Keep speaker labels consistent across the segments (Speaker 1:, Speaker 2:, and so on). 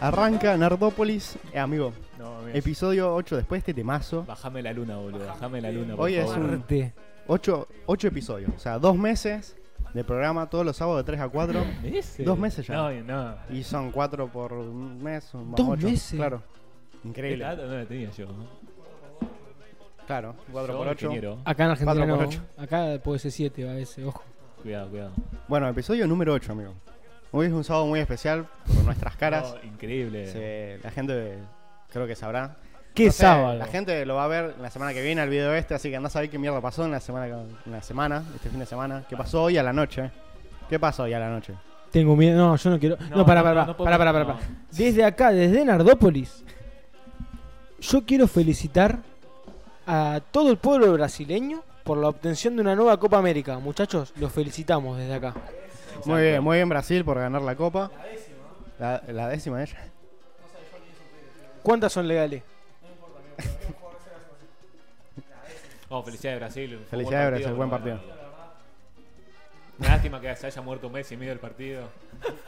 Speaker 1: Arranca Nardópolis. Eh, amigo,
Speaker 2: No, amigo.
Speaker 1: episodio 8 después de este temazo.
Speaker 2: Bajame la luna, boludo. Bajame la luna, por
Speaker 1: Hoy es
Speaker 2: favor.
Speaker 1: un-
Speaker 3: Arte.
Speaker 1: 8, episodios. O sea, dos meses de programa todos los sábados de 3 a 4.
Speaker 2: ¿Meses?
Speaker 1: Dos meses ya.
Speaker 2: No, no.
Speaker 1: Y son 4 por un mes. un-
Speaker 3: ¿Dos
Speaker 1: ocho,
Speaker 3: meses?
Speaker 1: Claro.
Speaker 2: El
Speaker 1: Increíble.
Speaker 2: dato no lo tenía yo.
Speaker 1: Claro, 4
Speaker 2: Yo,
Speaker 1: por 8.
Speaker 2: ingeniero.
Speaker 3: Acá en Argentina
Speaker 1: Cuatro
Speaker 3: no.
Speaker 1: por ocho.
Speaker 3: Acá puede ser 7 a veces, ojo.
Speaker 2: Cuidado, cuidado.
Speaker 1: Bueno, episodio número 8, amigo. Hoy es un sábado muy especial por nuestras caras.
Speaker 2: No, eh. Oh, increíble.
Speaker 1: Se- la gente eh, creo que sabrá.
Speaker 3: ¿Qué
Speaker 1: No sé,
Speaker 3: sábado?
Speaker 1: La gente lo va a ver la semana que viene el video este, así que andás a ver qué mierda pasó en la semana, que- en la semana este fin de semana. ¿Qué pasó hoy a la noche? ¿Qué pasó hoy a la noche?
Speaker 3: Tengo miedo. No, yo no quiero. No, para, para, para,
Speaker 2: no
Speaker 3: para, para,
Speaker 2: podemos- no.
Speaker 3: Desde acá, desde Nardópolis, yo quiero felicitar a todo el pueblo brasileño por la obtención de una nueva Copa América. Muchachos, los felicitamos desde acá.
Speaker 1: Muy bien, muy bien Brasil por ganar la copa. La, la décima ella.
Speaker 3: ¿Cuántas son legales?
Speaker 2: Oh, felicidades, Brasil. Fue un
Speaker 1: Felicidades Brasil, buen partido.
Speaker 2: Una lástima que se haya muerto Messi en medio del partido.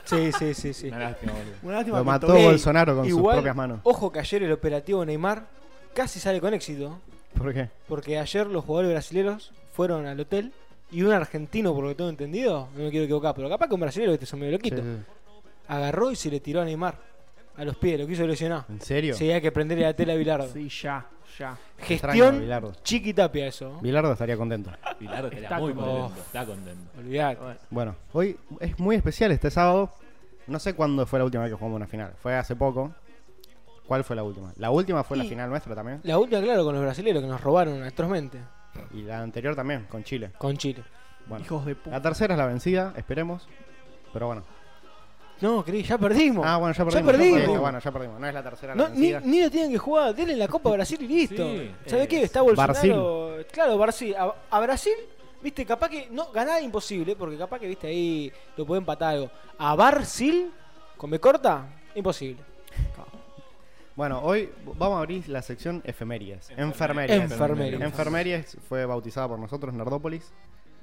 Speaker 3: Sí, sí, sí, sí.
Speaker 2: Una lástima, boludo.
Speaker 4: Una lástima
Speaker 1: Lo
Speaker 4: que
Speaker 1: mató
Speaker 4: Tobey-
Speaker 3: Ey,
Speaker 1: Bolsonaro con sus
Speaker 3: igual,
Speaker 1: propias manos.
Speaker 3: Ojo que ayer el operativo Neymar casi sale con éxito,
Speaker 1: ¿Por qué?
Speaker 3: porque ayer los jugadores brasileños fueron al hotel y un argentino, por lo que tengo entendido, no me quiero equivocar, pero capaz que un brasileño, que son medio
Speaker 1: Sí,
Speaker 3: loquito,
Speaker 1: sí, sí.
Speaker 3: agarró y se le tiró a Neymar a los pies, lo quiso lesionar.
Speaker 1: ¿En serio?
Speaker 3: Sí, hay que prenderle la tela a Bilardo.
Speaker 4: Sí, ya, ya.
Speaker 1: Extraño a
Speaker 3: Gestión
Speaker 1: Bilardo.
Speaker 3: chiquitapia eso. ¿no?
Speaker 1: Bilardo estaría contento.
Speaker 2: Pilar está
Speaker 4: Está
Speaker 2: muy
Speaker 4: como-
Speaker 2: contento. Está contento.
Speaker 3: Olvidate.
Speaker 1: Bueno, hoy es muy especial este sábado. No sé cuándo fue la última vez que jugamos una final. Fue hace poco. ¿Cuál fue la última? La última fue la
Speaker 3: Y-
Speaker 1: final nuestra también.
Speaker 3: La última, claro, con los brasileños que nos robaron atrozmente.
Speaker 1: Y la anterior también, con Chile.
Speaker 3: Con Chile.
Speaker 1: Bueno,
Speaker 4: Hijos de
Speaker 1: la
Speaker 4: puta.
Speaker 1: tercera es la vencida, esperemos. Pero bueno.
Speaker 3: No, creí, ya perdimos.
Speaker 1: Ah, bueno, ya perdimos.
Speaker 3: perdimos.
Speaker 1: Bueno, ya perdimos. No es la tercera
Speaker 3: No,
Speaker 1: la
Speaker 3: ni,
Speaker 1: vencida.
Speaker 3: ni lo tienen que jugar, denle la Copa a Brasil y listo.
Speaker 2: Sí,
Speaker 3: ¿Sabes
Speaker 2: eh,
Speaker 3: qué? Está
Speaker 1: Brasil.
Speaker 3: Bolsonaro. Claro, Brasil. A, a Brasil, viste, capaz que. No, ganar imposible, porque capaz que, viste, ahí lo puede empatar algo. A Brasil, con B corta, imposible.
Speaker 1: Bueno, hoy vamos a abrir la sección efemérides. Enfermerías.
Speaker 3: Enfermerías. Enfermerías.
Speaker 1: Enfermerías fue bautizada por nosotros, Nerdópolis.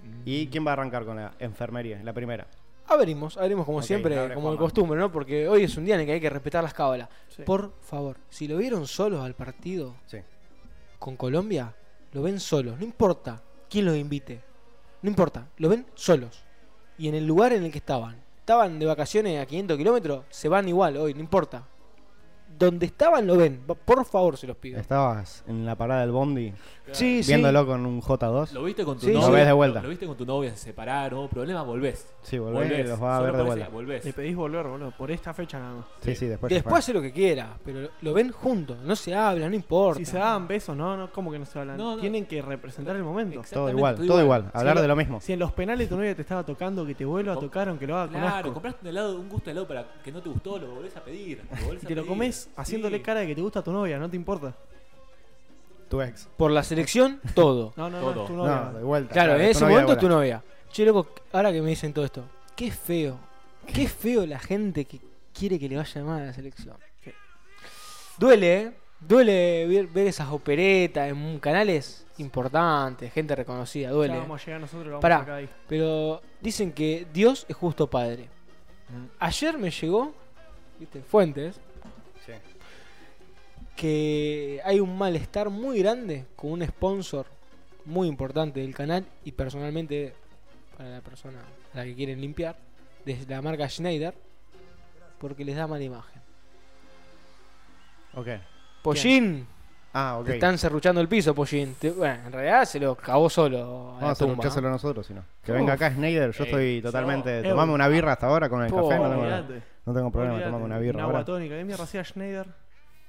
Speaker 3: Mm.
Speaker 1: ¿Y quién va a arrancar con la enfermería? La primera.
Speaker 3: Abrimos, abrimos como
Speaker 1: Ok,
Speaker 3: siempre,
Speaker 1: abre
Speaker 3: como de
Speaker 1: Juanma.
Speaker 3: costumbre, ¿no? Porque hoy es un día en el que hay que respetar las cábalas.
Speaker 4: Sí.
Speaker 3: Por favor, si lo vieron solos al partido
Speaker 1: Sí.
Speaker 3: con Colombia, lo ven solos. No importa quién los invite. No importa, lo ven solos. Y en el lugar en el que estaban. Estaban de vacaciones a 500 kilómetros, se van igual hoy, no importa. Donde estaban lo ven. Por favor, se los pido.
Speaker 1: Estabas en la parada del Bondi
Speaker 3: Sí, sí.
Speaker 1: viéndolo con un J2.
Speaker 2: Lo viste con tu
Speaker 3: Sí,
Speaker 2: novia.
Speaker 3: lo ves
Speaker 1: de vuelta.
Speaker 2: Lo, lo viste con tu novia, se separaron, hubo problemas, volvés.
Speaker 1: Sí, volvés, los va a
Speaker 2: Solo
Speaker 1: ver de
Speaker 2: por
Speaker 1: vuelta.
Speaker 2: esa- Volvés.
Speaker 4: Le pedís volver, boludo, por esta fecha nada más.
Speaker 1: Sí, sí, después. ya
Speaker 3: Después hace lo que quiera, pero lo ven juntos. No se habla, no importa.
Speaker 4: Si se daban besos, no, no, ¿cómo que no se hablan?
Speaker 2: No, no.
Speaker 4: Tienen que representar el momento.
Speaker 1: fue. Todo
Speaker 2: Exactamente,
Speaker 1: igual, todo igual. Hablar de lo mismo.
Speaker 4: Si en los penales tu novia te estaba tocando, que te vuelva a
Speaker 2: Com-
Speaker 4: tocar, aunque lo haga con
Speaker 2: Claro,
Speaker 4: asco.
Speaker 2: compraste un helado, un gusto de helado para que no te gustó, lo volvés a pedir. Lo volvés
Speaker 4: Y
Speaker 2: a
Speaker 4: te lo
Speaker 2: pedir.
Speaker 4: comes
Speaker 2: Sí.
Speaker 4: haciéndole cara de que te gusta tu novia, no te importa.
Speaker 1: Tu ex.
Speaker 3: Por la selección, todo.
Speaker 4: No, no, no,
Speaker 2: Todo.
Speaker 4: es tu novia.
Speaker 1: No, de vuelta.
Speaker 3: Claro, en
Speaker 1: tu
Speaker 3: ese
Speaker 1: novia
Speaker 3: momento es
Speaker 1: de
Speaker 3: tu
Speaker 1: bola.
Speaker 3: novia. Che, loco, ahora que me dicen todo esto, qué feo. Qué feo la gente que quiere que le vaya mal a la selección.
Speaker 4: Sí.
Speaker 3: Duele, ¿eh? Duele ver, ver esas operetas en canales importantes, gente reconocida,
Speaker 4: Ya
Speaker 3: duele. ¿eh?
Speaker 4: vamos a llegar nosotros, lo vamos
Speaker 3: Pará.
Speaker 4: a sacar ahí.
Speaker 3: Pero dicen que Dios es justo padre. Ayer me llegó, viste, fuentes,
Speaker 1: Sí.
Speaker 3: que hay un malestar muy grande con un sponsor muy importante del canal y personalmente para la persona a la que quieren limpiar, desde la marca Schneider, porque les da mala imagen.
Speaker 1: Ok.
Speaker 3: Pollín,
Speaker 1: Ah, ok.
Speaker 3: te están serruchando el piso, Pollín. Te- bueno, en realidad se lo cagó solo. A la
Speaker 1: Vamos a
Speaker 3: tumba,
Speaker 1: luchárselo nosotros, si no. Que
Speaker 3: Uf.
Speaker 1: venga acá Snyder, yo
Speaker 2: Ey,
Speaker 1: estoy
Speaker 2: yo-
Speaker 1: totalmente.
Speaker 4: Eh,
Speaker 1: Tomame una birra hasta ahora con el
Speaker 3: po,
Speaker 1: café, no tengo,
Speaker 4: Olvidate.
Speaker 1: no tengo problema, tomame una birra.
Speaker 4: agua
Speaker 1: ahora.
Speaker 4: tónica. ¿Qué mierda hacía Schneider?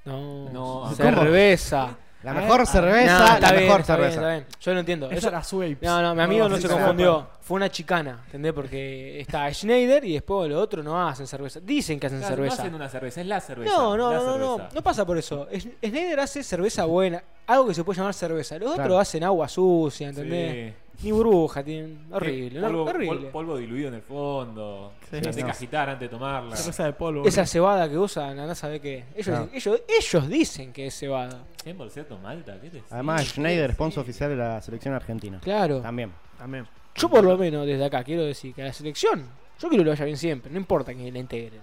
Speaker 3: No,
Speaker 2: No,
Speaker 3: cerveza.
Speaker 1: La
Speaker 4: Ah,
Speaker 1: mejor
Speaker 4: eh,
Speaker 1: cerveza,
Speaker 3: No, está
Speaker 1: la
Speaker 3: bien,
Speaker 1: mejor
Speaker 3: está bien,
Speaker 1: cerveza.
Speaker 3: está bien. Yo no entiendo.
Speaker 4: Eso
Speaker 3: Eso-
Speaker 4: era Swapes.
Speaker 3: No, no, mi amigo no,
Speaker 1: sí,
Speaker 3: se
Speaker 1: sí,
Speaker 3: confundió. Fue una chicana, ¿entendés? Porque está Schneider y después los otros no hacen cerveza. Dicen que hacen
Speaker 2: Claro,
Speaker 3: cerveza.
Speaker 2: No hacen una cerveza, es la cerveza.
Speaker 3: No, no,
Speaker 2: la
Speaker 3: no, no, no.
Speaker 2: cerveza.
Speaker 3: No pasa por eso. Es- Schneider hace cerveza buena, algo que se puede llamar cerveza. Los
Speaker 1: Claro.
Speaker 3: otros hacen agua sucia, ¿entendés?
Speaker 2: Sí. Eh,
Speaker 3: Ni burbuja, tienen. Horrible,
Speaker 2: polvo,
Speaker 3: no, horrible.
Speaker 2: pol- polvo diluido en el fondo.
Speaker 4: Sí,
Speaker 2: la tenés
Speaker 1: no.
Speaker 2: que agitar antes de tomarla.
Speaker 4: Cerveza de polvo.
Speaker 3: Esa cebada que usan, andá a saber qué. Ellos,
Speaker 1: Claro.
Speaker 3: ellos, ellos dicen que es cebada.
Speaker 2: ¿En Bolseto, Malta? ¿Qué te
Speaker 1: Además,
Speaker 2: decís?
Speaker 1: Schneider, sponsor oficial de la selección argentina.
Speaker 3: Claro.
Speaker 1: También.
Speaker 4: También.
Speaker 3: Yo por lo menos desde acá quiero decir que a la selección, yo quiero que lo vaya bien siempre, no importa que la integren.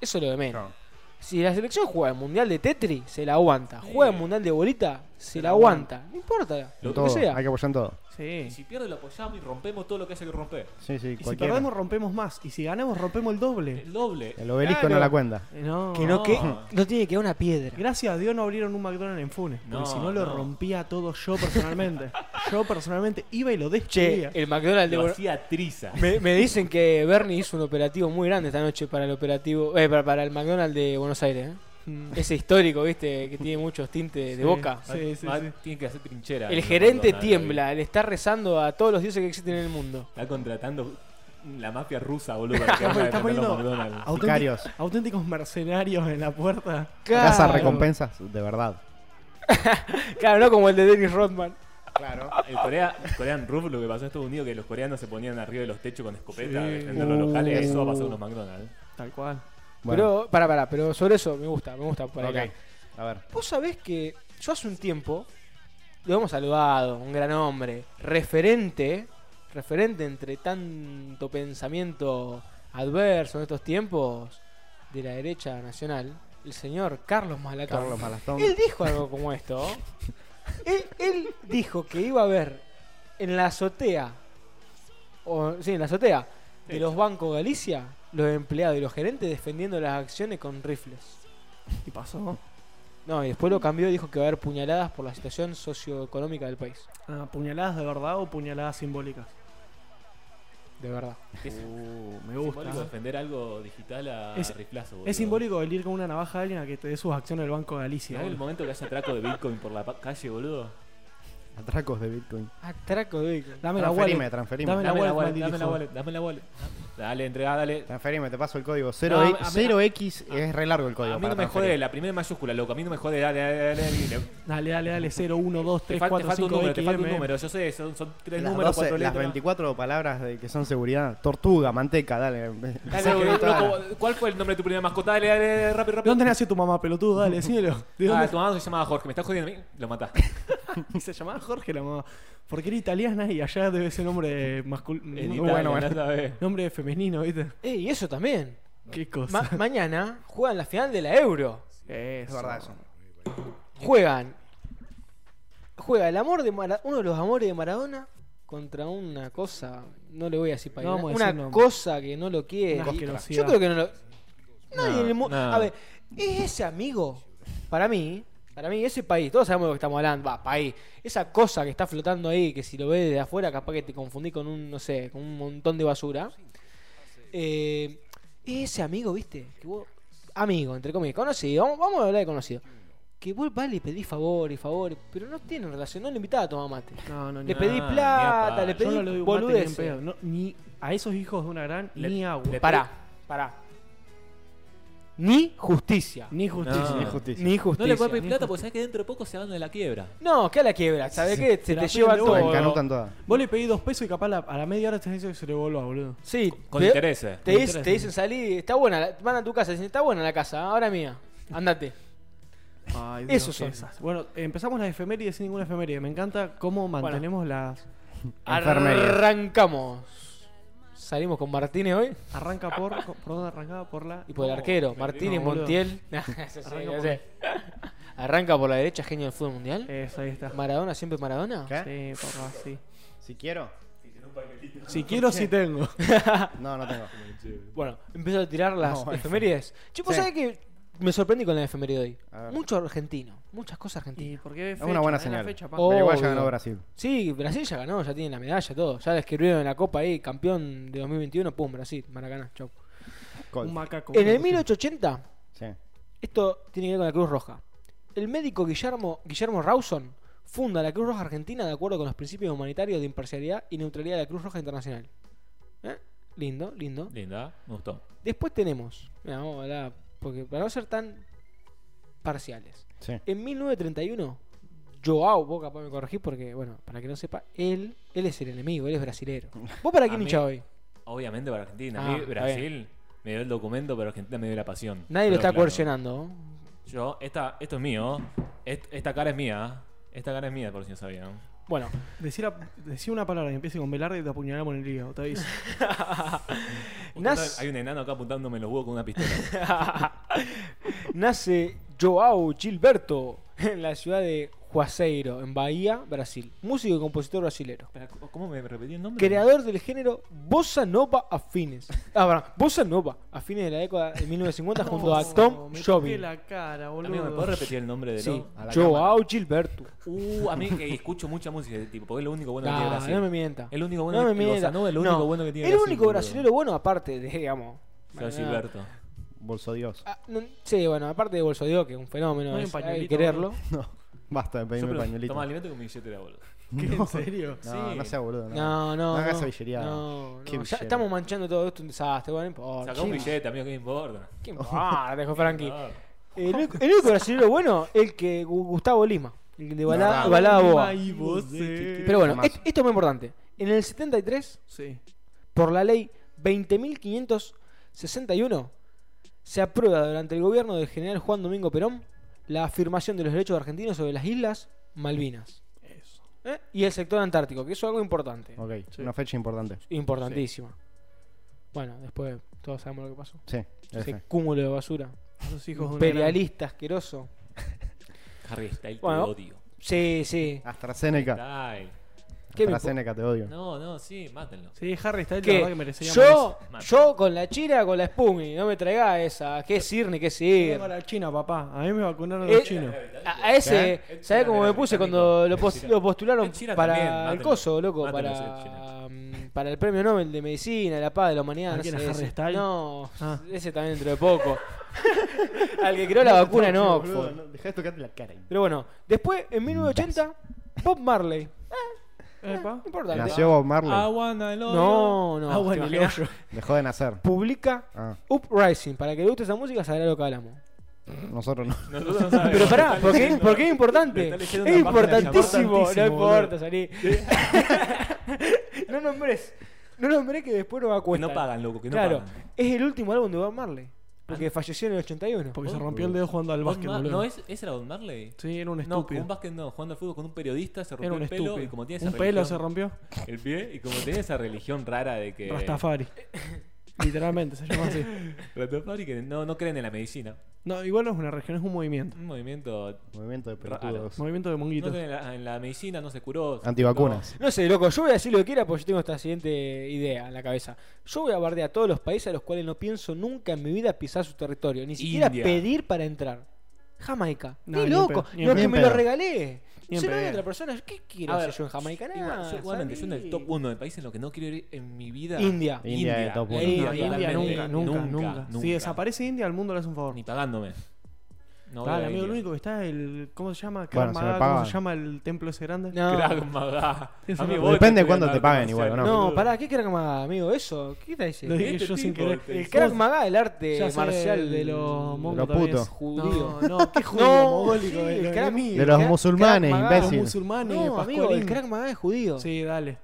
Speaker 3: Eso es lo de menos. Si la selección juega el mundial de Tetris, se la aguanta. Juega el mundial de bolita, se la aguanta. No importa,
Speaker 1: En
Speaker 3: lo
Speaker 1: todo,
Speaker 3: que sea.
Speaker 1: Hay que apoyar en todo.
Speaker 2: Y
Speaker 4: Sí.
Speaker 2: si pierde lo apoyamos y rompemos todo lo que haya que romper.
Speaker 1: Sí, sí,
Speaker 4: Y si
Speaker 1: cualquiera.
Speaker 4: perdemos, rompemos más. Y si ganamos, rompemos el doble.
Speaker 2: El doble.
Speaker 1: El obelisco
Speaker 3: Claro.
Speaker 1: no la cuenta.
Speaker 4: Eh, No.
Speaker 3: Que no,
Speaker 2: No.
Speaker 3: que, no tiene que quedar una piedra.
Speaker 4: Gracias a Dios no abrieron un McDonald's en Funes. Porque
Speaker 2: No,
Speaker 4: si no, lo
Speaker 2: no.
Speaker 4: rompía todo yo personalmente. yo personalmente iba y lo
Speaker 3: Che, eh,
Speaker 4: destruía.
Speaker 3: el McDonald's de
Speaker 2: Lo
Speaker 3: Buenos-
Speaker 2: hacía triza.
Speaker 3: me, me dicen que Bernie hizo un operativo muy grande esta noche para el operativo eh, para, para el McDonald's de Buenos Aires. ¿eh?
Speaker 4: Mm.
Speaker 3: Ese histórico, viste, que tiene muchos tintes de
Speaker 4: Sí.
Speaker 3: boca.
Speaker 4: Sí, sí,
Speaker 2: Más
Speaker 4: sí.
Speaker 2: Tiene que hacer trinchera.
Speaker 3: El
Speaker 2: No,
Speaker 3: gerente
Speaker 2: perdona, lo vi.
Speaker 3: tiembla, le está rezando a todos los dioses que existen en el mundo.
Speaker 2: Está contratando la mafia rusa, boludo. para que vaya a
Speaker 4: está
Speaker 2: defender a
Speaker 4: poniendo-
Speaker 2: McDonald's.
Speaker 4: Auténti-
Speaker 1: Sicarios.
Speaker 4: Auténticos mercenarios en la puerta.
Speaker 1: Casa
Speaker 3: Claro.
Speaker 1: recompensas, de verdad.
Speaker 3: Claro, no como el de Dennis Rodman.
Speaker 1: Claro.
Speaker 2: El Corea, el Korean Roof, lo que pasó en Estados Unidos, que los coreanos se ponían arriba de los techos con escopeta
Speaker 4: Sí.
Speaker 2: a defender los locales. Eso va a pasar con los
Speaker 3: Uh.
Speaker 2: McDonald's.
Speaker 4: Tal cual.
Speaker 1: Bueno,
Speaker 3: Pero, para, para, pero sobre eso me gusta, me gusta por
Speaker 1: ok.
Speaker 3: acá.
Speaker 1: A ver.
Speaker 3: Vos sabés que yo hace un tiempo lo hemos saludado, un gran hombre, referente, referente entre tanto pensamiento adverso en estos tiempos de la derecha nacional, el señor Carlos Malatón.
Speaker 1: Carlos Malastón.
Speaker 3: Él dijo algo como esto. él, él dijo que iba a ver en la azotea, o, sí, en la azotea de
Speaker 2: Sí.
Speaker 3: los bancos Galicia, los empleados y los gerentes defendiendo las acciones con rifles.
Speaker 4: ¿Qué pasó?
Speaker 3: No, y después lo cambió y dijo que va a haber puñaladas por la situación socioeconómica del país.
Speaker 4: Ah, ¿Puñaladas de verdad o puñaladas simbólicas?
Speaker 3: De verdad.
Speaker 4: me
Speaker 2: Es
Speaker 4: gusta.
Speaker 2: simbólico defender algo digital a
Speaker 4: Es-
Speaker 2: riflazo, boludo.
Speaker 4: Es simbólico el ir con una navaja a alguien a que te dé sus acciones del Banco de
Speaker 2: Si
Speaker 4: Galicia.
Speaker 2: en el
Speaker 4: boludo.
Speaker 2: momento que haya traco de Bitcoin por la pa- calle, boludo.
Speaker 1: Atracos de Bitcoin.
Speaker 3: Atraco de Bitcoin.
Speaker 4: Dame la
Speaker 1: Transferime,
Speaker 4: wallet.
Speaker 1: transferime.
Speaker 4: Dame la wallet, maldito
Speaker 2: dame la
Speaker 4: hijo.
Speaker 2: wallet, dame la wallet. Dale, entrega, dale.
Speaker 1: Transferime, te paso el código.
Speaker 2: No, a
Speaker 1: 0
Speaker 2: mí- a mí-
Speaker 1: 0x es re largo el código.
Speaker 2: A mí
Speaker 1: para
Speaker 2: no me
Speaker 1: transferir.
Speaker 2: jode la primera mayúscula, loco. A mí no me jode, dale, dale, dale. dale. Le-
Speaker 4: Dale, dale, dale. 0, 1, 2,
Speaker 2: Te
Speaker 4: 3,
Speaker 2: falta, te
Speaker 4: 4,
Speaker 2: falta
Speaker 4: 5,
Speaker 2: un número, te falta un número. Yo sé, son, son tres
Speaker 1: Las,
Speaker 2: números,
Speaker 1: 12,
Speaker 2: cuatro
Speaker 1: las
Speaker 2: letras.
Speaker 1: 24 palabras de, que son seguridad. Tortuga, manteca, dale.
Speaker 2: Dale, boludo, loco, ¿Cuál fue el nombre de tu primera mascota? Dale, dale, dale, rápido,
Speaker 4: ¿De
Speaker 2: rápido.
Speaker 4: dónde nació tu mamá, pelotudo? Dale, decímelo. ¿De
Speaker 2: Ah,
Speaker 4: dónde
Speaker 2: tu mamá se llamaba Jorge, me estás jodiendo a mí, lo mataste.
Speaker 4: se llamaba Jorge la mamá? Porque era italiana y allá debe ser nombre
Speaker 2: En
Speaker 4: masculino.
Speaker 2: Italia,
Speaker 1: bueno, bueno.
Speaker 2: andá a saber.
Speaker 4: Nombre femenino, ¿viste?
Speaker 3: Eh, y eso también.
Speaker 4: Qué
Speaker 3: Ma-
Speaker 4: cosa.
Speaker 3: mañana juegan la final de la Euro.
Speaker 1: Es verdad eso.
Speaker 3: Juegan. Juega el amor de Mara- uno de los amores de Maradona contra una cosa, no le voy a decir para
Speaker 4: No vamos a
Speaker 3: una
Speaker 4: decir nombre.
Speaker 3: cosa que no lo quiere. Y-
Speaker 4: Una asquerosidad.
Speaker 3: Yo creo que no lo Nadie
Speaker 2: No,
Speaker 3: en el mundo.
Speaker 2: no.
Speaker 3: A ver, es ese amigo, para mí, para mí, ese país, todos sabemos de lo que estamos hablando, va, país, esa cosa que está flotando ahí, que si lo ves desde afuera, capaz que te confundí con un, no sé, con un montón de basura. Eh, es ese amigo, viste, que vos- amigo, entre comillas, conocido, vamos, vamos a hablar de conocido. Que vos vale y pedís favor y favor, pero no tienen relación, no le invitás a tomar mate.
Speaker 4: No, no,
Speaker 3: Le
Speaker 4: no.
Speaker 2: pedí
Speaker 3: pedís
Speaker 2: ni a
Speaker 3: plata,
Speaker 2: palo.
Speaker 3: le
Speaker 2: Yo
Speaker 3: pedís
Speaker 4: Yo no le doy un mate ni en
Speaker 3: boludeces.
Speaker 4: pedo. No, ni a esos hijos de una gran,
Speaker 2: Le-
Speaker 4: ni agua.
Speaker 2: le-
Speaker 3: Pará, pará. Ni justicia.
Speaker 4: Ni justicia.
Speaker 2: No.
Speaker 1: Ni justicia.
Speaker 3: Ni justicia.
Speaker 2: No le puedes pedir plata porque sabes que dentro de poco se van de la quiebra.
Speaker 3: No, que a la quiebra, ¿sabes qué? Se
Speaker 4: la
Speaker 3: te
Speaker 4: piden
Speaker 3: lleva
Speaker 1: Te
Speaker 4: de vuelta.
Speaker 3: todo.
Speaker 1: encanutan todas.
Speaker 4: Vos le pedís dos pesos y capaz la- a la media hora te dice que se le voló, boludo.
Speaker 3: Sí,
Speaker 2: Con
Speaker 3: te-
Speaker 2: intereses.
Speaker 3: Te,
Speaker 4: Con
Speaker 3: dic-
Speaker 4: interés,
Speaker 3: te dicen salí, está buena, la- van a tu casa, dicen está buena la casa, ahora es mía, andate.
Speaker 4: Ay,
Speaker 3: Dios,
Speaker 4: Esos
Speaker 3: qué
Speaker 4: son.
Speaker 3: desastre.
Speaker 4: Bueno, empezamos las efemérides sin ninguna efeméride. Me encanta cómo mantenemos las.
Speaker 1: Enfermería.
Speaker 3: Arrancamos. Salimos con Martínez hoy
Speaker 4: Arranca por. co- ¿Por dónde arrancaba? Por la.
Speaker 3: y por el
Speaker 2: ¿Cómo?
Speaker 3: arquero,
Speaker 2: Me
Speaker 3: Martínez,
Speaker 4: digo, boludo.
Speaker 3: Montiel. Nah, eso sí,
Speaker 4: Arranca
Speaker 3: no sé. Arranca por la derecha, genio del fútbol mundial.
Speaker 4: Eso, ahí está.
Speaker 3: Maradona, siempre Maradona.
Speaker 1: ¿Qué?
Speaker 4: Sí, papá, sí.
Speaker 1: Si quiero.
Speaker 4: Si quiero, si tengo.
Speaker 1: No, no tengo.
Speaker 3: Bueno, empiezo a tirar las
Speaker 1: No, bueno.
Speaker 3: efemérides. Chico,
Speaker 1: Sí.
Speaker 3: ¿sabes qué? Me sorprendí con la efeméride hoy.
Speaker 1: A ver.
Speaker 3: Mucho argentino, muchas cosas argentinas.
Speaker 4: ¿Y por qué
Speaker 1: Es una buena
Speaker 4: Es la
Speaker 1: señal.
Speaker 4: fecha, pa.
Speaker 3: Oh.
Speaker 1: Pero igual ya ganó
Speaker 3: Obvio.
Speaker 1: Brasil.
Speaker 3: Sí, Brasil ya ganó, ya tiene la medalla, todo. Ya la escribieron en la Copa ahí, campeón de 2021, pum, Brasil, Maracaná, chau.
Speaker 1: Gol.
Speaker 4: Un macaco.
Speaker 3: En el
Speaker 4: boludo.
Speaker 3: 1880,
Speaker 1: Sí.
Speaker 3: esto tiene que ver con la Cruz Roja. El médico Guillermo, Guillermo Rawson funda la Cruz Roja Argentina de acuerdo con los principios humanitarios de imparcialidad y neutralidad de la Cruz Roja Internacional. ¿Eh? Lindo, lindo.
Speaker 2: Linda, me gustó.
Speaker 3: Después tenemos, mirá, vamos a hablar, porque para no ser tan parciales.
Speaker 1: Sí.
Speaker 3: En 1931, Joao, vos capaz me corregís porque, bueno, para que no sepa, él, él es el enemigo, él es brasilero. ¿Vos para
Speaker 2: A
Speaker 3: quién
Speaker 2: mí-
Speaker 3: hinchás hoy?
Speaker 2: Obviamente para Argentina.
Speaker 3: Ah,
Speaker 2: A mí
Speaker 3: está
Speaker 2: Brasil me dio el documento, pero Argentina me dio la pasión.
Speaker 3: Nadie lo
Speaker 2: Pero
Speaker 3: está
Speaker 2: claro,
Speaker 3: coercionando. ¿no?
Speaker 2: Yo, esta, esto es mío. Est- esta cara es mía. Esta cara es mía, por si no sabían.
Speaker 3: Bueno,
Speaker 4: Decir, a- decir una palabra que empiece con Velarde y te apuñalamos en el hígado, te aviso.
Speaker 3: Nas-
Speaker 2: Hay un enano acá apuntándome en los huevos con una pistola.
Speaker 3: Nace Joao Gilberto en la ciudad de Juazeiro, en Bahía, Brasil. Músico y compositor brasilero.
Speaker 2: Espera, ¿cómo- ¿Cómo me repetí el nombre?
Speaker 3: Creador del género Bossa Nova a fines. Ah, perdón, Bossa Nova a fines de la década de 1950 junto
Speaker 2: Oh,
Speaker 3: a Tom
Speaker 4: me toqué
Speaker 3: Jobim.
Speaker 4: la cara,
Speaker 2: Amigo, ¿me
Speaker 4: boludo.
Speaker 2: puedes repetir el nombre de
Speaker 3: Sí,
Speaker 2: lo-
Speaker 1: a la
Speaker 3: Joao Gilberto.
Speaker 2: Uh, a mí que escucho mucha música de tipo, porque es lo único bueno que tiene
Speaker 3: Ah,
Speaker 2: Brasil.
Speaker 3: no me mienta.
Speaker 2: El único bueno
Speaker 3: no
Speaker 2: que
Speaker 3: me
Speaker 2: tiene
Speaker 3: mienta.
Speaker 2: Bossa Nova es lo
Speaker 3: No,
Speaker 2: único bueno que tiene
Speaker 3: El
Speaker 2: Brasil,
Speaker 3: único
Speaker 2: boludo.
Speaker 3: brasilero bueno, aparte de, digamos.
Speaker 2: Yo,
Speaker 3: más que nada.
Speaker 2: Gilberto.
Speaker 1: Bolso Dios.
Speaker 3: Ah, no, sí, bueno, aparte de Bolsodeo, que es un fenómeno,
Speaker 4: No hay un
Speaker 3: es- hay que
Speaker 4: pañuelito,
Speaker 3: quererlo.
Speaker 1: No, basta de
Speaker 2: Yo
Speaker 1: pedirme
Speaker 2: prefiero-
Speaker 1: pañuelito.
Speaker 2: Toma alimento con mi billetera, boludo.
Speaker 4: ¿Qué, ¿En serio?
Speaker 1: No,
Speaker 2: Sí.
Speaker 1: no sea boludo.
Speaker 3: No, no.
Speaker 1: No hagas
Speaker 3: no,
Speaker 1: avilleriada.
Speaker 3: No,
Speaker 1: Qué
Speaker 3: no, Ya
Speaker 1: villero.
Speaker 3: estamos manchando todo esto, un desastre, bueno, no importa.
Speaker 2: Sacá un
Speaker 3: Ah, Sí,
Speaker 2: billete, amigo, ¿qué me importa?
Speaker 3: ¿Qué importa, dejó Frankie?
Speaker 2: Ah,
Speaker 3: El único, el único brasileño bueno, el que Gu- Gustavo Lima, el de balada,
Speaker 1: Ah,
Speaker 3: balada boa.
Speaker 4: Ay, vos, eh.
Speaker 3: Pero bueno,
Speaker 1: Tomás.
Speaker 3: est- esto es muy importante. En el 73,
Speaker 4: Sí.
Speaker 3: por la ley 20.561, se aprueba durante el gobierno del general Juan Domingo Perón la afirmación de los derechos argentinos sobre las islas Malvinas
Speaker 4: Eso.
Speaker 3: ¿eh? y el sector antártico, que eso es algo importante.
Speaker 1: Ok,
Speaker 4: Sí.
Speaker 1: una fecha importante.
Speaker 3: Importantísima. Bueno, después todos sabemos lo que pasó.
Speaker 1: Sí,
Speaker 3: Ese
Speaker 1: F.
Speaker 3: cúmulo de basura.
Speaker 4: Esos hijos de una
Speaker 3: Imperialista, asqueroso.
Speaker 2: Harry Styles,
Speaker 3: Bueno.
Speaker 2: te odio.
Speaker 3: Sí, sí.
Speaker 1: Ah, AstraZeneca.
Speaker 2: Styles.
Speaker 3: ¿Qué me
Speaker 1: AstraZeneca, te odio.
Speaker 2: No, no, sí, mátenlo.
Speaker 4: gran- Sí, Harry Styles la
Speaker 3: ¿Qué?
Speaker 4: verdad que merecía
Speaker 3: Yo,
Speaker 2: morirse.
Speaker 3: yo con la china, con la Spumi, no me traigá esa. ¿Qué Sir ni qué Sir?
Speaker 4: Para la China, papá. A mí me vacunaron
Speaker 3: Eh,
Speaker 4: los chinos.
Speaker 3: A, a ese,
Speaker 1: ¿Eh?
Speaker 2: El
Speaker 3: ¿sabés
Speaker 2: China
Speaker 3: cómo me
Speaker 2: era
Speaker 3: puse
Speaker 2: británico.
Speaker 3: cuando lo,
Speaker 2: El
Speaker 3: pos-
Speaker 2: China.
Speaker 3: lo postularon
Speaker 2: El China
Speaker 3: para
Speaker 2: también,
Speaker 3: el
Speaker 2: mátenlo.
Speaker 3: coso, loco?
Speaker 2: Mátenlo, el
Speaker 3: para,
Speaker 2: China.
Speaker 3: mm, para el premio Nobel de Medicina, la paz de la humanidad.
Speaker 4: ¿A
Speaker 3: no
Speaker 4: quién,
Speaker 3: sé,
Speaker 4: a Harry
Speaker 3: ese-
Speaker 4: Styles?
Speaker 3: No,
Speaker 4: Ah.
Speaker 3: ese también dentro de poco. Al que creó la vacuna, no. Oxford.
Speaker 1: Dejá de tocarte la cara.
Speaker 3: Pero bueno, después, en 1980, Bob Marley.
Speaker 4: Epa.
Speaker 3: No importa.
Speaker 1: Nació Bob Marley.
Speaker 2: Aguana el hoyo.
Speaker 3: No, no.
Speaker 4: Ah, bueno,
Speaker 3: ¿te
Speaker 4: el
Speaker 3: imaginas?
Speaker 4: hoyo.
Speaker 1: Dejó de nacer.
Speaker 3: Publica
Speaker 1: Ah,
Speaker 3: Uprising. Para que le guste esa música, sabrá lo que hablamos.
Speaker 1: nosotros no.
Speaker 2: Nosotros no sabemos.
Speaker 3: Pero pará,
Speaker 2: Está
Speaker 3: porque,
Speaker 2: leyendo-
Speaker 3: porque es
Speaker 2: le
Speaker 3: importante.
Speaker 2: está
Speaker 3: Es
Speaker 2: leyendo una página de
Speaker 3: importantísimo. No
Speaker 4: Importantísimo,
Speaker 3: importa,
Speaker 4: boludo.
Speaker 3: salí. no nombres. No nombres que después no va a
Speaker 2: Que
Speaker 3: cuesta.
Speaker 2: no pagan, loco, que no
Speaker 3: claro,
Speaker 2: pagan.
Speaker 3: es el último álbum de Bob Marley. Porque falleció en el 81.
Speaker 4: Porque se rompió el dedo jugando al
Speaker 2: Bob
Speaker 4: básquet,
Speaker 2: Mar-
Speaker 4: boludo.
Speaker 2: Oh, ¿No es, ese era Don Marley?
Speaker 4: Sí, era un
Speaker 2: No, con
Speaker 4: estúpido.
Speaker 2: un básquet no, jugando al fútbol con un periodista, se
Speaker 4: era
Speaker 2: rompió
Speaker 4: un
Speaker 2: el pelo
Speaker 4: estúpido.
Speaker 2: y como tiene esa
Speaker 4: un pelo se
Speaker 2: religión-
Speaker 4: rompió.
Speaker 2: El pie, y como tenía esa religión rara de que.
Speaker 4: Rastafari. Literalmente se llama así.
Speaker 2: Rastafari que no, no creen en la medicina.
Speaker 4: No, igual no es una religión, es un movimiento.
Speaker 2: Un movimiento.
Speaker 1: Movimiento de
Speaker 2: Raro.
Speaker 1: pelotudos.
Speaker 4: Movimiento de
Speaker 2: No
Speaker 4: monguitos.
Speaker 2: creen en la, en la medicina, no se curó. se
Speaker 1: Antivacunas.
Speaker 3: No sé, loco, yo voy a decir lo que quiera porque yo tengo esta siguiente idea en la cabeza. Yo voy a bardear a todos los países a los cuales no pienso nunca en mi vida pisar su territorio, ni siquiera
Speaker 2: India.
Speaker 3: pedir para entrar. Jamaica.
Speaker 4: No,
Speaker 3: ni
Speaker 4: ni en
Speaker 3: loco,
Speaker 4: pedo, ni en
Speaker 3: lo que
Speaker 1: pedo.
Speaker 3: me lo regalé.
Speaker 4: Ni en
Speaker 3: Se lo doy a
Speaker 4: pedo.
Speaker 3: otra persona. ¿Qué quiero
Speaker 2: A
Speaker 3: hacer
Speaker 2: ver,
Speaker 3: yo en Jamaica?
Speaker 2: curó. Igual,
Speaker 3: Nada,
Speaker 2: yo igualmente, yo en el
Speaker 3: salí.
Speaker 2: top 1 de países en los que no quiero ir en mi vida.
Speaker 3: India.
Speaker 1: India de top
Speaker 2: La
Speaker 1: uno.
Speaker 4: No,
Speaker 2: India,
Speaker 4: India nunca,
Speaker 2: totalmente.
Speaker 4: nunca, nunca. Si
Speaker 2: nunca.
Speaker 4: desaparece India, al mundo le hace un favor.
Speaker 2: Ni pagándome. No voy
Speaker 4: Dale,
Speaker 2: a
Speaker 4: amigo,
Speaker 2: India.
Speaker 4: lo único que está es el. ¿Cómo se llama?
Speaker 1: Bueno,
Speaker 4: Krav
Speaker 1: si me
Speaker 4: Maga, ¿Cómo
Speaker 1: pagan.
Speaker 4: se llama el templo ese grande?
Speaker 3: No.
Speaker 2: Krav Maga.
Speaker 4: Eso
Speaker 2: Amigo,
Speaker 4: no-
Speaker 2: vos
Speaker 1: Depende
Speaker 2: estudias
Speaker 1: cuándo te
Speaker 2: arte
Speaker 1: paguen
Speaker 2: marcial,
Speaker 1: igual, ¿o no?
Speaker 3: No,
Speaker 2: boludo.
Speaker 3: pará, ¿qué Krav Maga, amigo? ¿Eso, ¿qué está diciendo?
Speaker 4: Lo dije
Speaker 2: Este
Speaker 4: yo sin
Speaker 2: tipo,
Speaker 4: querer.
Speaker 2: te-
Speaker 3: El Krav Maga, el arte
Speaker 4: Ya sé,
Speaker 3: marcial
Speaker 4: de los
Speaker 3: de
Speaker 4: mongos
Speaker 1: los
Speaker 4: también es
Speaker 1: putos.
Speaker 3: judío.
Speaker 4: No, no, qué judío
Speaker 3: No,
Speaker 4: mongólico.
Speaker 3: sí,
Speaker 4: eh,
Speaker 3: el Krav-
Speaker 4: mío.
Speaker 1: De los
Speaker 3: Krav-
Speaker 1: musulmanes,
Speaker 3: Krav Maga.
Speaker 4: Los
Speaker 1: imbécil.
Speaker 4: musulmanes,
Speaker 3: No, amigo,
Speaker 4: Pascualín.
Speaker 3: el Krav Maga es judío.
Speaker 4: Sí, dale.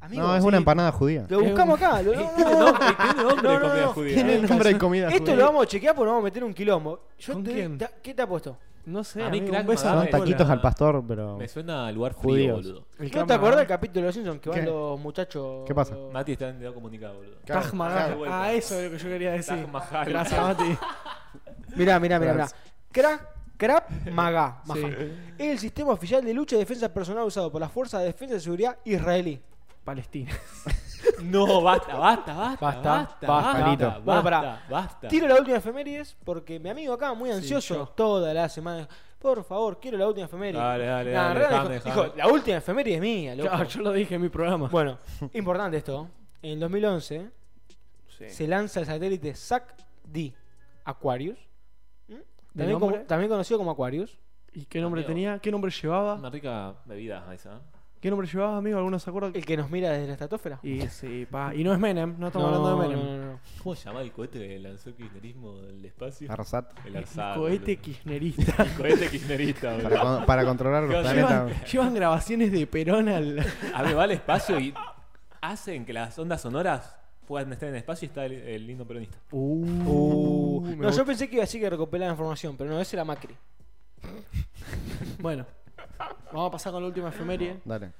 Speaker 3: Amigo,
Speaker 1: No, es una empanada judía.
Speaker 3: Lo buscamos acá. Lo, no, no,
Speaker 2: Tiene
Speaker 3: no.
Speaker 2: nombre, tiene nombre de
Speaker 3: No, no,
Speaker 2: comida
Speaker 3: no.
Speaker 2: judía.
Speaker 1: Tiene
Speaker 2: ¿eh?
Speaker 1: nombre de comida
Speaker 3: Esto
Speaker 1: judía.
Speaker 3: lo vamos a chequear porque nos vamos a meter un quilombo. Yo
Speaker 4: ¿Con
Speaker 3: te-
Speaker 4: quién?
Speaker 3: ta- ¿Qué te ha puesto?
Speaker 4: No
Speaker 2: A
Speaker 4: sé,
Speaker 2: mí
Speaker 4: amigo,
Speaker 2: Krav
Speaker 4: un beso
Speaker 2: Maga
Speaker 4: a
Speaker 1: Son
Speaker 2: me-
Speaker 4: Pascual.
Speaker 1: taquitos al pastor, pero.
Speaker 2: Me suena a lugar frío,
Speaker 1: Judíos.
Speaker 2: boludo.
Speaker 4: El
Speaker 3: ¿No
Speaker 4: Krav
Speaker 3: te acordás
Speaker 4: Maga.
Speaker 3: del capítulo de los Simpsons que van
Speaker 1: ¿Qué?
Speaker 3: los muchachos?
Speaker 1: ¿Qué pasa?
Speaker 2: Mati está en dedo comunicado, boludo.
Speaker 4: Taj
Speaker 2: Krav
Speaker 4: Mahal.
Speaker 2: Maga.
Speaker 4: Ah, eso es lo que yo quería decir.
Speaker 2: Taj Mahal.
Speaker 4: Gracias, Mati.
Speaker 3: Mirá, mirá, mirá, mirá. Krav Krav Maga.
Speaker 4: Sí.
Speaker 3: Maga. Es el sistema oficial de lucha y defensa personal usado por las fuerzas de defensa y seguridad israelí.
Speaker 4: Palestina.
Speaker 2: No, basta, basta, basta.
Speaker 3: Basta,
Speaker 2: Basta, basta,
Speaker 3: basta.
Speaker 2: basta.
Speaker 1: Palito.
Speaker 2: Basta,
Speaker 3: Bueno, pará.
Speaker 2: basta.
Speaker 3: Tiro la última efemérides porque mi amigo acá, muy ansioso,
Speaker 4: yo.
Speaker 3: toda la semana. Por favor, quiero la última efeméride.
Speaker 2: Dale, dale,
Speaker 3: Nah, en
Speaker 2: dale,
Speaker 3: realidad
Speaker 2: dejame,
Speaker 3: dijo,
Speaker 2: dejame.
Speaker 3: dijo, la última efeméride es mía, loco.
Speaker 4: Claro, yo lo dije en mi programa.
Speaker 3: Bueno, importante esto. En 2011
Speaker 4: Sí.
Speaker 3: se lanza el satélite SAC-D Aquarius. ¿Mm?
Speaker 4: ¿De
Speaker 3: También, como-
Speaker 4: nombre?
Speaker 3: también conocido como Aquarius.
Speaker 4: ¿Y qué nombre
Speaker 2: Amigo.
Speaker 4: tenía? ¿Qué nombre llevaba?
Speaker 2: Una rica bebida esa. ¿eh?
Speaker 4: ¿Qué nombre llevaba, amigo? ¿Alguno se acuerda?
Speaker 3: El que nos mira desde la estratosfera.
Speaker 4: Y sí, pa. Y no es Menem, no estamos
Speaker 3: No,
Speaker 4: hablando
Speaker 3: no,
Speaker 4: de Menem.
Speaker 3: no, no, no.
Speaker 2: ¿Cómo se llamaba el cohete que lanzó el kirchnerismo del espacio?
Speaker 1: Arsat.
Speaker 2: El Arsat.
Speaker 4: Cohete
Speaker 2: boludo.
Speaker 4: este kirchnerista.
Speaker 2: Cohete kirchnerista,
Speaker 1: Para,
Speaker 2: boludo.
Speaker 1: con- para controlar los
Speaker 2: Claro,
Speaker 1: planetas.
Speaker 4: llevan, llevan grabaciones de Perón al.
Speaker 2: A ver, Ah, va al espacio y hacen que las ondas sonoras puedan estar en el espacio y está el, el lindo peronista.
Speaker 3: Uh,
Speaker 4: me
Speaker 3: no, yo
Speaker 4: gusta.
Speaker 3: pensé que iba a decir que recopilaba la información, pero no, ese era Macri.
Speaker 4: Bueno, vamos a pasar con la última efeméride.
Speaker 1: Dale.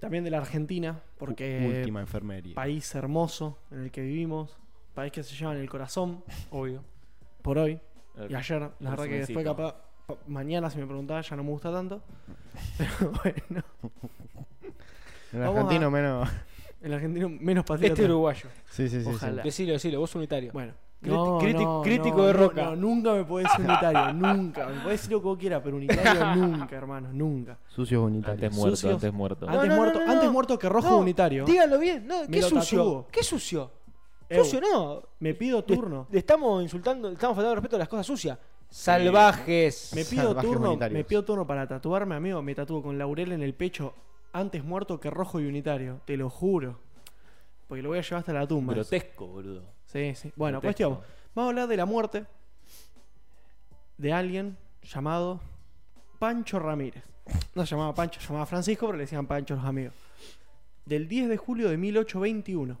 Speaker 4: También de la Argentina, porque
Speaker 1: Última enfermería.
Speaker 4: país hermoso en el que vivimos, país que se lleva en el corazón
Speaker 2: Obvio.
Speaker 4: por hoy.
Speaker 2: El-
Speaker 4: Y ayer, la verdad que después
Speaker 2: resumencito.
Speaker 4: capaz, pa- mañana si me preguntaba ya no me gusta tanto. Pero bueno,
Speaker 1: El
Speaker 4: vamos
Speaker 1: argentino
Speaker 4: a-
Speaker 1: menos.
Speaker 4: el argentino menos patriota.
Speaker 3: Este uruguayo.
Speaker 1: Sí, sí, sí. sí.
Speaker 4: Ojalá.
Speaker 3: Decilo, decilo, vos unitario.
Speaker 4: Bueno.
Speaker 3: Criti- criti- crítico de
Speaker 4: no,
Speaker 3: Roca.
Speaker 4: no, nunca me podés ser unitario, nunca. Me podés decir lo que vos quieras, pero unitario nunca, hermano, nunca.
Speaker 1: Sucios
Speaker 2: Antes
Speaker 1: unitarios.
Speaker 2: muerto,
Speaker 4: Sucios.
Speaker 2: antes muerto.
Speaker 4: Antes
Speaker 3: no,
Speaker 4: muerto,
Speaker 3: no, no,
Speaker 4: antes
Speaker 3: no.
Speaker 4: muerto que rojo
Speaker 3: No,
Speaker 4: unitario.
Speaker 3: Díganlo bien, no,
Speaker 4: Me
Speaker 3: ¿qué
Speaker 4: lo
Speaker 3: sucio?
Speaker 4: tatúo.
Speaker 3: ¿Qué sucio?
Speaker 4: Eu,
Speaker 3: Sucio no.
Speaker 4: Me pido
Speaker 3: Le-
Speaker 4: turno.
Speaker 3: Le, estamos insultando, le estamos faltando al respeto a las cosas sucias. Salvajes.
Speaker 4: Me pido
Speaker 1: Salvajes
Speaker 4: turno,
Speaker 1: unitarios.
Speaker 4: me pido turno para tatuarme, amigo. Me tatúo con laurel en el pecho, antes muerto que rojo y unitario, te lo juro. Porque lo voy a llevar hasta la tumba.
Speaker 2: Grotesco, boludo.
Speaker 4: Sí, sí. Bueno,
Speaker 2: Grotesco.
Speaker 4: cuestión. Vamos a hablar de la muerte de alguien llamado Pancho Ramírez. No se llamaba Pancho, se llamaba Francisco, pero le decían Pancho los amigos. Del 10 de julio de 1821.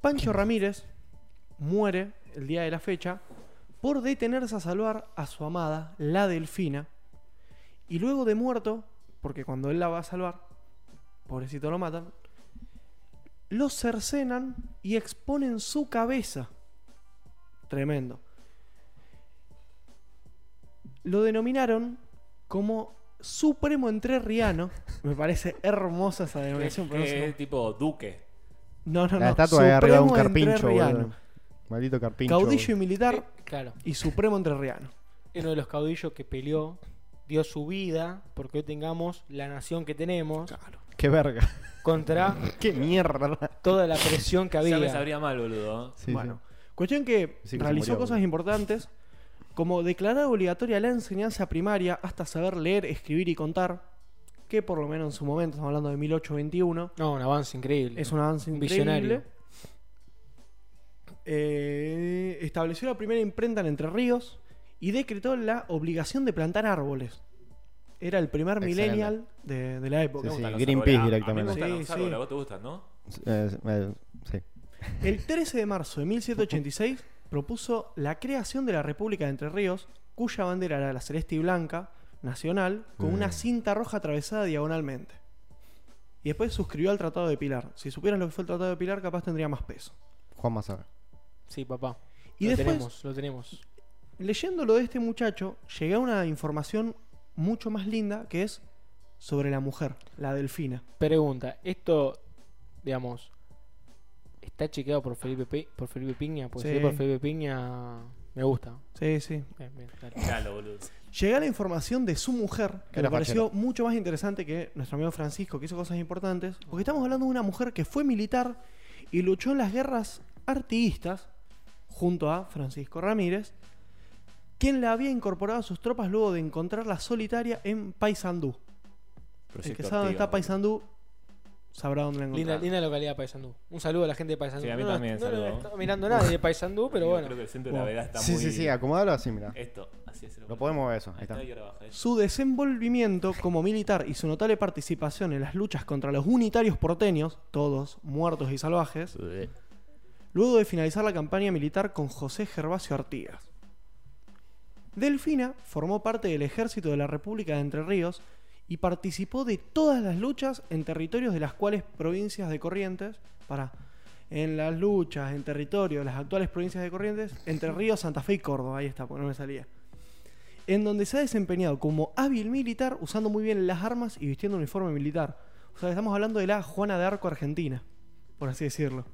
Speaker 4: Pancho Ramírez muere el día de la fecha por detenerse a salvar a su amada, la Delfina. Y luego de muerto, porque cuando él la va a salvar, pobrecito lo matan, lo cercenan y exponen su cabeza. Tremendo. Lo denominaron como Supremo Entrerriano. Me parece hermosa esa denominación. pero no sé
Speaker 2: Que
Speaker 4: cómo-
Speaker 2: es tipo Duque.
Speaker 4: no, no, no.
Speaker 1: La estatua de arriba de un
Speaker 4: Supremo
Speaker 1: carpincho,
Speaker 4: entrerriano.
Speaker 1: boludo. Maldito carpincho.
Speaker 4: Caudillo y
Speaker 1: boludo.
Speaker 4: militar
Speaker 3: Claro.
Speaker 4: y supremo entrerriano.
Speaker 3: Es uno de los caudillos que peleó, dio su vida, porque hoy tengamos la nación que tenemos,
Speaker 1: Qué verga.
Speaker 3: contra
Speaker 1: Qué mierda.
Speaker 3: toda la presión que
Speaker 2: Ya me
Speaker 3: había.
Speaker 2: sabría mal, boludo.
Speaker 1: Sí,
Speaker 4: bueno, cuestión que
Speaker 1: Sí, que se
Speaker 4: realizó
Speaker 1: murió,
Speaker 4: cosas
Speaker 1: boludo.
Speaker 4: importantes como declarar obligatoria la enseñanza primaria hasta saber leer, escribir y contar, que por lo menos en su momento, estamos hablando de 1821,
Speaker 3: No, un avance increíble.
Speaker 4: es un avance
Speaker 3: Un
Speaker 4: increíble.
Speaker 3: visionario.
Speaker 4: Eh, estableció la primera imprenta en Entre Ríos y decretó la obligación de plantar árboles. Era el primer
Speaker 1: Excelente.
Speaker 4: millennial de, de la época.
Speaker 1: Sí, sí.
Speaker 2: Me gustan los
Speaker 1: Greenpeace
Speaker 2: árboles. A-
Speaker 1: directamente.
Speaker 2: A mí me gustan
Speaker 4: Sí,
Speaker 2: los árboles,
Speaker 4: sí.
Speaker 2: a vos te gustan, ¿no?
Speaker 1: sí. Eh, eh, sí.
Speaker 4: El 13 de marzo de 1786 propuso la creación de la República de Entre Ríos, cuya bandera era la celeste y blanca nacional, con una
Speaker 1: Mm.
Speaker 4: cinta roja atravesada diagonalmente. Y después suscribió al Tratado de Pilar. Si supieran lo que fue el Tratado de Pilar, capaz tendría más peso.
Speaker 1: Juan Mazar.
Speaker 3: Sí, papá.
Speaker 4: Y
Speaker 3: lo
Speaker 4: después,
Speaker 3: tenemos, lo tenemos.
Speaker 4: leyendo lo de este muchacho, llegué a una información mucho más linda, que es sobre la mujer, la delfina.
Speaker 3: Pregunta, esto, digamos, está chequeado por Felipe, Pi- por Felipe Piña, porque
Speaker 4: Sí.
Speaker 3: si es por Felipe Piña me gusta.
Speaker 4: Sí, sí.
Speaker 3: Bien, bien, dale.
Speaker 2: Claro, boludo.
Speaker 4: Llegué a la información de su mujer, que
Speaker 1: Era
Speaker 4: me pareció mucho más interesante que nuestro amigo Francisco, que hizo cosas importantes, porque estamos hablando de una mujer que fue militar y luchó en las guerras artiguistas junto a Francisco Ramírez, quien la había incorporado a sus tropas luego de encontrarla solitaria en Paysandú. El que sabe dónde está Paysandú sabrá dónde la
Speaker 3: Linda,
Speaker 4: encontrará.
Speaker 3: linda localidad de Paysandú. Un saludo a la gente de Paysandú.
Speaker 2: Sí, a mí
Speaker 3: no, no,
Speaker 2: también,
Speaker 3: no, no,
Speaker 2: saludo.
Speaker 3: estaba mirando nadie de Paysandú, pero bueno.
Speaker 2: Creo que el centro de la
Speaker 4: Bueno.
Speaker 2: verdad está
Speaker 1: Sí,
Speaker 2: muy...
Speaker 1: sí, sí. Acomodalo así, mirá.
Speaker 4: Eh,
Speaker 2: Esto, así es.
Speaker 1: Lo podemos ver eso. Ahí está.
Speaker 2: Ahí ahora baja eso.
Speaker 4: Su desenvolvimiento como militar y su notable participación en las luchas contra los unitarios porteños, todos muertos y salvajes, luego de finalizar la campaña militar con José Gervasio Artigas. Delfina formó parte del ejército de la República de Entre Ríos y participó de todas las luchas en territorios de las cuales provincias de Corrientes, para en las luchas en territorio de las actuales provincias de Corrientes, Entre Ríos, Santa Fe y Córdoba, ahí está, porque no me salía. En donde se ha desempeñado como hábil militar usando muy bien las armas y vistiendo un uniforme militar. O sea, estamos hablando de la Juana de Arco argentina, por así decirlo.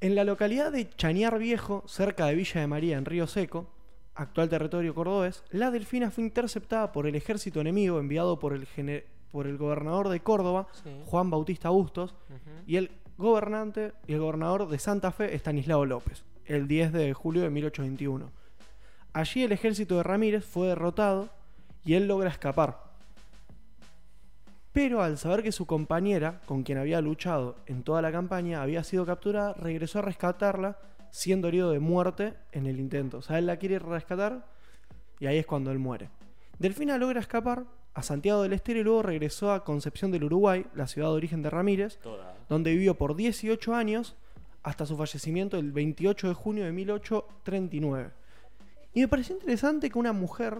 Speaker 4: En la localidad de Chañar Viejo, cerca de Villa de María, en Río Seco, actual territorio cordobés, la Delfina fue interceptada por el ejército enemigo enviado por el, gene- por el gobernador de Córdoba,
Speaker 3: Sí.
Speaker 4: Juan Bautista Bustos,
Speaker 3: Ujú.
Speaker 4: y el gobernante y el gobernador de Santa Fe, Estanislao López, el 10 de julio de 1821. Allí el ejército de Ramírez fue derrotado y él logra escapar. Pero al saber que su compañera, con quien había luchado en toda la campaña, había sido capturada, regresó a rescatarla, siendo herido de muerte en el intento. O sea, él la quiere rescatar y ahí es cuando él muere. Delfina logra escapar a Santiago del Estero y luego regresó a Concepción del Uruguay, la ciudad de origen de Ramírez,
Speaker 2: Toda.
Speaker 4: donde vivió por 18 años hasta su fallecimiento el 28 de junio de 1839. Y me pareció interesante que una mujer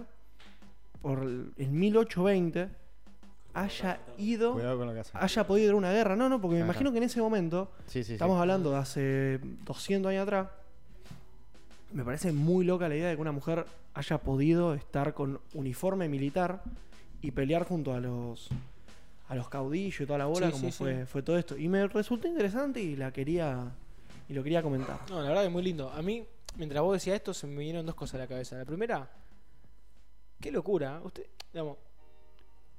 Speaker 4: por el el 1820 haya ido,
Speaker 1: Cuidado con lo que hace.
Speaker 4: haya podido ir a una guerra. No, no, porque me
Speaker 1: Ajá.
Speaker 4: imagino que en ese momento
Speaker 1: Sí, sí, sí.
Speaker 4: Estamos hablando de hace 200 años atrás. Me parece muy loca la idea de que una mujer haya podido estar con uniforme militar y pelear junto a los a los caudillos y toda la bola
Speaker 3: Sí,
Speaker 4: como
Speaker 3: sí, sí.
Speaker 4: fue, fue todo esto. Y me resultó interesante y la quería y lo quería comentar.
Speaker 3: No, la verdad que es muy lindo. A mí, mientras vos decías esto, se me vinieron dos cosas a la cabeza. La primera, qué locura. Usted, digamos,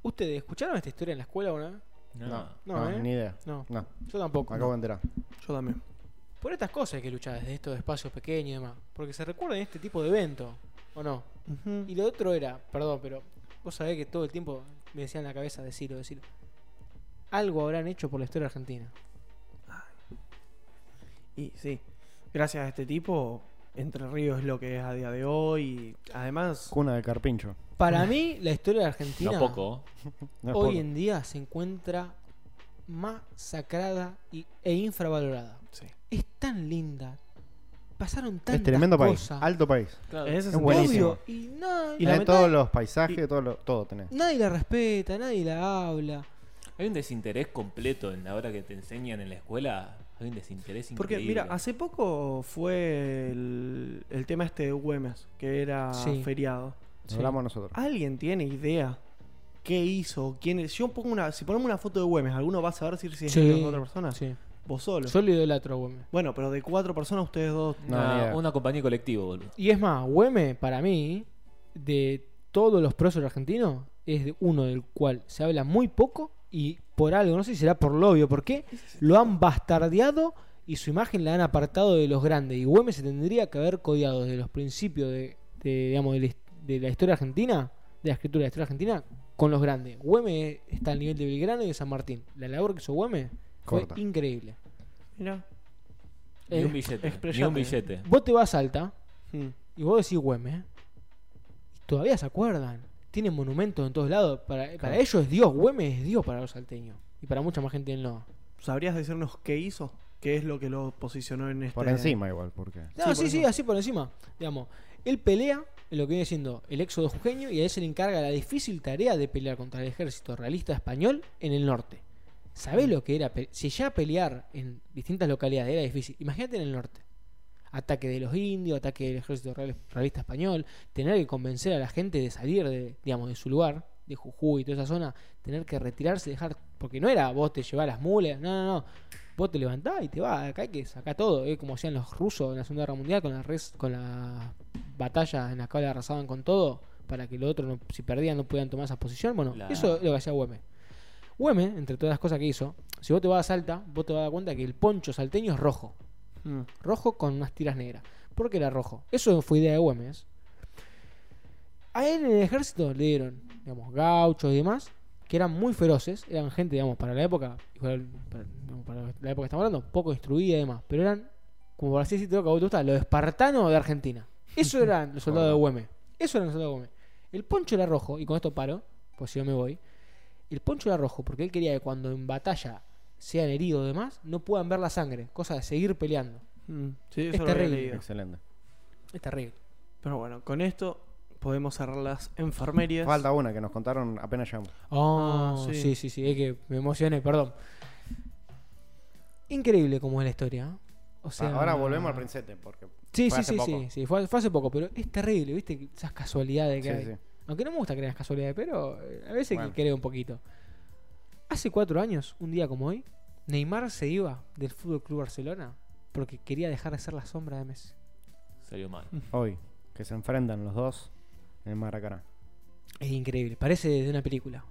Speaker 3: ¿Ustedes escucharon esta historia en la escuela o no?
Speaker 1: No,
Speaker 3: No,
Speaker 1: no,
Speaker 3: ¿eh?
Speaker 1: ni idea.
Speaker 3: No,
Speaker 1: No,
Speaker 3: yo tampoco.
Speaker 1: me acabo de enterar.
Speaker 4: Yo también.
Speaker 3: Por estas cosas hay que luchar desde estos espacios pequeños y demás. Porque se recuerdan este tipo de eventos, ¿o no? Y lo otro era, perdón, pero vos sabés que todo el tiempo me decían en la cabeza decirlo, decirlo. Algo habrán hecho por la historia argentina.
Speaker 4: Y sí, gracias a este tipo, Entre Ríos es lo que es a día de hoy. Y además,
Speaker 1: Cuna de carpincho.
Speaker 3: Para mí, la historia de Argentina
Speaker 2: No poco.
Speaker 1: No es
Speaker 3: hoy
Speaker 1: poco.
Speaker 3: en día se encuentra masacrada y- e infravalorada.
Speaker 4: sí.
Speaker 3: Es tan linda. Pasaron tantas
Speaker 1: Es tremendo país.
Speaker 3: cosas.
Speaker 1: Alto país.
Speaker 2: Claro.
Speaker 4: En ese
Speaker 1: Es
Speaker 4: sentido-
Speaker 1: buenísimo.
Speaker 3: Obvio, y no-
Speaker 4: Y
Speaker 1: Tenés
Speaker 4: la-
Speaker 1: todos los paisajes,
Speaker 4: y-
Speaker 1: todo, lo- todo tenés.
Speaker 3: nadie la respeta, nadie la habla.
Speaker 2: Hay un desinterés completo en la hora que te enseñan en la escuela. Hay un desinterés
Speaker 4: Porque,
Speaker 2: increíble.
Speaker 4: mira, hace poco fue el, el tema este de Güemes, que era
Speaker 3: Sí.
Speaker 4: feriado.
Speaker 1: Nos
Speaker 3: Sí.
Speaker 1: hablamos nosotros. ¿
Speaker 3: Ah,
Speaker 4: ¿Alguien tiene idea qué hizo? ¿Quién es? Si, yo pongo una, si ponemos una foto de Güemes, ¿alguno va a saber si, si es
Speaker 3: Sí.
Speaker 4: él o otra persona?
Speaker 3: Sí.
Speaker 4: Vos solo.
Speaker 3: Yo lo idolatro a Güemes.
Speaker 4: Bueno, pero de cuatro personas, ustedes dos.
Speaker 1: No,
Speaker 2: Una-
Speaker 1: ni idea.
Speaker 2: una compañía colectiva, boludo.
Speaker 3: Y es más, Güemes, para mí, de todos los próceres argentinos, es de uno del cual se habla muy poco y por algo, no sé si será por lobio, por qué, lo han bastardeado y su imagen la han apartado de los grandes. Y Güemes se tendría que haber codiado desde los principios de, de, digamos, de la, his- de la historia argentina, de la escritura de la historia argentina, con los grandes. Güemes está al nivel de Belgrano y de San Martín. La labor que hizo Güemes fue
Speaker 1: Corta.
Speaker 3: increíble.
Speaker 4: Mira.
Speaker 2: Ni un
Speaker 3: Eh,
Speaker 2: billete. Ni
Speaker 4: explayate.
Speaker 2: un billete.
Speaker 3: Vos te vas a Alta,
Speaker 4: Hmm.
Speaker 3: y vos decís Güemes. Y todavía se acuerdan. Tienen monumentos en todos lados. Para, para ellos es Dios. Güemes es Dios para los salteños. Y para mucha más gente no.
Speaker 4: ¿Sabrías decirnos qué hizo? ¿Qué es lo que lo posicionó en este.
Speaker 1: Por encima igual, porque...
Speaker 3: No,
Speaker 4: por
Speaker 3: sí, sí,
Speaker 4: eso.
Speaker 3: así por encima. Digamos, él pelea en lo que viene siendo el éxodo jujeño y a él se le encarga la difícil tarea de pelear contra el ejército realista español en el norte. ¿Sabés lo que era? pe- Si ya pelear en distintas localidades era difícil, imagínate en el norte. Ataque de los indios, ataque del ejército real- realista español, tener que convencer a la gente de salir de, digamos, de su lugar, de Jujuy y toda esa zona, tener que retirarse, dejar, porque no era vos te llevás las mulas, no, no, no, vos te levantás y te vas, acá hay que sacar todo, es como hacían los rusos en la Segunda Guerra Mundial con las res- con las batallas en las cuales arrasaban con todo para que los otros, no- si perdían, no pudieran tomar esa posición, bueno,
Speaker 2: La-
Speaker 3: eso es lo que hacía Güemes. Güemes, entre todas las cosas que hizo, si vos te vas a Salta, vos te vas a dar cuenta que el poncho salteño es rojo
Speaker 4: Hmm.
Speaker 3: rojo con unas tiras negras. ¿Por qué era rojo? Eso fue idea de Güemes. A él en el ejército le dieron, digamos, gauchos y demás, que eran muy feroces, eran gente, digamos, para la época, igual, para, digamos, para la época que estamos hablando, poco instruida y demás, pero eran, como por así decirlo, que a vos te gusta, los espartanos de Argentina. Eso eran los soldados de Güemes. Eso eran los soldados de Güemes. El poncho era rojo, y con esto paro, pues si yo me voy. El poncho era rojo porque él quería que cuando en batalla sean heridos y demás, no puedan ver la sangre, cosa de seguir peleando.
Speaker 4: Hmm. Sí, eso
Speaker 3: Es
Speaker 4: lo había
Speaker 3: terrible.
Speaker 4: leído.
Speaker 1: Excelente.
Speaker 3: Es terrible.
Speaker 4: Pero bueno, con esto podemos cerrar las enfermerías.
Speaker 1: Falta una que nos contaron apenas llegamos.
Speaker 3: Oh,
Speaker 4: Ah, sí.
Speaker 3: sí. sí, sí, es que me emocioné, perdón. Increíble como es la historia. ¿eh? O sea,
Speaker 1: Ahora volvemos al príncipe, porque...
Speaker 3: Sí,
Speaker 1: Fue
Speaker 3: sí,
Speaker 1: hace
Speaker 3: sí,
Speaker 1: poco.
Speaker 3: sí, sí, fue, fue hace poco, pero es terrible, ¿viste? Esas casualidades que
Speaker 1: Sí,
Speaker 3: hay.
Speaker 1: sí.
Speaker 3: Aunque no me gusta creer en las casualidades, pero eh, a veces
Speaker 1: Bueno.
Speaker 3: que creo un poquito. Hace cuatro años, un día como hoy, Neymar se iba del Fútbol Club Barcelona porque quería dejar de ser la sombra de Messi.
Speaker 2: Salió mal.
Speaker 1: Hoy, que se enfrentan los dos en el Maracaná.
Speaker 3: Es increíble, parece de una película.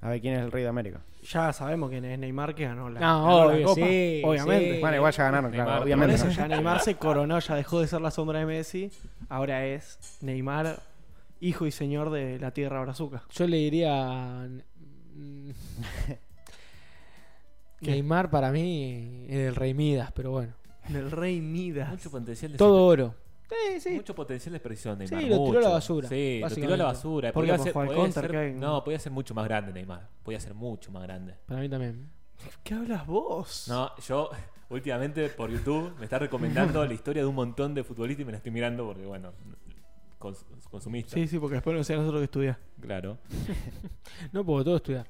Speaker 1: A ver quién es el rey de América.
Speaker 4: Ya sabemos quién es Neymar que ganó la,
Speaker 3: No,
Speaker 4: ganó la
Speaker 3: Ah, obvio,
Speaker 4: copa.
Speaker 3: sí,
Speaker 4: obviamente.
Speaker 3: sí.
Speaker 1: Bueno, igual ya ganaron,
Speaker 2: Neymar,
Speaker 1: claro,
Speaker 4: Por
Speaker 1: obviamente.
Speaker 4: eso ya Neymar se coronó, ya dejó de ser la sombra de Messi. Ahora es Neymar, hijo y señor de la tierra brazuca.
Speaker 3: Yo le diría. mm,
Speaker 4: ¿Qué?
Speaker 3: Neymar para mí es el Rey Midas, pero bueno.
Speaker 4: Del rey Midas.
Speaker 2: Mucho potencial de
Speaker 3: Todo oro.
Speaker 2: Mucho potencial de expresión Neymar.
Speaker 3: Sí, lo tiró a la
Speaker 2: mucho.
Speaker 3: basura,
Speaker 2: Sí, lo tiró a
Speaker 3: básicamente.
Speaker 2: la basura.
Speaker 4: Porque
Speaker 2: Podía
Speaker 4: para
Speaker 2: ser,
Speaker 4: jugar
Speaker 2: podía
Speaker 4: counter,
Speaker 2: ser-
Speaker 4: que hay-
Speaker 2: no, podía ser mucho más grande Neymar. Podía ser mucho más grande.
Speaker 3: Para mí también.
Speaker 4: ¿Qué hablas vos?
Speaker 2: No, yo últimamente por YouTube me está recomendando la historia de un montón de futbolistas y me la estoy mirando porque, bueno, cons- consumista.
Speaker 4: Sí, sí, porque después no sé nosotros que estudiar.
Speaker 2: Claro.
Speaker 3: No puedo todo estudiar.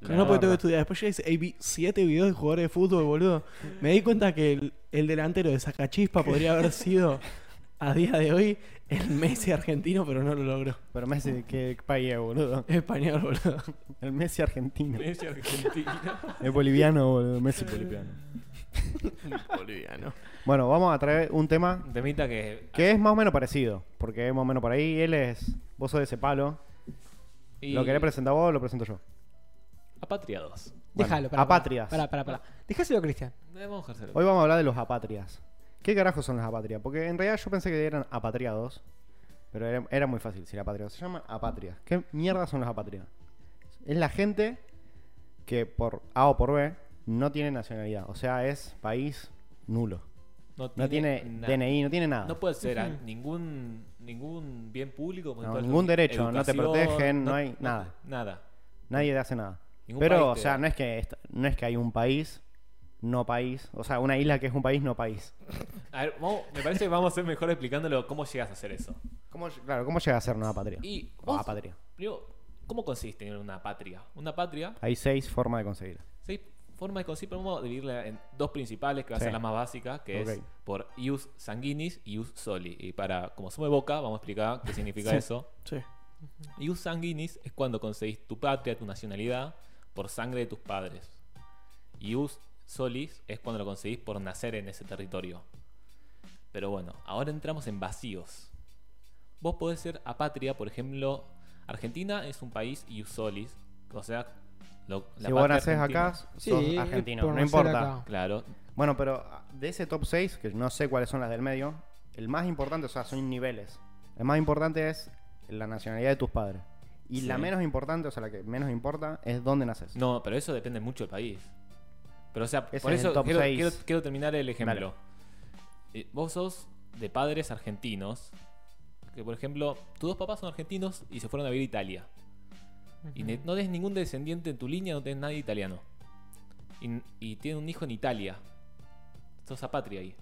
Speaker 4: No, no, porque tengo que estudiar. Después ya hice ahí vi siete videos de jugadores de fútbol, boludo. Me di cuenta que el, el delantero de Sacachispa podría haber sido, a día de hoy, el Messi argentino, pero no lo logró.
Speaker 1: Pero Messi, que pagué, boludo.
Speaker 4: Español, boludo.
Speaker 1: El Messi argentino.
Speaker 2: Messi argentino.
Speaker 1: El boliviano, boludo. Messi boliviano.
Speaker 4: Boliviano.
Speaker 1: Bueno, vamos a traer un tema
Speaker 2: Temita que.
Speaker 1: que es más o menos parecido. Porque es más o menos por ahí. Él es. Vos sos de ese palo.
Speaker 2: y-
Speaker 1: Lo querés presentar vos, lo presento yo.
Speaker 2: Apatriados.
Speaker 1: Bueno,
Speaker 3: Déjalo, para.
Speaker 1: apátridas.
Speaker 3: Para, para, para. Dejáselo a Cristian.
Speaker 2: Vamos a ejercerlo.
Speaker 1: Hoy vamos a hablar de los apatrias. ¿Qué carajos son los apatrias? Porque en realidad yo pensé que eran apatriados. Pero era, era muy fácil decir apatriados. Se llaman apatrias. ¿Qué mierda son los apatrias? Es la gente que por A o por B no tiene nacionalidad. O sea, es país nulo. No tiene,
Speaker 2: nada.
Speaker 1: DNI, no tiene nada.
Speaker 2: No puede ser a ningún, ningún bien público. porque
Speaker 1: No,
Speaker 2: todo es
Speaker 1: ningún
Speaker 2: lo-
Speaker 1: derecho, no te
Speaker 2: educación,
Speaker 1: protegen, no hay nada.
Speaker 2: Nada.
Speaker 1: Nadie te hace nada.
Speaker 2: Ningún
Speaker 1: Pero,
Speaker 2: país
Speaker 1: o
Speaker 2: te
Speaker 1: sea,
Speaker 2: da.
Speaker 1: no es, que est- no es que hay un país, no país. O sea, una isla que es un país, no país.
Speaker 2: A ver, vamos- me parece que vamos a ser mejor explicándolo cómo llegas a hacer eso.
Speaker 1: ¿Cómo, claro, ¿cómo llega a ser una patria?
Speaker 2: Y
Speaker 1: O
Speaker 2: vos-
Speaker 1: apatria.
Speaker 2: Primero, ¿cómo consiste en una patria? Una patria,
Speaker 1: Hay seis formas de conseguirla.
Speaker 2: seis formas de conseguir, pero vamos a dividirla en dos principales, que va a
Speaker 1: Sí.
Speaker 2: ser la más básica, que es
Speaker 1: Ok.
Speaker 2: por ius sanguinis y ius soli. Y para, como somos de boca, vamos a explicar qué significa
Speaker 4: Sí.
Speaker 2: eso.
Speaker 4: Sí.
Speaker 2: Ius sanguinis es cuando conseguís tu patria, tu nacionalidad, por sangre de tus padres. Ius solis es cuando lo conseguís por nacer en ese territorio. Pero bueno, ahora entramos en vacíos. Vos podés ser apatria, por ejemplo, Argentina es un país ius solis, o sea, lo- la
Speaker 1: si vos
Speaker 2: patria
Speaker 1: nacés acá,
Speaker 2: argentina.
Speaker 1: sos
Speaker 3: Sí,
Speaker 1: argentino,
Speaker 3: por
Speaker 1: no
Speaker 3: nacer
Speaker 1: importa.
Speaker 3: acá.
Speaker 2: Claro,
Speaker 1: Bueno, pero ah, de ese top 6, que no sé cuáles son las del medio, el más importante, o sea, son niveles. El más importante es la nacionalidad de tus padres. Y la
Speaker 2: Sí.
Speaker 1: menos importante, o sea, la que menos importa, es dónde naces.
Speaker 2: No, pero eso depende mucho del país. Pero o sea,
Speaker 1: Ese
Speaker 2: por
Speaker 1: es el
Speaker 2: eso
Speaker 1: top
Speaker 2: quiero,
Speaker 1: seis.
Speaker 2: quiero- quiero terminar el ejemplo. Eh, Vos sos de padres argentinos, que por ejemplo, tus dos papás son argentinos y se fueron a vivir a Italia. Y ne- no tenés ningún descendiente en tu línea, no tenés nadie italiano. Y, y tiene un hijo en Italia. Sos apatria ahí.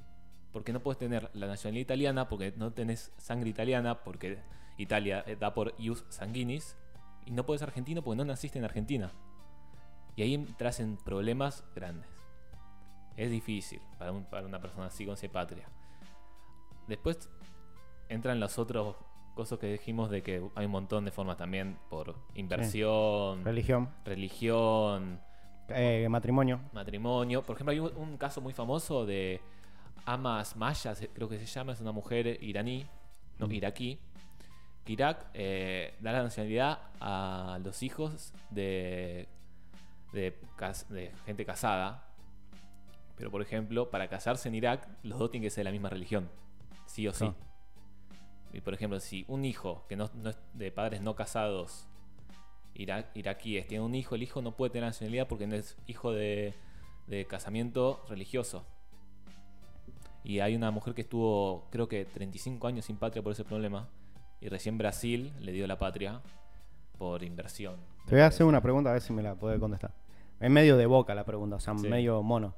Speaker 2: Porque no puedes tener la nacionalidad italiana, porque no tenés sangre italiana, porque Italia eh, da por ius sanguinis. Y no puedes ser argentino porque no naciste en Argentina. Y ahí entras en problemas grandes. Es difícil para, un- para una persona así con patria. Después entran los otros cosas que dijimos de que hay un montón de formas también por inversión,
Speaker 1: Religión,
Speaker 2: religión,
Speaker 1: eh, matrimonio.
Speaker 2: matrimonio. Por ejemplo, hay un, un caso muy famoso de Amas Mayas, eh, creo que se llama, es una mujer iraní, no, iraquí. que Irak eh, da la nacionalidad a los hijos de, de, cas- de gente casada. Pero, por ejemplo, para casarse en Irak, los dos tienen que ser de la misma religión. Sí o sí.
Speaker 1: Claro.
Speaker 2: Y, por ejemplo, si un hijo que no, no es de padres no casados ira- iraquíes tiene un hijo, el hijo no puede tener nacionalidad porque no es hijo de, de casamiento religioso. Y hay una mujer que estuvo, creo que 35 años sin patria por ese problema. Y recién Brasil le dio la patria por inversión.
Speaker 1: Te voy a hacer una pregunta a ver si me la puede contestar. Es medio de boca la pregunta, o sea,
Speaker 2: Sí.
Speaker 1: medio mono.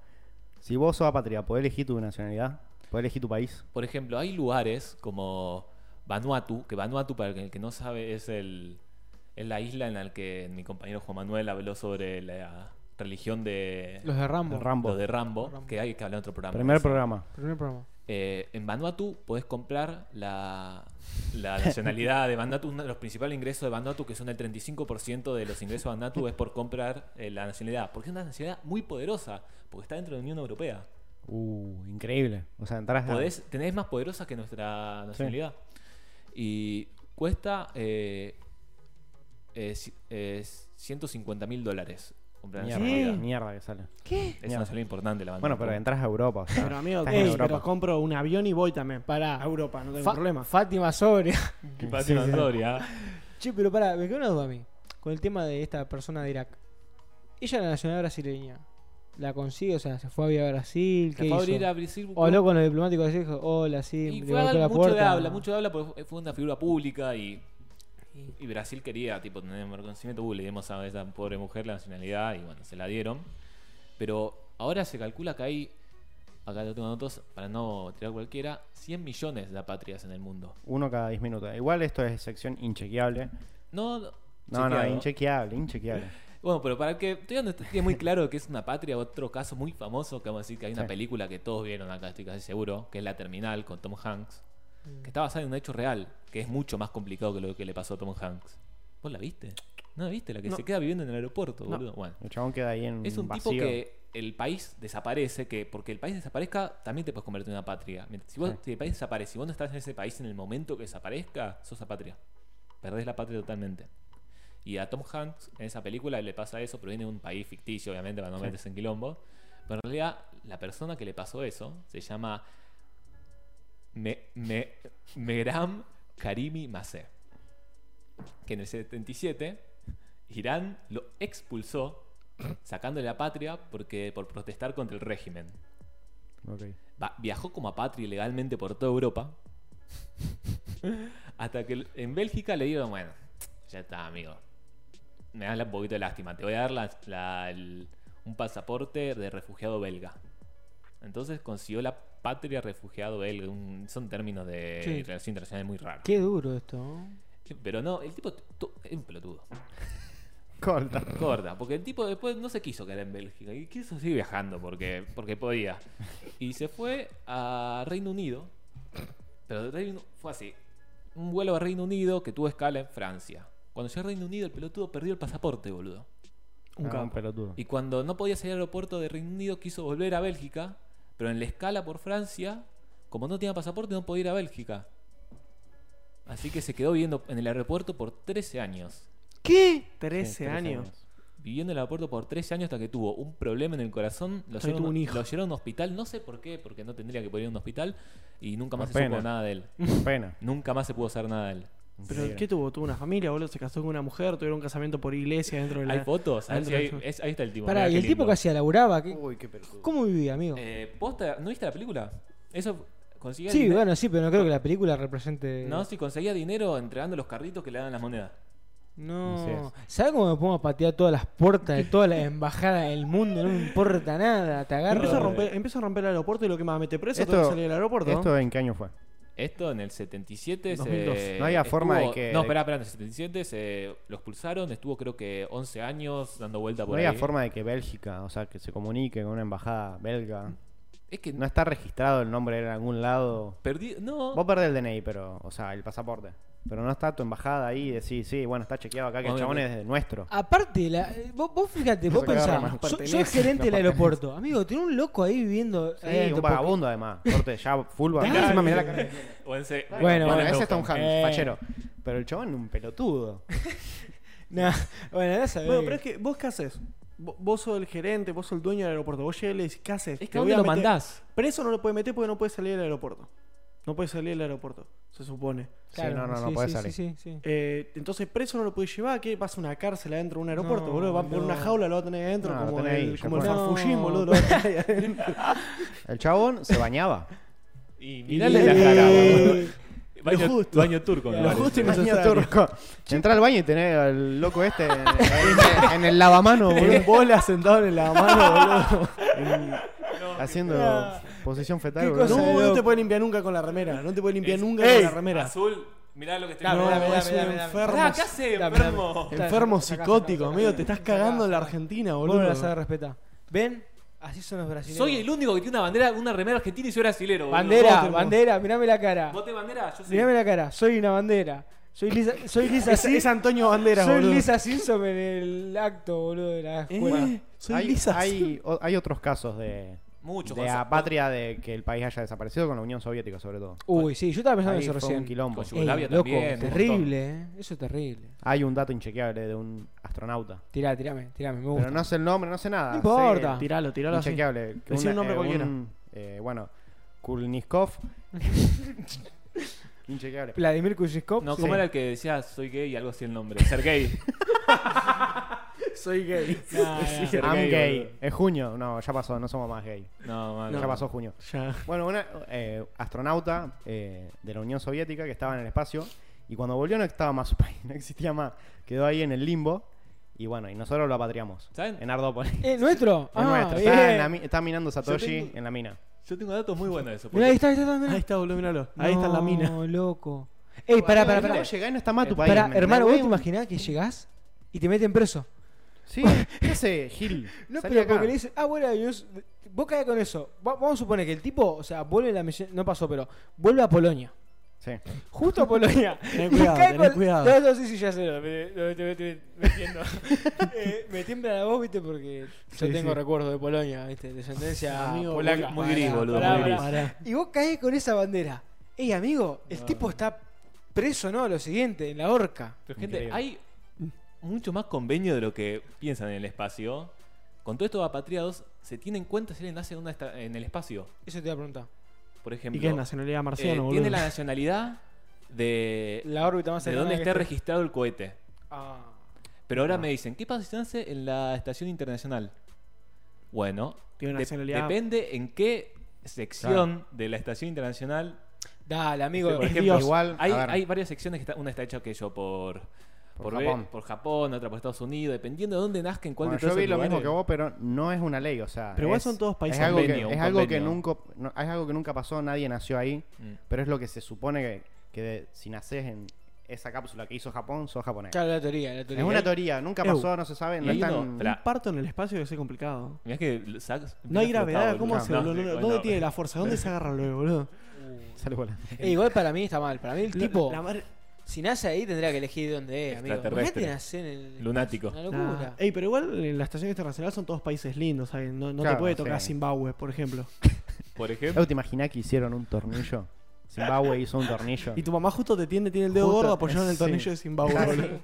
Speaker 1: Si vos sos apatria, ¿podés elegir tu nacionalidad? ¿Podés elegir tu país?
Speaker 2: Por ejemplo, hay lugares como Vanuatu, que Vanuatu, para el que no sabe, es, el, es la isla en la que mi compañero Juan Manuel habló sobre la religión de,
Speaker 3: Los de Rambo.
Speaker 1: El Rambo.
Speaker 2: lo de Rambo,
Speaker 3: Rambo.
Speaker 2: que hay que hablar en otro programa.
Speaker 1: Primer
Speaker 2: Eso.
Speaker 1: programa.
Speaker 3: Primer programa.
Speaker 2: Eh, en Vanuatu podés comprar la, la nacionalidad de Vanuatu. Uno de los principales ingresos de Vanuatu, que son el 35% de los ingresos de Vanuatu, es por comprar eh, la nacionalidad. Porque es una nacionalidad muy poderosa, porque está dentro de la Unión Europea.
Speaker 1: Uh, increíble. O sea, entras a...
Speaker 2: Podés, tenés más poderosa que nuestra nacionalidad. Y cuesta eh, eh, ci- eh, 150 mil dólares comprar la
Speaker 1: Mierda,
Speaker 2: nacionalidad.
Speaker 1: mierda que sale.
Speaker 3: ¿Qué?
Speaker 2: Es una nacionalidad importante la
Speaker 1: Bueno,
Speaker 2: Vanuatu.
Speaker 1: pero entras a Europa. o sea,
Speaker 4: Pero amigo,
Speaker 1: estás en
Speaker 4: ey,
Speaker 1: Europa.
Speaker 4: pero compro un avión y voy también.
Speaker 3: Pará.
Speaker 4: A Europa, no tengo
Speaker 3: Fa-
Speaker 4: problema.
Speaker 3: Fátima Sobre.
Speaker 2: Qué patria
Speaker 1: sí, sí.
Speaker 2: notoria.
Speaker 3: che, pero pará, me quedó una duda a mí. Con el tema de esta persona de Irak. Ella era nacional brasileña. La consigue, o sea, se fue a vivir a Brasil.
Speaker 2: Se
Speaker 3: ¿qué
Speaker 2: fue a
Speaker 3: hizo?
Speaker 2: abrir a Brasil,
Speaker 3: O habló con los diplomáticos así, dijo, hola, sí,
Speaker 2: Y
Speaker 3: le
Speaker 2: fue a dar
Speaker 3: golpeó la
Speaker 2: mucho de
Speaker 3: puerta.
Speaker 2: habla, mucho de habla porque fue una figura pública y, y Brasil quería, tipo, tener un reconocimiento, uh, le dimos a esa pobre mujer la nacionalidad y bueno, se la dieron. Pero ahora se calcula que hay acá lo tengo nosotros, para no tirar cualquiera, 100 millones de apátridas en el mundo.
Speaker 1: Uno cada 10 minutos. Igual esto es sección inchequeable.
Speaker 2: No,
Speaker 1: No, no,
Speaker 2: chequeado.
Speaker 1: inchequeable, inchequeable.
Speaker 2: Bueno, pero para el que todavía no esté muy claro que es una patria, otro caso muy famoso, que vamos a decir que hay una
Speaker 1: Sí.
Speaker 2: película que todos vieron acá, estoy casi seguro, que es La Terminal con Tom Hanks,
Speaker 4: Mm.
Speaker 2: que está basada en un hecho real, que es mucho más complicado que lo que le pasó a Tom Hanks. ¿Vos la viste? ¿No la viste? La que
Speaker 4: No.
Speaker 2: se queda viviendo en el aeropuerto,
Speaker 4: No.
Speaker 2: boludo. Bueno,
Speaker 1: El chabón queda ahí en
Speaker 2: es un
Speaker 1: vacío.
Speaker 2: tipo que el país desaparece, que porque el país desaparezca, también te puedes convertir en una patria. Mientras- Si, vos,
Speaker 1: Sí.
Speaker 2: si el país desaparece, si vos no estás en ese país en el momento que desaparezca, sos apatria. Perdés la patria totalmente. Y a Tom Hanks en esa película le pasa eso, pero viene de un país ficticio, obviamente, para no
Speaker 1: Sí.
Speaker 2: meterse en quilombo. Pero en realidad, la persona que le pasó eso se llama Me, Me- Meram Karimi Maseh. Que en el 77 Irán lo expulsó sacándole la patria porque por protestar contra el régimen.
Speaker 1: Ok.
Speaker 2: Va- viajó como apatria ilegalmente por toda Europa. Hasta que en Bélgica le digo, bueno, ya está, amigo. Me das la- un poquito de lástima. Te voy a dar la- la- el- un pasaporte de refugiado belga. Entonces consiguió la patria refugiado belga. un- son términos de
Speaker 3: Sí.
Speaker 2: relación internacional muy raros.
Speaker 3: Qué duro esto. ¿no?
Speaker 2: Pero no, el tipo tu- es un pelotudo.
Speaker 1: Corta.
Speaker 2: Corta, porque el tipo después no se quiso quedar en Bélgica y quiso seguir viajando porque, porque podía. Y se fue a Reino Unido, pero de Reino fue así. Un vuelo a Reino Unido que tuvo escala en Francia. Cuando llegó a Reino Unido el pelotudo perdió el pasaporte, boludo.
Speaker 1: Un,
Speaker 4: capo.
Speaker 1: un pelotudo.
Speaker 2: Y cuando no podía salir al aeropuerto de Reino Unido quiso volver a Bélgica, pero en la escala por Francia, como no tenía pasaporte no podía ir a Bélgica. Así que se quedó viviendo en el aeropuerto por 13 años.
Speaker 4: ¿Qué?
Speaker 1: Sí,
Speaker 4: 13
Speaker 1: 13
Speaker 4: años.
Speaker 2: viviendo en el aeropuerto por tres años hasta que tuvo un problema en el corazón. Lo
Speaker 4: Hasta que
Speaker 2: llevaron,
Speaker 4: tuvo un hijo.
Speaker 2: lo llevaron a un hospital, no sé por qué, porque no tendría que poder ir a un hospital. Y nunca más
Speaker 1: Por
Speaker 2: se
Speaker 1: pena.
Speaker 2: supo nada de él.
Speaker 1: Pena.
Speaker 2: Nunca más se pudo hacer nada de él.
Speaker 4: ¿Pero
Speaker 1: Increíble.
Speaker 4: qué tuvo? ¿Tuvo una familia, boludo? ¿Se casó con una mujer? ¿Tuvieron un casamiento por iglesia dentro de la...?
Speaker 2: Hay fotos, a ver si
Speaker 4: adentro
Speaker 2: hay-
Speaker 4: del-
Speaker 2: es- ahí está el tipo.
Speaker 3: Pará,
Speaker 2: mirá
Speaker 3: y
Speaker 2: qué
Speaker 3: el tipo
Speaker 2: lindo.
Speaker 3: que hacía, laburaba. ¿qué-
Speaker 1: Uy, qué pelotudo.
Speaker 3: ¿Cómo vivía, amigo?
Speaker 2: Eh, posta, ¿No viste la película? Eso conseguía
Speaker 3: sí,
Speaker 2: dinero-
Speaker 3: bueno, eh. sí, pero no creo que la película represente.
Speaker 2: No, si conseguía dinero entregando los carritos que le dan las monedas.
Speaker 1: Así
Speaker 3: No.
Speaker 1: es.
Speaker 3: ¿Sabes cómo me pongo a patear todas las puertas de todas las embajadas del mundo? No me importa nada. Te agarro.
Speaker 4: Empezó a,
Speaker 2: de-
Speaker 4: romper, empezó a romper el aeropuerto y lo que más mete preso
Speaker 1: Esto-
Speaker 4: tengo que salir del aeropuerto.
Speaker 1: ¿Esto en qué año fue?
Speaker 2: Esto en el 77 se.
Speaker 4: 2002.
Speaker 1: No había forma de
Speaker 2: estuvo-
Speaker 1: que-
Speaker 2: No, espera, espera, en el 77 se lo expulsaron, estuvo creo que 11 años dando vuelta
Speaker 1: No
Speaker 2: por
Speaker 1: había
Speaker 2: ahí.
Speaker 1: forma de que Bélgica, o sea, que se comunique con una embajada belga.
Speaker 2: Es que
Speaker 1: No está registrado el nombre en algún lado.
Speaker 2: perdí. No.
Speaker 1: Vos perdés el DNI, pero, o sea, el pasaporte. Pero no está tu embajada ahí y decís, sí, bueno, está chequeado acá que el chabón
Speaker 2: Obviamente.
Speaker 1: es de nuestro.
Speaker 3: Aparte, la, eh, vos, vos fíjate,
Speaker 1: No
Speaker 3: vos
Speaker 1: se agarra más,
Speaker 3: pensás, soy,
Speaker 1: pertenece,
Speaker 3: gerente
Speaker 1: no
Speaker 3: del
Speaker 1: pertenece.
Speaker 3: aeropuerto. Amigo, tiene un loco ahí viviendo. eh, ahí
Speaker 1: Sí,
Speaker 3: adentro,
Speaker 1: un
Speaker 3: porque-
Speaker 1: vagabundo además. Corte, ya full vagabundo.
Speaker 3: Dale.
Speaker 1: Encima mirá la cara que tiene.
Speaker 2: O en se-
Speaker 3: Bueno,
Speaker 1: Bueno,
Speaker 3: bueno,
Speaker 1: ese está un Hanks,
Speaker 3: Eh.
Speaker 1: fachero. Pero el chabón un pelotudo.
Speaker 3: Nah, bueno, andás a ver.
Speaker 4: Bueno, pero es que vos qué haces? Vo- Vos sos el gerente, vos sos el dueño del aeropuerto. Vos llegas y le decís, ¿qué haces?
Speaker 2: Es que
Speaker 4: Te
Speaker 2: ¿a
Speaker 4: voy
Speaker 2: dónde
Speaker 4: a
Speaker 2: lo
Speaker 4: meter-
Speaker 2: mandás?
Speaker 4: Preso no lo puede meter porque no puede salir del aeropuerto. No puede salir del aeropuerto, se supone.
Speaker 1: sí, no, no, no puede salir.
Speaker 3: Sí, sí, sí.
Speaker 4: Eh, entonces preso no lo puede llevar, ¿qué? Vas a una cárcel adentro de un aeropuerto,
Speaker 3: No,
Speaker 4: boludo. Va a poner una
Speaker 3: no.
Speaker 4: jaula, lo va a tener adentro,
Speaker 1: No, lo
Speaker 4: como,
Speaker 1: tenés ahí,
Speaker 4: el,
Speaker 1: ya
Speaker 4: como el
Speaker 1: fue.
Speaker 4: farfullín,
Speaker 3: No.
Speaker 4: boludo. Lo va a tener ahí adentro.
Speaker 1: El chabón se bañaba.
Speaker 2: Y
Speaker 3: Eh,
Speaker 2: mirale la cara, boludo.
Speaker 4: lo
Speaker 2: Baño,
Speaker 4: justo.
Speaker 2: baño turco, me
Speaker 4: Lo
Speaker 2: parece.
Speaker 4: justo y
Speaker 1: Baño
Speaker 4: necesario.
Speaker 1: turco. Entrá al baño y tenés al loco este en, en- en el lavamano, boludo.
Speaker 4: En bola sentado en la mano, boludo.
Speaker 1: En- haciendo posición fetal,
Speaker 3: Qué
Speaker 1: boludo.
Speaker 4: No,
Speaker 3: cosa de
Speaker 4: no te
Speaker 3: loco.
Speaker 4: puede limpiar nunca con la remera. No te puede limpiar
Speaker 2: Es-
Speaker 4: nunca
Speaker 2: ¡Ey!
Speaker 4: con la remera.
Speaker 2: Azul, mirá lo que estoy
Speaker 4: No,
Speaker 2: mirá, mirá,
Speaker 4: es un
Speaker 2: mirá, mirá.
Speaker 4: enfermo.
Speaker 2: Pará, ¿Qué hace,
Speaker 3: Mirá, mirá,
Speaker 2: enfermo?
Speaker 3: mirá.
Speaker 4: Enfermo
Speaker 3: Sacá, sacá,
Speaker 4: psicótico,
Speaker 3: sacá,
Speaker 4: amigo.
Speaker 3: sacá.
Speaker 4: Te estás
Speaker 3: Sacá,
Speaker 4: cagando en la
Speaker 3: sacá.
Speaker 4: Argentina,
Speaker 3: Vos no
Speaker 4: boludo.
Speaker 3: la sabés respetar. ¿Ven? Así son los brasileños.
Speaker 2: Soy el único que tiene una bandera, una remera argentina y soy brasilero. boludo.
Speaker 3: Bandera,
Speaker 4: Vos te-
Speaker 3: bandera, mirame la cara.
Speaker 2: ¿Vos tenés bandera? Yo sí.
Speaker 3: Mirame la cara. Soy una bandera. Soy Lisa, soy Lisa,
Speaker 4: Es, es
Speaker 3: Sim-
Speaker 4: Antonio Banderas,
Speaker 3: soy
Speaker 4: boludo.
Speaker 3: Lisa Simpson en el acto, boludo, de la
Speaker 4: Eh,
Speaker 3: escuela.
Speaker 4: soy
Speaker 1: hay,
Speaker 4: Lisa Simpson.
Speaker 1: hay, o- hay otros casos de,
Speaker 2: Mucho.
Speaker 1: de
Speaker 2: Gonzalo.
Speaker 1: apatria de que el país haya desaparecido con la Unión Soviética, sobre todo.
Speaker 3: Uy, sí, yo estaba pensando
Speaker 1: Ahí
Speaker 3: en eso
Speaker 1: fue un
Speaker 3: recién.
Speaker 1: quilombo.
Speaker 2: Con
Speaker 3: Ey,
Speaker 2: Yugoslavia
Speaker 3: loco,
Speaker 2: también, un
Speaker 3: terrible, eh. Eso es terrible.
Speaker 1: Hay un dato inchequeable de un astronauta.
Speaker 3: Tirá, tirame, tirame, me gusta.
Speaker 1: Pero no sé el nombre, no sé nada.
Speaker 3: No importa.
Speaker 1: Sé
Speaker 4: Tiralo,
Speaker 1: el-
Speaker 4: tiralo así.
Speaker 1: inchequeable. que
Speaker 4: Decí un nombre cualquiera.
Speaker 1: un, eh, bueno, Kulniskov. inchequeable.
Speaker 3: Vladimir Kuznetsov.
Speaker 2: No,
Speaker 3: sí.
Speaker 2: ¿cómo era el que decía soy gay y algo así el nombre? Ser gay.
Speaker 4: Soy gay.
Speaker 3: Nah, nah.
Speaker 2: Ser
Speaker 1: I'm
Speaker 2: gay,
Speaker 1: gay.
Speaker 2: boludo.
Speaker 1: Es junio. No, ya pasó, no somos más gay.
Speaker 2: No, mano.
Speaker 1: Ya pasó junio.
Speaker 4: Ya.
Speaker 1: Bueno, una eh, astronauta eh, de la Unión Soviética que estaba en el espacio y cuando volvió no estaba más su país, no existía más. Quedó ahí en el limbo y bueno, y nosotros lo apatriamos.
Speaker 2: ¿Saben?
Speaker 1: En Ardópolis.
Speaker 3: Eh, nuestro.
Speaker 1: Es
Speaker 3: Ah,
Speaker 1: nuestro.
Speaker 3: bien.
Speaker 1: Está, en la mi- está minando Satoshi
Speaker 2: Yo tengo-
Speaker 1: en la mina.
Speaker 2: Yo tengo datos muy buenos de eso.
Speaker 3: Mirá, ahí está, ahí está, mirá.
Speaker 4: Ahí está, boludo, míralo. Ahí está la mina.
Speaker 3: No, loco. Ey, pará, pará, pará.
Speaker 1: Vos llegás y no está más tu país.
Speaker 3: Pará,
Speaker 1: ¿me
Speaker 3: hermano, ¿vos te
Speaker 1: entendés?
Speaker 3: imaginás que llegás y te meten preso?
Speaker 1: Sí, ¿qué hace Gil?
Speaker 3: No,
Speaker 1: Salí
Speaker 3: pero
Speaker 1: acá.
Speaker 3: porque le dicen, ah, bueno, yo s- vos caes con eso. Va- vamos a suponer que el tipo, o sea, vuelve la mille- no pasó, pero vuelve a Polonia.
Speaker 1: Sí.
Speaker 3: Justo a Polonia.
Speaker 4: Ten cuidado,
Speaker 3: Cae
Speaker 4: ten
Speaker 3: con-
Speaker 4: cuidado.
Speaker 3: No, no, sí, sí, ya sé. Me, me, me- me- me entiendo. Eh, me tiembla la voz, viste, porque yo
Speaker 4: Sí,
Speaker 3: tengo
Speaker 4: sí.
Speaker 3: recuerdos de Polonia, viste, descendencia
Speaker 4: Amigo,
Speaker 3: polaca.
Speaker 2: muy- muy gris,
Speaker 3: Pará,
Speaker 2: boludo,
Speaker 3: pará,
Speaker 2: muy gris.
Speaker 3: pará.
Speaker 4: Pará.
Speaker 3: Y vos caes con esa bandera. Ey, amigo, el
Speaker 2: No.
Speaker 3: tipo está preso, ¿no? Lo siguiente, en la horca.
Speaker 2: Pero gente,
Speaker 1: Increíble.
Speaker 2: hay mucho más convenio de lo que piensan en el espacio. Con todos estos apatriados, se tiene en cuenta si alguien nace en, una esta- en el espacio.
Speaker 3: Eso te iba a preguntar.
Speaker 2: Por ejemplo,
Speaker 4: ¿Y qué es nacionalidad
Speaker 2: eh,
Speaker 4: marciana, boludo?
Speaker 2: tiene la nacionalidad de,
Speaker 3: La órbita más
Speaker 2: de
Speaker 3: cercana
Speaker 2: dónde
Speaker 3: que
Speaker 2: esté
Speaker 3: esté.
Speaker 2: registrado el cohete.
Speaker 3: Ah.
Speaker 2: Pero ahora me dicen, ¿qué pasa si nace en la estación internacional? Bueno,
Speaker 4: Tiene una
Speaker 2: de-
Speaker 4: nacionalidad-
Speaker 2: depende en qué sección de la estación internacional.
Speaker 3: Dale, amigo.
Speaker 2: Este, por
Speaker 4: es
Speaker 2: ejemplo,
Speaker 4: Dios.
Speaker 1: Igual,
Speaker 2: hay,
Speaker 1: a ver,
Speaker 2: hay varias secciones que está- una está hecha que yo por,
Speaker 1: Por
Speaker 2: Be-
Speaker 1: Japón.
Speaker 2: por Japón, otra por Estados Unidos, dependiendo de dónde nazca, en cuál
Speaker 1: bueno,
Speaker 2: de todos
Speaker 1: yo vi
Speaker 2: esos
Speaker 1: lo mismo
Speaker 2: lugares.
Speaker 1: que vos, pero no es una ley, o sea.
Speaker 4: Pero igual
Speaker 1: es-
Speaker 4: son todos países
Speaker 1: Es algo,
Speaker 2: convenio,
Speaker 1: que, es
Speaker 2: un
Speaker 1: algo que
Speaker 2: convenio.
Speaker 1: nunca, no, es algo que nunca pasó, nadie nació ahí,
Speaker 2: Mm.
Speaker 1: pero es lo que se supone que, que de- si nacés en esa cápsula que hizo Japón, sos japonés.
Speaker 3: Claro, la teoría, la
Speaker 1: Es
Speaker 3: teoría.
Speaker 1: una teoría, nunca
Speaker 4: Ew.
Speaker 1: pasó, no se sabe, no
Speaker 2: Y
Speaker 1: es
Speaker 2: ahí no,
Speaker 1: tan-
Speaker 2: espera.
Speaker 4: Un parto en el espacio que es complicado.
Speaker 2: Mirá que l- Zack
Speaker 4: No hay
Speaker 2: viene
Speaker 4: gravedad,
Speaker 2: flotado,
Speaker 4: ¿cómo
Speaker 2: boludo.
Speaker 4: se
Speaker 2: No,
Speaker 4: lo-
Speaker 2: sí,
Speaker 4: lo-
Speaker 2: bueno,
Speaker 4: ¿Dónde tiene la fuerza? ¿Dónde se agarra luego, boludo?
Speaker 1: Sale volando.
Speaker 3: Eh, igual para mí está mal. Para mí el tipo,
Speaker 4: La madre-
Speaker 3: si nace ahí, tendría que elegir dónde es, amigo.
Speaker 2: Extraterrestre.
Speaker 3: Imagínate nacer en el...
Speaker 2: Lunático.
Speaker 3: Una
Speaker 4: Nah.
Speaker 3: locura.
Speaker 4: Ey, pero igual eh, en la estación internacional son todos países lindos, ¿sabes? No, no
Speaker 1: Claro,
Speaker 4: te puede tocar
Speaker 1: sí.
Speaker 4: Zimbabue, por ejemplo.
Speaker 2: Por ejemplo,
Speaker 1: Ew, ¿Te imaginás que hicieron un tornillo? Zimbabue hizo un tornillo.
Speaker 4: Y tu mamá justo te tiene, tiene el dedo
Speaker 1: Justo,
Speaker 4: gordo apoyado en el
Speaker 1: sí.
Speaker 4: tornillo de Zimbabue, boludo.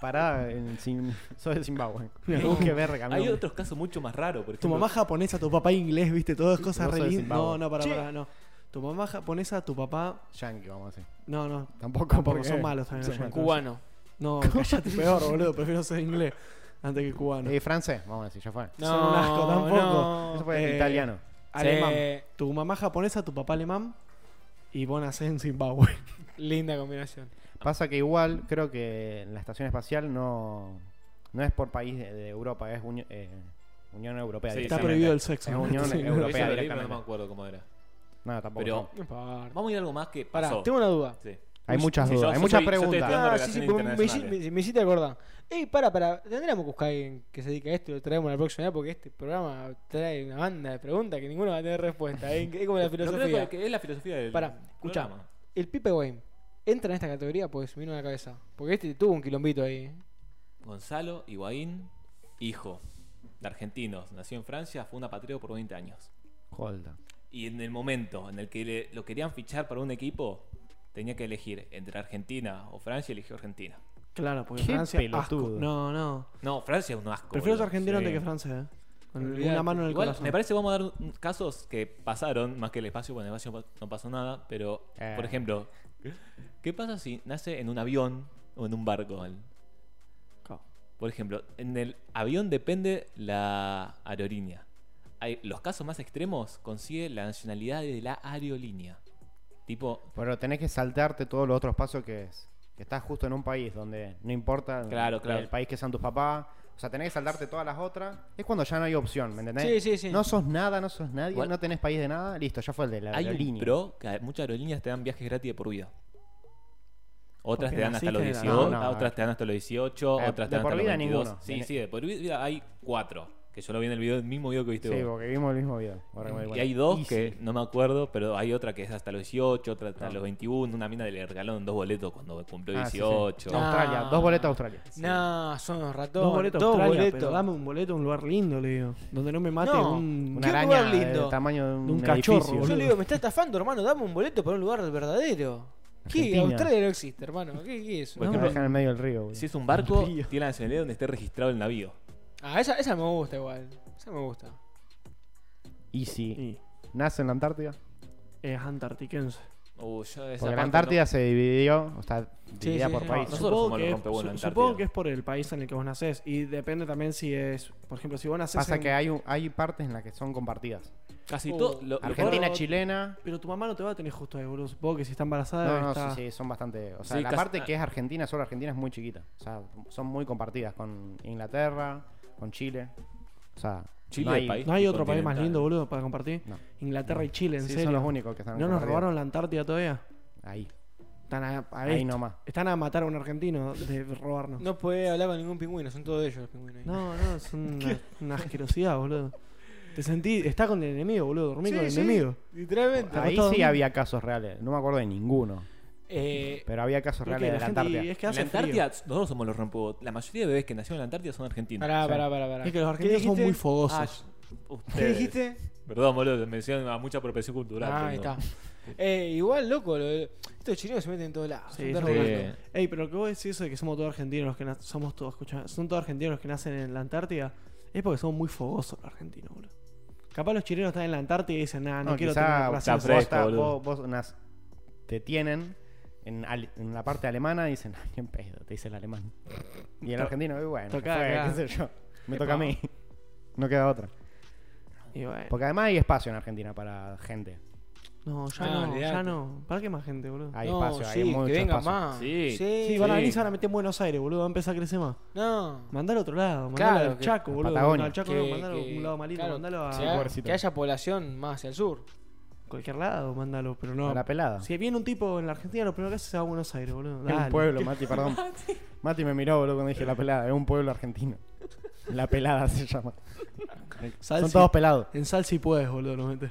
Speaker 1: Pará, en Zim- soy de Zimbabue.
Speaker 4: No.
Speaker 1: Qué verga,
Speaker 2: hay
Speaker 1: amigo.
Speaker 2: otros casos mucho más raros. Por
Speaker 4: Tu
Speaker 2: ejemplo,
Speaker 4: mamá japonesa, tu papá inglés, viste, todas cosas
Speaker 1: Vos
Speaker 4: re
Speaker 1: sos de
Speaker 4: lindas. No,
Speaker 1: Zimbabue.
Speaker 4: no, para,
Speaker 1: Che.
Speaker 4: para, no. Tu mamá japonesa, tu papá.
Speaker 1: Yankee, vamos a decir.
Speaker 4: No, no.
Speaker 1: Tampoco,
Speaker 4: Tampoco
Speaker 1: porque-
Speaker 4: son malos también.
Speaker 1: Son
Speaker 4: los yankees.
Speaker 3: Cubano.
Speaker 4: No, callate peor, boludo. Prefiero ser inglés antes que cubano.
Speaker 1: Eh, francés, vamos a decir, ya fue.
Speaker 3: No,
Speaker 4: Son un asco tampoco.
Speaker 3: no.
Speaker 1: Eso fue
Speaker 4: eh,
Speaker 1: italiano.
Speaker 4: Alemán.
Speaker 3: Sí.
Speaker 4: Tu mamá japonesa, tu papá alemán. Y vos nacés en Zimbabue.
Speaker 3: Linda combinación.
Speaker 1: Pasa que igual creo que en la estación espacial no, no es por país de, de Europa, es Uni- eh, Unión Europea.
Speaker 2: Sí,
Speaker 1: directamente.
Speaker 4: Está
Speaker 2: sí, neta.
Speaker 4: prohibido el sexo.
Speaker 1: Es
Speaker 4: ¿no?
Speaker 1: Unión
Speaker 4: Sí,
Speaker 1: Europea.
Speaker 2: Eso lo leí, pero
Speaker 1: directamente.
Speaker 2: no me acuerdo cómo era.
Speaker 1: No, tampoco.
Speaker 2: Pero-
Speaker 1: no.
Speaker 3: No importa.
Speaker 2: Vamos a ir a algo más que
Speaker 3: Pará,
Speaker 2: pasó.
Speaker 3: tengo una duda.
Speaker 2: Sí.
Speaker 1: Hay muchas
Speaker 2: Sí, yo-
Speaker 1: dudas,
Speaker 2: yo
Speaker 1: hay muchas
Speaker 2: soy- yo te
Speaker 1: preguntas.
Speaker 2: estoy-
Speaker 3: Ah, sí, sí,
Speaker 2: relaciones
Speaker 3: porque me,
Speaker 2: internacionales.
Speaker 3: hici- me- me hiciste acordar. Ey, para, para. Tendríamos que buscar a alguien que se dedique a esto y lo traemos la próxima vez porque este programa trae una banda de preguntas que ninguno va a tener respuesta. ¿eh? Es es como la
Speaker 2: Pero
Speaker 3: filosofía.
Speaker 2: creo que es la filosofía del.
Speaker 3: Pará, escuchá.
Speaker 2: programa.
Speaker 3: El Pipe Wayne entra en esta categoría porque se me vino a la cabeza. Porque este tuvo un quilombito ahí. ¿eh?
Speaker 2: Gonzalo Higuaín, hijo de argentinos, nació en Francia, fue un apatriado por 20 años.
Speaker 1: Holda.
Speaker 2: Y en el momento en el que le- lo querían fichar para un equipo, tenía que elegir entre Argentina o Francia, eligió Argentina.
Speaker 4: Claro, porque
Speaker 1: Qué
Speaker 4: Francia. asco.
Speaker 1: pelotudo.
Speaker 4: No, no.
Speaker 2: No, Francia es un asco.
Speaker 4: Prefiero
Speaker 2: boludo.
Speaker 4: ser argentino
Speaker 2: Sí.
Speaker 4: antes que francés. ¿eh? Con
Speaker 3: Olvidate.
Speaker 4: una mano en el
Speaker 2: Igual,
Speaker 4: corazón.
Speaker 2: me parece que vamos a dar un- casos que pasaron, más que el espacio, bueno, el espacio no pasó nada, pero,
Speaker 1: Eh.
Speaker 2: por ejemplo, ¿qué pasa si nace en un avión o en un barco? El-
Speaker 4: Claro.
Speaker 2: Por ejemplo, en el avión depende la aerolínea. Hay, los casos más extremos consigue la nacionalidad de la aerolínea. Tipo,
Speaker 1: Pero tenés que saltarte todos los otros pasos que es. Que estás justo en un país donde no importa
Speaker 2: Claro, claro.
Speaker 1: el país que sean tus papás. O sea, tenés que saltarte todas las otras. Es cuando ya no hay opción, ¿me entendés?
Speaker 3: Sí, sí, sí.
Speaker 1: No sos nada, no sos nadie,
Speaker 2: Igual-
Speaker 1: no tenés país de nada. Listo, ya fue el de la
Speaker 2: hay un
Speaker 1: aerolínea.
Speaker 2: pro que muchas aerolíneas te dan viajes gratis de por vida. Otras
Speaker 4: Porque
Speaker 2: te dan hasta los
Speaker 4: naciste en la-
Speaker 1: No,
Speaker 2: 18,
Speaker 1: no,
Speaker 2: otras te dan hasta los 18,
Speaker 1: Eh,
Speaker 2: otras te
Speaker 1: de
Speaker 2: dan
Speaker 1: por
Speaker 2: hasta los
Speaker 1: vida
Speaker 2: 22.
Speaker 1: ninguno.
Speaker 2: Sí,
Speaker 1: Viene-
Speaker 2: sí, de por vida hay cuatro, que yo lo vi en el video, el mismo video que viste
Speaker 1: Sí,
Speaker 2: vos.
Speaker 1: porque vimos el mismo video. Ahora que me doy
Speaker 2: Y
Speaker 1: cuenta.
Speaker 2: hay dos
Speaker 1: Easy.
Speaker 2: que no me acuerdo, pero hay otra que es hasta los 18, otra hasta
Speaker 1: Claro.
Speaker 2: los 21. Una mina le regalaron dos boletos cuando cumplió
Speaker 1: Ah, sí, sí.
Speaker 2: 18.
Speaker 3: Ah,
Speaker 1: Australia, dos boletos a Australia.
Speaker 3: No, son los ratones.
Speaker 4: Dos boletos, a
Speaker 3: Dos
Speaker 4: Australia,
Speaker 3: boletos.
Speaker 4: pero dame un boleto a un lugar lindo, le digo. Donde no me mate
Speaker 3: No,
Speaker 4: un.
Speaker 1: Una
Speaker 3: Qué
Speaker 1: araña
Speaker 3: lugar lindo.
Speaker 1: del tamaño de un,
Speaker 4: un cachorro,
Speaker 1: edificio.
Speaker 4: boludo.
Speaker 3: Yo le digo, me está estafando, hermano. Dame un boleto para un lugar verdadero. ¿Qué?
Speaker 1: Argentina.
Speaker 3: Australia no existe, hermano. ¿Qué, qué es eso?
Speaker 2: Por
Speaker 1: No, me
Speaker 2: ejemplo,
Speaker 1: dejan en medio del río. boludo.
Speaker 2: Si es un barco,
Speaker 4: Río.
Speaker 2: tiene la nacionalidad donde esté registrado el navío.
Speaker 3: Ah, esa, esa me gusta igual. Esa me gusta.
Speaker 1: Y si
Speaker 4: Y
Speaker 1: nace en la Antártida.
Speaker 4: es antartiquense.
Speaker 2: Uh, yo esa
Speaker 1: Porque
Speaker 2: parte
Speaker 1: la
Speaker 2: no-
Speaker 1: Antártida se dividió, o sea, dividida
Speaker 3: sí,
Speaker 1: por
Speaker 3: sí.
Speaker 1: país.
Speaker 2: No, Nosotros
Speaker 4: Supongo
Speaker 2: somos los
Speaker 4: que,
Speaker 2: rompehuevos en
Speaker 4: su-
Speaker 2: la
Speaker 4: supongo
Speaker 2: Antártida.
Speaker 4: que es por el país en el que vos nacés. Y depende también si es. Por ejemplo, si vos nacés.
Speaker 1: Pasa
Speaker 4: en-
Speaker 1: que hay, un- hay partes en las que son compartidas.
Speaker 2: Casi
Speaker 3: Uh,
Speaker 2: todo. lo- lo-
Speaker 1: Argentina,
Speaker 4: puedo-
Speaker 1: chilena.
Speaker 4: Pero tu mamá no te va a tener justo ahí, boludo. Supongo que si está embarazada.
Speaker 1: No, no,
Speaker 4: está...
Speaker 1: sí, sí, son bastante. O sea,
Speaker 2: Sí,
Speaker 1: la
Speaker 2: casi-
Speaker 1: parte que es Argentina, solo Argentina es muy chiquita. O sea, son muy compartidas con Inglaterra, con Chile. O sea,
Speaker 2: Chile
Speaker 1: no hay-
Speaker 2: es país.
Speaker 4: No hay
Speaker 2: y
Speaker 4: otro país más
Speaker 2: continental.
Speaker 4: lindo, boludo, para compartir.
Speaker 1: No.
Speaker 4: Inglaterra y Chile, en
Speaker 1: sí,
Speaker 4: serio.
Speaker 1: son los únicos que están
Speaker 4: ¿No nos
Speaker 1: compartidos.
Speaker 4: robaron la Antártida todavía?
Speaker 1: Ahí,
Speaker 4: Están a, a
Speaker 1: ahí
Speaker 4: esto.
Speaker 1: nomás.
Speaker 4: Están a matar a un argentino de robarnos.
Speaker 3: No puede hablar con ningún pingüino, son todos ellos los pingüinos. ahí.
Speaker 4: No, no, es una, una asquerosidad, boludo. Te sentí, está con el enemigo, boludo, dormí
Speaker 3: Sí,
Speaker 4: con el
Speaker 3: sí,
Speaker 4: enemigo.
Speaker 3: Literalmente.
Speaker 4: Ah,
Speaker 1: Ahí
Speaker 4: todo
Speaker 1: sí
Speaker 4: bien.
Speaker 1: había casos reales. No me acuerdo de ninguno.
Speaker 3: Eh,
Speaker 1: Pero había casos
Speaker 4: Creo que
Speaker 1: reales de la
Speaker 4: gente-
Speaker 1: Antártida.
Speaker 4: y es que
Speaker 2: En la
Speaker 4: hace frío.
Speaker 2: Antártida, nosotros somos los rompehuevos. La mayoría de bebés que nacieron en la Antártida son argentinos.
Speaker 3: pará,
Speaker 1: sí.
Speaker 3: pará, pará, pará.
Speaker 4: Es que los argentinos son
Speaker 3: dijiste? Ah,
Speaker 4: muy fogosos.
Speaker 2: Ustedes.
Speaker 3: ¿Qué dijiste?
Speaker 2: Perdón, boludo, me hicieron a mucha apropiación cultural.
Speaker 3: Ah, ahí
Speaker 2: pero
Speaker 3: está.
Speaker 2: no.
Speaker 3: Eh, igual, loco, lo- estos chilenos se meten en todos lados.
Speaker 4: Sí,
Speaker 3: son
Speaker 4: son
Speaker 3: todos
Speaker 4: unos
Speaker 3: locos.
Speaker 2: Eh,
Speaker 4: Ey, pero lo que vos decís eso de que somos todos argentinos los que na- somos todos, escucha, son todos argentinos los que nacen en la Antártida, es porque somos muy fogosos los argentinos, boludo. Capaz los chilenos están en la Antártida y dicen, nah, Ah, no,
Speaker 1: No,
Speaker 4: quiero
Speaker 1: quizá
Speaker 4: tener una
Speaker 1: vos
Speaker 2: Está
Speaker 4: relación".
Speaker 1: vos
Speaker 2: fresco,
Speaker 1: estás-
Speaker 2: boludo.
Speaker 1: vos, vos nas- te tienen en, ale- en la parte alemana y dicen, "Ay, ni en pedo", te dice el alemán. Y el
Speaker 4: To-
Speaker 1: argentino, "Y bueno,
Speaker 4: toca
Speaker 1: fue,
Speaker 4: acá".
Speaker 1: qué sé yo, me
Speaker 4: Epa. Eh.
Speaker 1: toca a mí. No queda otra.
Speaker 4: Y bueno,
Speaker 1: Porque además hay espacio en Argentina para gente.
Speaker 4: no, ya
Speaker 3: Ah,
Speaker 4: no,
Speaker 3: olvidate.
Speaker 4: ya no. ¿Para qué más gente, boludo?
Speaker 1: Hay
Speaker 3: no,
Speaker 1: espacio, hay
Speaker 3: sí,
Speaker 1: mucho
Speaker 3: que venga
Speaker 1: espacio.
Speaker 3: más.
Speaker 2: Sí.
Speaker 4: Sí,
Speaker 3: Ah, sí.
Speaker 4: van a
Speaker 2: sí.
Speaker 4: venir, se van a meter en Buenos Aires, boludo, va a empezar a crecer más.
Speaker 3: No.
Speaker 4: Mandalo a otro lado, mandalo
Speaker 3: Claro,
Speaker 4: al
Speaker 3: que-
Speaker 4: Chaco,
Speaker 1: a
Speaker 4: boludo.
Speaker 1: Patagonia.
Speaker 4: No, al Chaco no, mandalo a un lado más lindo,
Speaker 3: claro,
Speaker 4: mandalo a
Speaker 3: que ha-
Speaker 1: pobrecito.
Speaker 3: que haya población más hacia el sur.
Speaker 4: cualquier lado, mandalo, pero no.
Speaker 1: A la pelada.
Speaker 4: Si viene un tipo en la Argentina, lo primero que hace es a Buenos Aires, boludo.
Speaker 1: es un
Speaker 4: Dale.
Speaker 1: pueblo, Mati, perdón. Mati me miró, boludo, cuando dije la pelada. Es un pueblo argentino. La pelada se llama.
Speaker 4: Sal
Speaker 1: Son
Speaker 4: si-
Speaker 1: todos pelados.
Speaker 4: En sal si puedes, boludo, no metes.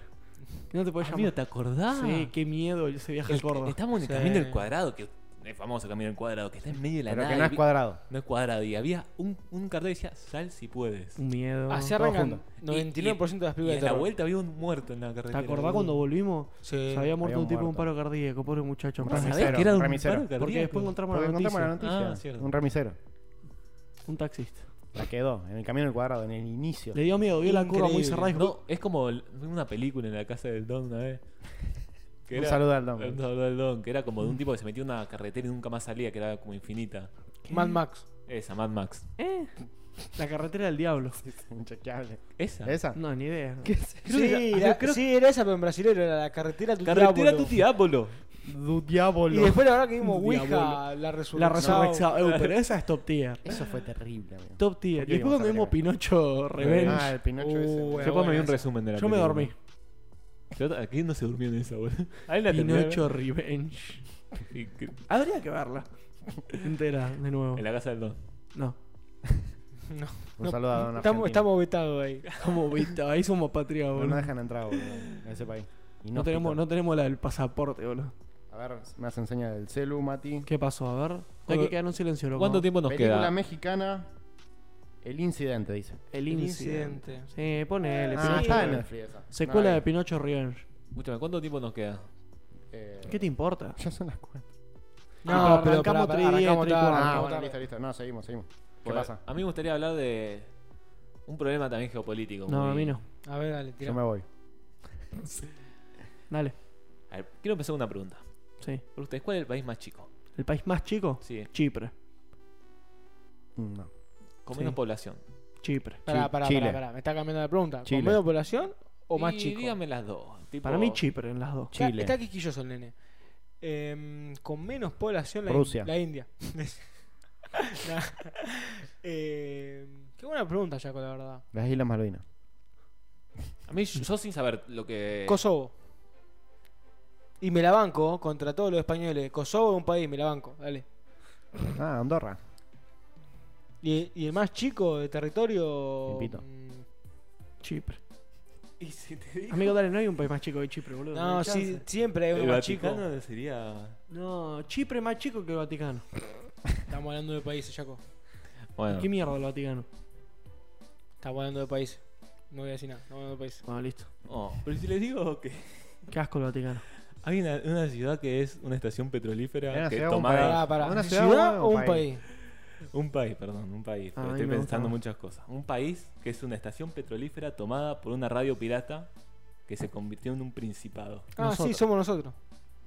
Speaker 4: No te puedes llamar.
Speaker 2: Amigo, ¿te acordás?
Speaker 4: Sí, qué miedo ese viaje
Speaker 2: El-
Speaker 4: al Córdoba.
Speaker 2: Estamos en el
Speaker 3: Sí.
Speaker 2: camino del cuadrado, que es famoso camino del cuadrado, que está en medio de la
Speaker 1: Pero
Speaker 2: nada.
Speaker 1: que no
Speaker 2: y
Speaker 1: es
Speaker 2: vi-
Speaker 1: cuadrado.
Speaker 2: no es cuadrado. Y había un, un cartel que decía, sal si puedes.
Speaker 4: Un miedo.
Speaker 3: Así
Speaker 1: todos
Speaker 3: arrancan
Speaker 1: juntos.
Speaker 2: Y-
Speaker 3: 99% de las
Speaker 2: Y
Speaker 3: películas de
Speaker 2: en la
Speaker 3: terror.
Speaker 2: vuelta había un muerto en la
Speaker 4: ¿Te
Speaker 2: carretera.
Speaker 4: acordás cuando volvimos?
Speaker 3: Sí.
Speaker 4: Se había muerto un
Speaker 1: había
Speaker 4: tipo de un
Speaker 1: muerto.
Speaker 4: paro cardíaco, pobre muchacho.
Speaker 1: Un
Speaker 4: pobre.
Speaker 1: remisero.
Speaker 2: ¿Sabés que era de un
Speaker 1: remisero.
Speaker 2: paro cardíaco?
Speaker 4: Porque después encontramos
Speaker 1: Porque
Speaker 4: la
Speaker 1: contamos
Speaker 4: noticia.
Speaker 1: la noticia.
Speaker 2: Ah, cierto.
Speaker 1: un remisero.
Speaker 4: Un taxista.
Speaker 1: La quedó en el camino del cuadrado, en el inicio.
Speaker 4: Le dio miedo, vio la curva muy
Speaker 3: Increíble.
Speaker 4: cerrada. y dijo,
Speaker 2: No, es como el- una película en la casa del Don una vez. Que
Speaker 1: Un
Speaker 2: era-
Speaker 1: saludo al Don.
Speaker 2: Un saludo al Don, que era como de un tipo que se metió en una carretera y nunca más salía, que era como infinita.
Speaker 3: Mad Max.
Speaker 2: Esa, Mad Max.
Speaker 4: ¿Eh? La carretera del diablo.
Speaker 1: Inchequeable.
Speaker 2: Esa.
Speaker 1: ¿Esa?
Speaker 4: No, ni idea.
Speaker 3: sí,
Speaker 4: que-
Speaker 3: era,
Speaker 4: creo-
Speaker 3: sí, era esa, pero en brasilero era la carretera tu
Speaker 2: Carretera
Speaker 3: diablo.
Speaker 2: tu diablo.
Speaker 1: Du
Speaker 3: Y
Speaker 1: diablo.
Speaker 3: después la verdad que vimos
Speaker 4: Un
Speaker 3: Ouija,
Speaker 4: diablo.
Speaker 3: la
Speaker 4: La
Speaker 3: resurrección.
Speaker 4: resurrección. Eh, pero esa es top tier.
Speaker 1: Eso fue terrible, amigo.
Speaker 4: Top tier.
Speaker 1: ¿Por
Speaker 4: Y
Speaker 1: qué
Speaker 4: después
Speaker 1: íbamos a
Speaker 4: cuando vimos
Speaker 1: agregar?
Speaker 4: Pinocho Revenge.
Speaker 1: Ah, el Pinocho
Speaker 3: Uh,
Speaker 1: ese.
Speaker 3: bueno.
Speaker 2: Yo me vi un resumen de la
Speaker 4: Yo me
Speaker 2: película.
Speaker 4: dormí.
Speaker 2: Yo ta- aquí no se durmió en esa, boludo. Ahí la terminé de ver.
Speaker 4: Pinocho Revenge.
Speaker 2: Y que-
Speaker 4: Habría que verla. Entera, de nuevo.
Speaker 2: En la casa del Don.
Speaker 4: No.
Speaker 3: No,
Speaker 1: Un
Speaker 3: no,
Speaker 1: saludo a Don
Speaker 3: estamos,
Speaker 1: Argentino.
Speaker 3: estamos vetados ahí.
Speaker 4: Como viste, ahí somos patria,
Speaker 1: No
Speaker 4: boludo.
Speaker 1: nos
Speaker 4: No,
Speaker 1: dejan entrar, boludo, en ese país. Y no
Speaker 4: tenemos,
Speaker 1: pitan.
Speaker 4: no tenemos la del pasaporte, boludo.
Speaker 1: A ver, me has enseñado el celu, Mati.
Speaker 4: ¿Qué pasó? A ver. Hay que quedar en un silencio, loco.
Speaker 2: ¿Cuánto tiempo nos
Speaker 1: Película
Speaker 2: queda?
Speaker 1: mexicana. El incidente, dice.
Speaker 4: El
Speaker 3: El
Speaker 4: incidente.
Speaker 3: incidente.
Speaker 4: Sí, ponele.
Speaker 1: Ah,
Speaker 4: Pinocho
Speaker 1: está en
Speaker 4: Revenge.
Speaker 1: Netflix esa.
Speaker 4: Secuela
Speaker 1: No,
Speaker 4: de Pinocho Revenge.
Speaker 2: Escúchame, ¿cuánto tiempo nos queda?
Speaker 1: eh,
Speaker 4: ¿Qué te importa?
Speaker 1: Ya son las cuatro.
Speaker 3: No, pero
Speaker 4: pero arrancamos
Speaker 3: pará, pará,
Speaker 4: 3
Speaker 3: arrancamos tarde,
Speaker 1: Ah,
Speaker 3: arrancamos
Speaker 1: bueno,
Speaker 3: tarde.
Speaker 1: listo, listo. No, seguimos, seguimos. ¿Qué
Speaker 2: Porque
Speaker 1: pasa?
Speaker 2: A mí me gustaría hablar de un problema también geopolítico.
Speaker 4: No,
Speaker 2: muy-
Speaker 4: a mí no.
Speaker 3: A ver, dale,
Speaker 1: Yo
Speaker 3: tira.
Speaker 1: me voy.
Speaker 4: Dale.
Speaker 2: A ver, quiero empezar con una pregunta.
Speaker 4: Sí.
Speaker 2: Para ustedes, ¿cuál es el país más chico?
Speaker 4: ¿El país más chico?
Speaker 2: Sí,
Speaker 4: Chipre.
Speaker 1: Mm, No.
Speaker 2: con
Speaker 4: Sí.
Speaker 2: menos población.
Speaker 4: Chipre.
Speaker 3: Pará,
Speaker 1: Chi-
Speaker 3: pará,
Speaker 1: Chile.
Speaker 3: pará, pará. Me está cambiando la pregunta.
Speaker 1: Chile.
Speaker 3: ¿Con menos población o más
Speaker 2: Y
Speaker 3: chico?
Speaker 2: Díganme las dos. tipo-
Speaker 4: Para mí, Chipre en las dos.
Speaker 3: Está-
Speaker 1: Chile.
Speaker 3: Está quisquilloso el nene. Em, con menos población la, in-
Speaker 1: Rusia.
Speaker 3: la India. Nah. Em, qué buena pregunta, Jaco, la verdad.
Speaker 1: Las Islas Malvinas.
Speaker 2: A mí, yo sin saber lo que.
Speaker 3: Kosovo. Y me la banco ¿eh? contra todos los españoles. Kosovo es un país, me la banco, dale.
Speaker 1: Ah, Andorra.
Speaker 3: Y, y el más chico de territorio.
Speaker 1: El pito.
Speaker 3: mm,
Speaker 4: Chipre.
Speaker 2: Y si te digo.
Speaker 4: Amigo, dale, no hay un país más chico que Chipre, boludo.
Speaker 3: No,
Speaker 4: hay
Speaker 3: sí,
Speaker 4: chance.
Speaker 3: siempre hay
Speaker 2: El
Speaker 3: uno más chico.
Speaker 2: Vaticano sería.
Speaker 4: No, Chipre más chico que el Vaticano.
Speaker 3: Estamos hablando de países, Jaco.
Speaker 2: Bueno,
Speaker 4: ¿Qué mierda el Vaticano?
Speaker 3: Estamos hablando de países. No voy a decir nada, estamos hablando de países.
Speaker 4: Bueno, listo.
Speaker 2: oh, pero si les digo que
Speaker 4: Qué asco el Vaticano.
Speaker 2: hay una, una ciudad que es una estación petrolífera
Speaker 1: Era
Speaker 2: que
Speaker 1: ciudad
Speaker 2: es
Speaker 1: o un
Speaker 2: tomada.
Speaker 3: Pará, pará.
Speaker 1: ¿Una
Speaker 3: ¿Ciudad,
Speaker 1: ciudad
Speaker 3: o un país?
Speaker 2: Un país, perdón, un país.
Speaker 4: Ah, a mí
Speaker 2: estoy
Speaker 4: me gusta
Speaker 2: pensando
Speaker 4: más.
Speaker 2: muchas cosas. Un país que es una estación petrolífera tomada por una radio pirata que se convirtió en un principado.
Speaker 3: Ah, sí,
Speaker 4: Nosotros.
Speaker 3: somos nosotros.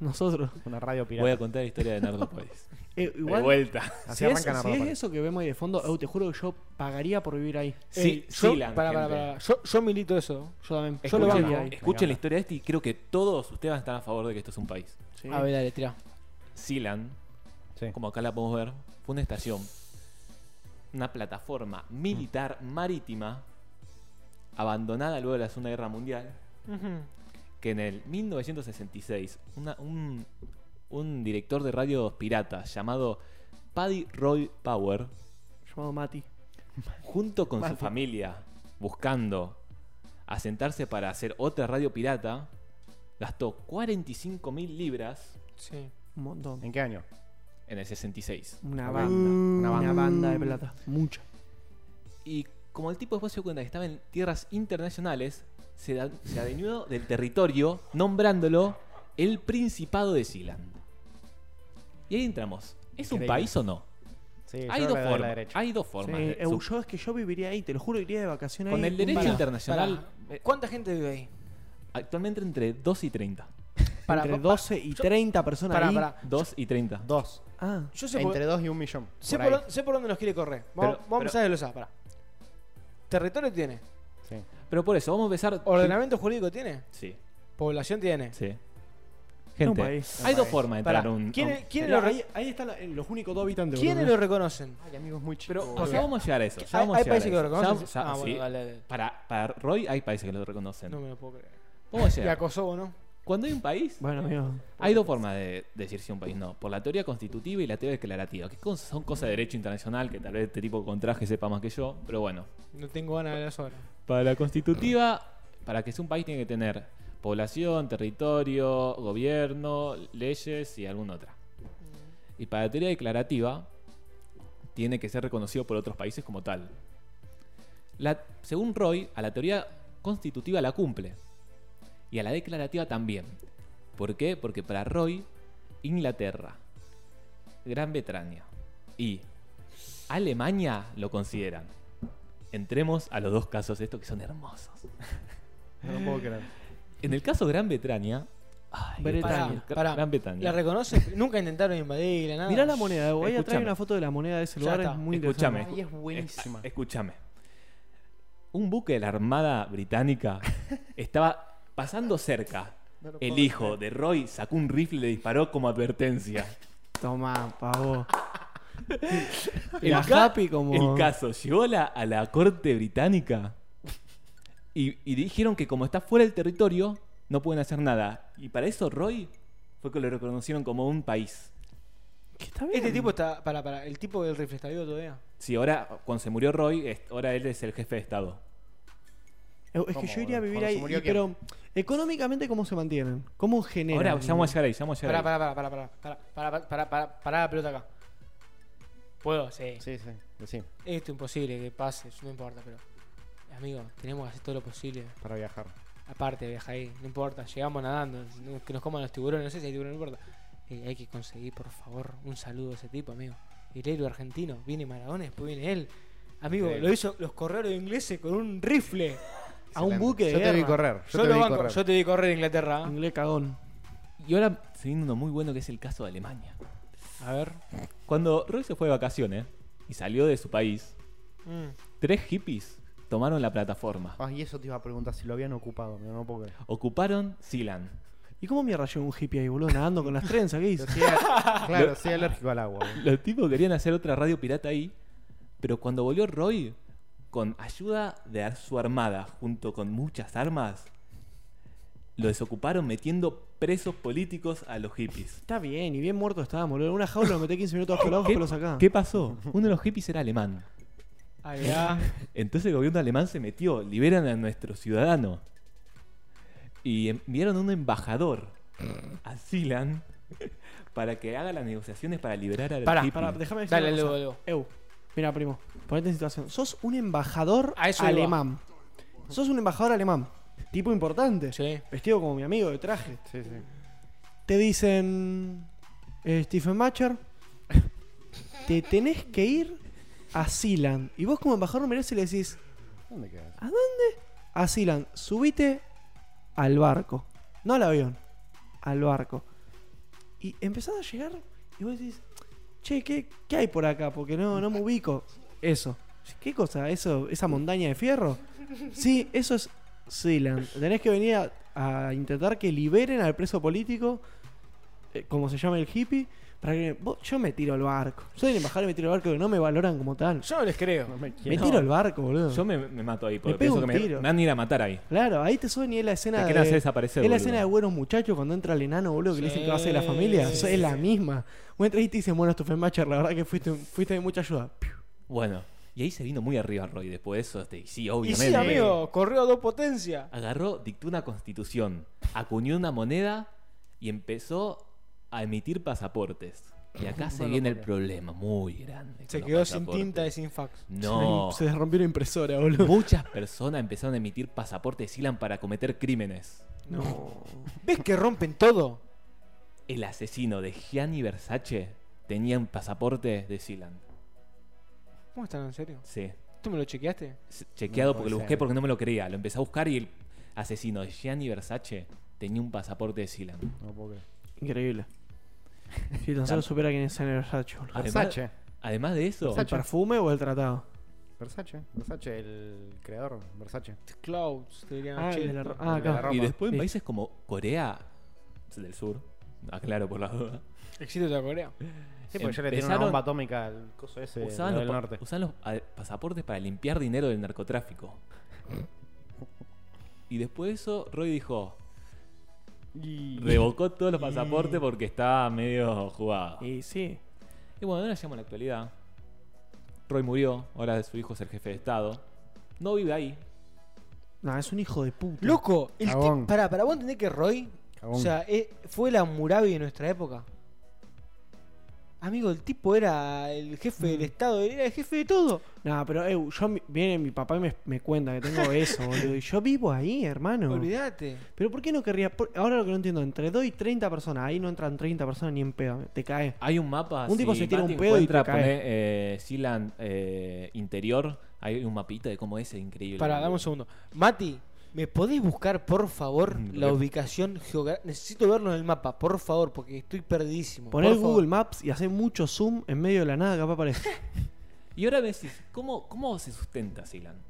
Speaker 4: Nosotros.
Speaker 1: Una radio pirata.
Speaker 2: Voy a contar la historia de Nardo País.
Speaker 4: Eh,
Speaker 2: De
Speaker 4: igual,
Speaker 2: vuelta.
Speaker 1: Así
Speaker 4: si es,
Speaker 1: arranca
Speaker 4: si
Speaker 1: Nardo
Speaker 4: es
Speaker 1: París.
Speaker 4: eso que vemos ahí de fondo, eu te juro que yo pagaría por vivir ahí.
Speaker 3: Ey,
Speaker 2: Sí,
Speaker 3: Eh, yo,
Speaker 2: sí, la
Speaker 3: pará, pará,
Speaker 2: gente.
Speaker 3: pará. Yo, yo milito eso. Yo también. Yo lo
Speaker 4: Escucha,
Speaker 3: banco.
Speaker 4: ahí.
Speaker 2: Escuchen, escuchen la historia de este y creo que todos ustedes van a estar a favor de que esto es un país.
Speaker 4: Sí.
Speaker 3: A ver, dale, tira.
Speaker 2: Sealand,
Speaker 1: Sí.
Speaker 2: como acá la podemos ver, fue una estación, una plataforma militar marítima abandonada luego de la Segunda Guerra Mundial,
Speaker 3: Ujú.
Speaker 2: que en el 1966 una- un, un director de radios piratas llamado Paddy Roy Power,
Speaker 4: Llamado Mati.
Speaker 2: junto con su
Speaker 4: Mati.
Speaker 2: familia, buscando asentarse para hacer otra radio pirata, gastó 45 mil libras
Speaker 3: Sí.
Speaker 4: Un montón.
Speaker 1: ¿En qué año?
Speaker 2: en el 66.
Speaker 4: Una
Speaker 1: Uh,
Speaker 4: banda. Una
Speaker 1: una
Speaker 4: banda.
Speaker 1: banda.
Speaker 4: de plata. Mucha.
Speaker 2: Y como el tipo después se dio cuenta que estaba en tierras internacionales, se, da- se adueñó del territorio nombrándolo el Principado de Sealand. Y ahí entramos. ¿Es un
Speaker 1: Increíble.
Speaker 2: país o no?
Speaker 1: Sí,
Speaker 2: Hay
Speaker 1: yo
Speaker 2: dos,
Speaker 1: le doy la
Speaker 2: formas,
Speaker 1: derecha.
Speaker 2: hay dos formas.
Speaker 4: Sí,
Speaker 2: de-
Speaker 4: eu-
Speaker 2: su-
Speaker 4: yo es que yo viviría ahí, te lo juro, iría de vacaciones
Speaker 2: Con
Speaker 4: ahí.
Speaker 2: el derecho
Speaker 3: Pará,
Speaker 2: internacional,
Speaker 3: pará. eh, ¿Cuánta gente vive ahí?
Speaker 2: actualmente entre 2 y 30.
Speaker 3: Para,
Speaker 4: entre
Speaker 3: pa-
Speaker 4: 12 y 30 personas
Speaker 3: Pará,
Speaker 4: ahí.
Speaker 3: pará.
Speaker 2: 2 y 30.
Speaker 1: Dos.
Speaker 4: Ah,
Speaker 3: Yo sé por,
Speaker 1: Entre dos y un millón.
Speaker 3: sé,
Speaker 1: por ahí.
Speaker 3: por, dónde- sé por dónde los quiere correr. Vamos,
Speaker 2: Pero-
Speaker 3: vamos a empezar de los A. Pará. Territorio tiene.
Speaker 1: Sí.
Speaker 2: Pero por eso, vamos a empezar.
Speaker 3: Ordenamiento jurídico tiene.
Speaker 2: Sí,
Speaker 3: Población tiene.
Speaker 2: sí.
Speaker 4: Es un
Speaker 2: Gente,
Speaker 4: país.
Speaker 2: hay
Speaker 1: Un
Speaker 2: dos
Speaker 1: país.
Speaker 2: formas de
Speaker 3: Pará,
Speaker 2: entrar a un. a
Speaker 3: ¿Quiénes
Speaker 2: un-
Speaker 3: quiénes
Speaker 4: Mirá,
Speaker 3: lo,
Speaker 4: ahí, ahí están la- los únicos dos habitantes.
Speaker 3: ¿quiénes
Speaker 4: boludo.
Speaker 3: lo reconocen?
Speaker 1: Ay, amigos, muy chico.
Speaker 3: Pero,
Speaker 2: O sea, vamos a llegar a eso. ya
Speaker 3: Hay,
Speaker 2: vamos a
Speaker 3: hay
Speaker 2: llegar a
Speaker 3: países que lo
Speaker 2: eso.
Speaker 3: reconocen.
Speaker 2: Ya- ya-
Speaker 3: ah,
Speaker 2: sí.
Speaker 3: bueno, dale, dale.
Speaker 2: Para, para Roy hay países que lo reconocen.
Speaker 3: No me lo puedo creer.
Speaker 2: Vamos a
Speaker 3: Y a
Speaker 2: llegar.
Speaker 3: Kosovo, ¿no?
Speaker 2: Cuando hay un país,
Speaker 4: Bueno, amigo.
Speaker 2: hay
Speaker 3: pues.
Speaker 2: dos formas de decir si un país no. Por la teoría constitutiva y la teoría declarativa. Que cosas- son cosas de derecho internacional que tal vez este tipo con traje sepa más que yo. Pero bueno.
Speaker 3: No tengo ganas de las horas.
Speaker 2: Para la constitutiva, para que sea un país tiene que tener población, territorio, gobierno, leyes y alguna otra. Y para la teoría declarativa, tiene que ser reconocido por otros países como tal. La- según Roy, a la teoría constitutiva la cumple. Y a la declarativa también. ¿Por qué? Porque para Roy, Inglaterra, Gran Bretaña y Alemania lo consideran. Entremos a los dos casos de estos que son hermosos.
Speaker 1: No lo puedo creer.
Speaker 2: En el caso Gran Bretaña. ay,
Speaker 4: Bretaña,
Speaker 2: Gran-
Speaker 3: pará.
Speaker 2: Gran Bretaña.
Speaker 3: ¿La reconocen? Nunca intentaron invadirla, nada.
Speaker 4: Mirá la moneda, de voy a traer
Speaker 2: Escúchame.
Speaker 4: una foto de la moneda de ese
Speaker 3: Ya
Speaker 4: lugar,
Speaker 3: está.
Speaker 4: es muy
Speaker 2: Escúchame.
Speaker 1: Ay,
Speaker 4: interesante.
Speaker 1: es buenísima.
Speaker 2: Escu- Escúchame. Un buque de la Armada Británica estaba pasando cerca.
Speaker 1: No lo puedo
Speaker 2: El hijo de Roy sacó un rifle y le disparó como advertencia.
Speaker 4: Toma, pavo.
Speaker 2: El,
Speaker 4: La
Speaker 2: ca-
Speaker 4: Happy como-
Speaker 2: el caso llegó a la, a la corte británica y, y dijeron que como está fuera del territorio no pueden hacer nada. Y para eso Roy fue que lo reconocieron como un país.
Speaker 4: ¿Qué está bien?
Speaker 3: Este tipo está. Para, para. El tipo del rifle está vivo todavía.
Speaker 2: Sí, ahora cuando se murió Roy, es- ahora él es el jefe de Estado.
Speaker 4: Es que
Speaker 1: ¿Cómo,
Speaker 4: yo iría
Speaker 1: boludo?
Speaker 4: a vivir
Speaker 1: ¿Cuándo se
Speaker 4: ahí,
Speaker 1: murió
Speaker 4: y- pero económicamente cómo se mantienen, cómo generan.
Speaker 2: Ahora ya vamos a llegar ahí, ya vamos a llegar
Speaker 3: Pará,
Speaker 2: ahí.
Speaker 3: pará, pará, pará, pará, pará, pará, pará, pará, pará la pelota acá. ¿Puedo? Sí.
Speaker 1: Sí, sí, sí,
Speaker 3: Esto es imposible que pase, no importa, pero. Amigo, tenemos que hacer todo lo posible.
Speaker 1: para viajar.
Speaker 3: Aparte, viaja ahí, no importa, llegamos nadando, no- que nos coman los tiburones, no sé si hay tiburones, no importa. Eh, hay que conseguir, por favor, un saludo a ese tipo, amigo. El héroe argentino, viene Maradona, después viene él. Amigo,
Speaker 1: Sí.
Speaker 3: lo hizo los correros ingleses con un rifle a un
Speaker 1: Excelente.
Speaker 3: buque de
Speaker 1: Yo te vi
Speaker 3: guerra.
Speaker 1: correr, yo
Speaker 3: yo
Speaker 1: te
Speaker 3: lo
Speaker 1: vi
Speaker 3: banco,
Speaker 1: correr.
Speaker 3: yo te vi correr a Inglaterra. ¿eh?
Speaker 4: Inglés cagón.
Speaker 2: Y ahora se viene uno muy bueno que es el caso de Alemania.
Speaker 3: A ver.
Speaker 2: Cuando Roy se fue de vacaciones y salió de su país,
Speaker 3: Mm.
Speaker 2: tres hippies tomaron la plataforma.
Speaker 1: Ah, y eso te iba a preguntar si lo habían ocupado, pero no puedo creer.
Speaker 2: Ocuparon Sealand.
Speaker 4: ¿Y cómo mierda llegó un hippie ahí, boludo, nadando con las trenzas? ¿Qué
Speaker 1: Yo
Speaker 4: hizo?
Speaker 1: soy al- claro, soy alérgico al agua. boludo.
Speaker 2: Los tipos querían hacer otra radio pirata ahí, pero cuando volvió Roy, con ayuda de ar- su armada junto con muchas armas, lo desocuparon metiendo presos políticos a los hippies.
Speaker 4: Está bien, y bien muerto estábamos, boludo. En una jaula lo metí 15 minutos abajo los
Speaker 2: ¿Qué-
Speaker 4: pelos acá.
Speaker 2: ¿Qué pasó? Uno de los hippies era alemán.
Speaker 3: Ahí va.
Speaker 2: Entonces el gobierno alemán se metió, liberan a nuestro ciudadano. Y em, enviaron a un embajador a Silan para que haga las negociaciones para liberar al
Speaker 3: Pará,
Speaker 2: hippie.
Speaker 4: Ah, Pará, déjame decir
Speaker 3: Dale,
Speaker 4: una
Speaker 3: luego,
Speaker 4: cosa.
Speaker 3: luego.
Speaker 4: Eu, mira, primo, ponete en situación. Sos un embajador
Speaker 3: A eso iba.
Speaker 4: alemán. Sos un embajador alemán. Tipo importante.
Speaker 3: Sí.
Speaker 4: Vestido como mi amigo de traje.
Speaker 1: Sí, sí.
Speaker 4: Te dicen, eh, Stephen Matcher, te tenés que ir a Sealand. Y vos como embajador mirás y le decís,
Speaker 1: ¿Dónde quedas?
Speaker 4: a Sealand, subite al barco. No al avión, al barco. Y empezás a llegar y vos decís, che, ¿qué, qué hay por acá? Porque no, no me ubico. Eso. ¿Qué cosa? Eso, ¿Esa montaña de fierro? Sí, eso es Sealand. Tenés que venir a, a intentar que liberen al preso político eh, como se llama el hippie, para que vos- yo me tiro al barco. Soy el embajador y me tiro al barco que no me valoran como tal.
Speaker 3: Yo no les creo.
Speaker 1: No me
Speaker 4: me
Speaker 1: quiero.
Speaker 4: tiro al barco, boludo.
Speaker 2: Yo me, me mato ahí, porque pienso
Speaker 4: pego un
Speaker 2: que me,
Speaker 4: tiro.
Speaker 2: me van a ir a matar ahí.
Speaker 4: Claro, ahí te suben y es la escena
Speaker 2: Te
Speaker 4: de.
Speaker 2: quieren hacer desaparecer,
Speaker 4: Es la
Speaker 2: boludo.
Speaker 4: escena de buenos muchachos cuando entra el enano, boludo, que le dicen que va a ser de la
Speaker 3: Sí,
Speaker 4: familia.
Speaker 3: sí,
Speaker 4: Eso es
Speaker 3: sí,
Speaker 4: la
Speaker 3: sí.
Speaker 4: misma. Vos entras y te dicen, bueno, Stuffenmacher, la verdad que fuiste, fuiste de mucha ayuda.
Speaker 2: Bueno, y ahí se vino muy arriba Roy después de eso. este, y sí,
Speaker 3: Y
Speaker 2: obviamente.
Speaker 3: sí, amigo, corrió a dos potencias.
Speaker 2: Agarró, dictó una constitución, acuñó una moneda y empezó a emitir pasaportes. Y acá se viene el problema muy grande. con
Speaker 3: Se
Speaker 2: los
Speaker 3: quedó sin
Speaker 2: pasaportes.
Speaker 3: tinta y sin fax.
Speaker 2: No.
Speaker 4: Se les rompió la impresora, boludo.
Speaker 2: Muchas personas empezaron a emitir pasaportes Silan para cometer crímenes.
Speaker 4: No.
Speaker 3: ¿Ves que rompen todo?
Speaker 2: El asesino de Gianni Versace tenía un pasaporte de Silan.
Speaker 3: ¿Cómo están, en serio?
Speaker 2: Sí.
Speaker 3: ¿Tú me lo chequeaste?
Speaker 2: S- Chequeado
Speaker 1: No
Speaker 2: porque
Speaker 1: puede
Speaker 2: lo busqué
Speaker 1: ser.
Speaker 2: porque no me lo creía. Lo empecé a buscar y el asesino de Gianni Versace tenía un pasaporte de Silan.
Speaker 1: No puedo creer.
Speaker 4: Increíble. Si tan solo supera quién es el Versace, boludo.
Speaker 2: Además-
Speaker 1: Versace.
Speaker 2: Además de eso,
Speaker 4: ¿El
Speaker 1: Versace.
Speaker 4: perfume o el tratado?
Speaker 1: Versace. Versace, el creador. Versace.
Speaker 3: Clouds, te dirían.
Speaker 4: Ah,
Speaker 3: che.
Speaker 4: el de la- ah,
Speaker 1: el de la
Speaker 4: acá.
Speaker 1: ropa.
Speaker 2: y después en
Speaker 4: Sí.
Speaker 2: países como Corea del Sur, aclaro por la duda,
Speaker 3: Existe otra Corea.
Speaker 4: Este,
Speaker 1: Sí, porque ya le tiene una
Speaker 2: Empezaron-
Speaker 1: bomba atómica al coso ese
Speaker 2: usaban
Speaker 1: lo
Speaker 2: los,
Speaker 1: del
Speaker 2: pa-
Speaker 1: norte.
Speaker 2: usaban los a- pasaportes para limpiar dinero del narcotráfico. Y después de eso, Roy dijo, revocó todos los pasaportes porque estaba medio jugado.
Speaker 4: Y sí.
Speaker 2: Y bueno, no la llamo a la actualidad. Roy murió, ahora su hijo es el jefe de Estado. No vive ahí.
Speaker 4: No, es un hijo de puta.
Speaker 3: Loco, el
Speaker 1: Cagón.
Speaker 3: tipo. Pará, pará, vos entendés que Roy.
Speaker 1: Cagón.
Speaker 3: O sea, eh, fue la Murabi de nuestra época. Amigo, el tipo era el jefe
Speaker 4: Mm.
Speaker 3: del Estado, era el jefe de todo.
Speaker 4: No, pero eh, yo mi- viene mi papá y me, me cuenta que tengo eso, boludo. Y yo vivo ahí, hermano.
Speaker 3: Olvídate.
Speaker 4: Pero ¿por qué no querría? por- ahora lo que no entiendo, entre 2 y 30 personas, ahí no entran 30 personas ni en pedo, te cae.
Speaker 2: Hay un mapa.
Speaker 4: Un tipo
Speaker 2: si
Speaker 4: se tira un
Speaker 2: Mati
Speaker 4: pedo y
Speaker 2: encuentra,
Speaker 4: te cae.
Speaker 2: poné, eh, Sealand eh, interior. Hay un mapita de cómo es, es increíble.
Speaker 3: Pará, dame un segundo. Mati, ¿me podés buscar, por favor,
Speaker 2: Mm,
Speaker 3: la
Speaker 2: ok.
Speaker 3: ubicación geográfica? Necesito verlo en el mapa, por favor, porque estoy perdidísimo.
Speaker 4: Poner
Speaker 3: por favor.
Speaker 4: Google Maps y hacer mucho zoom en medio de la nada, capaz aparece.
Speaker 2: Y ahora me decís, ¿cómo, cómo se sustenta Sealand?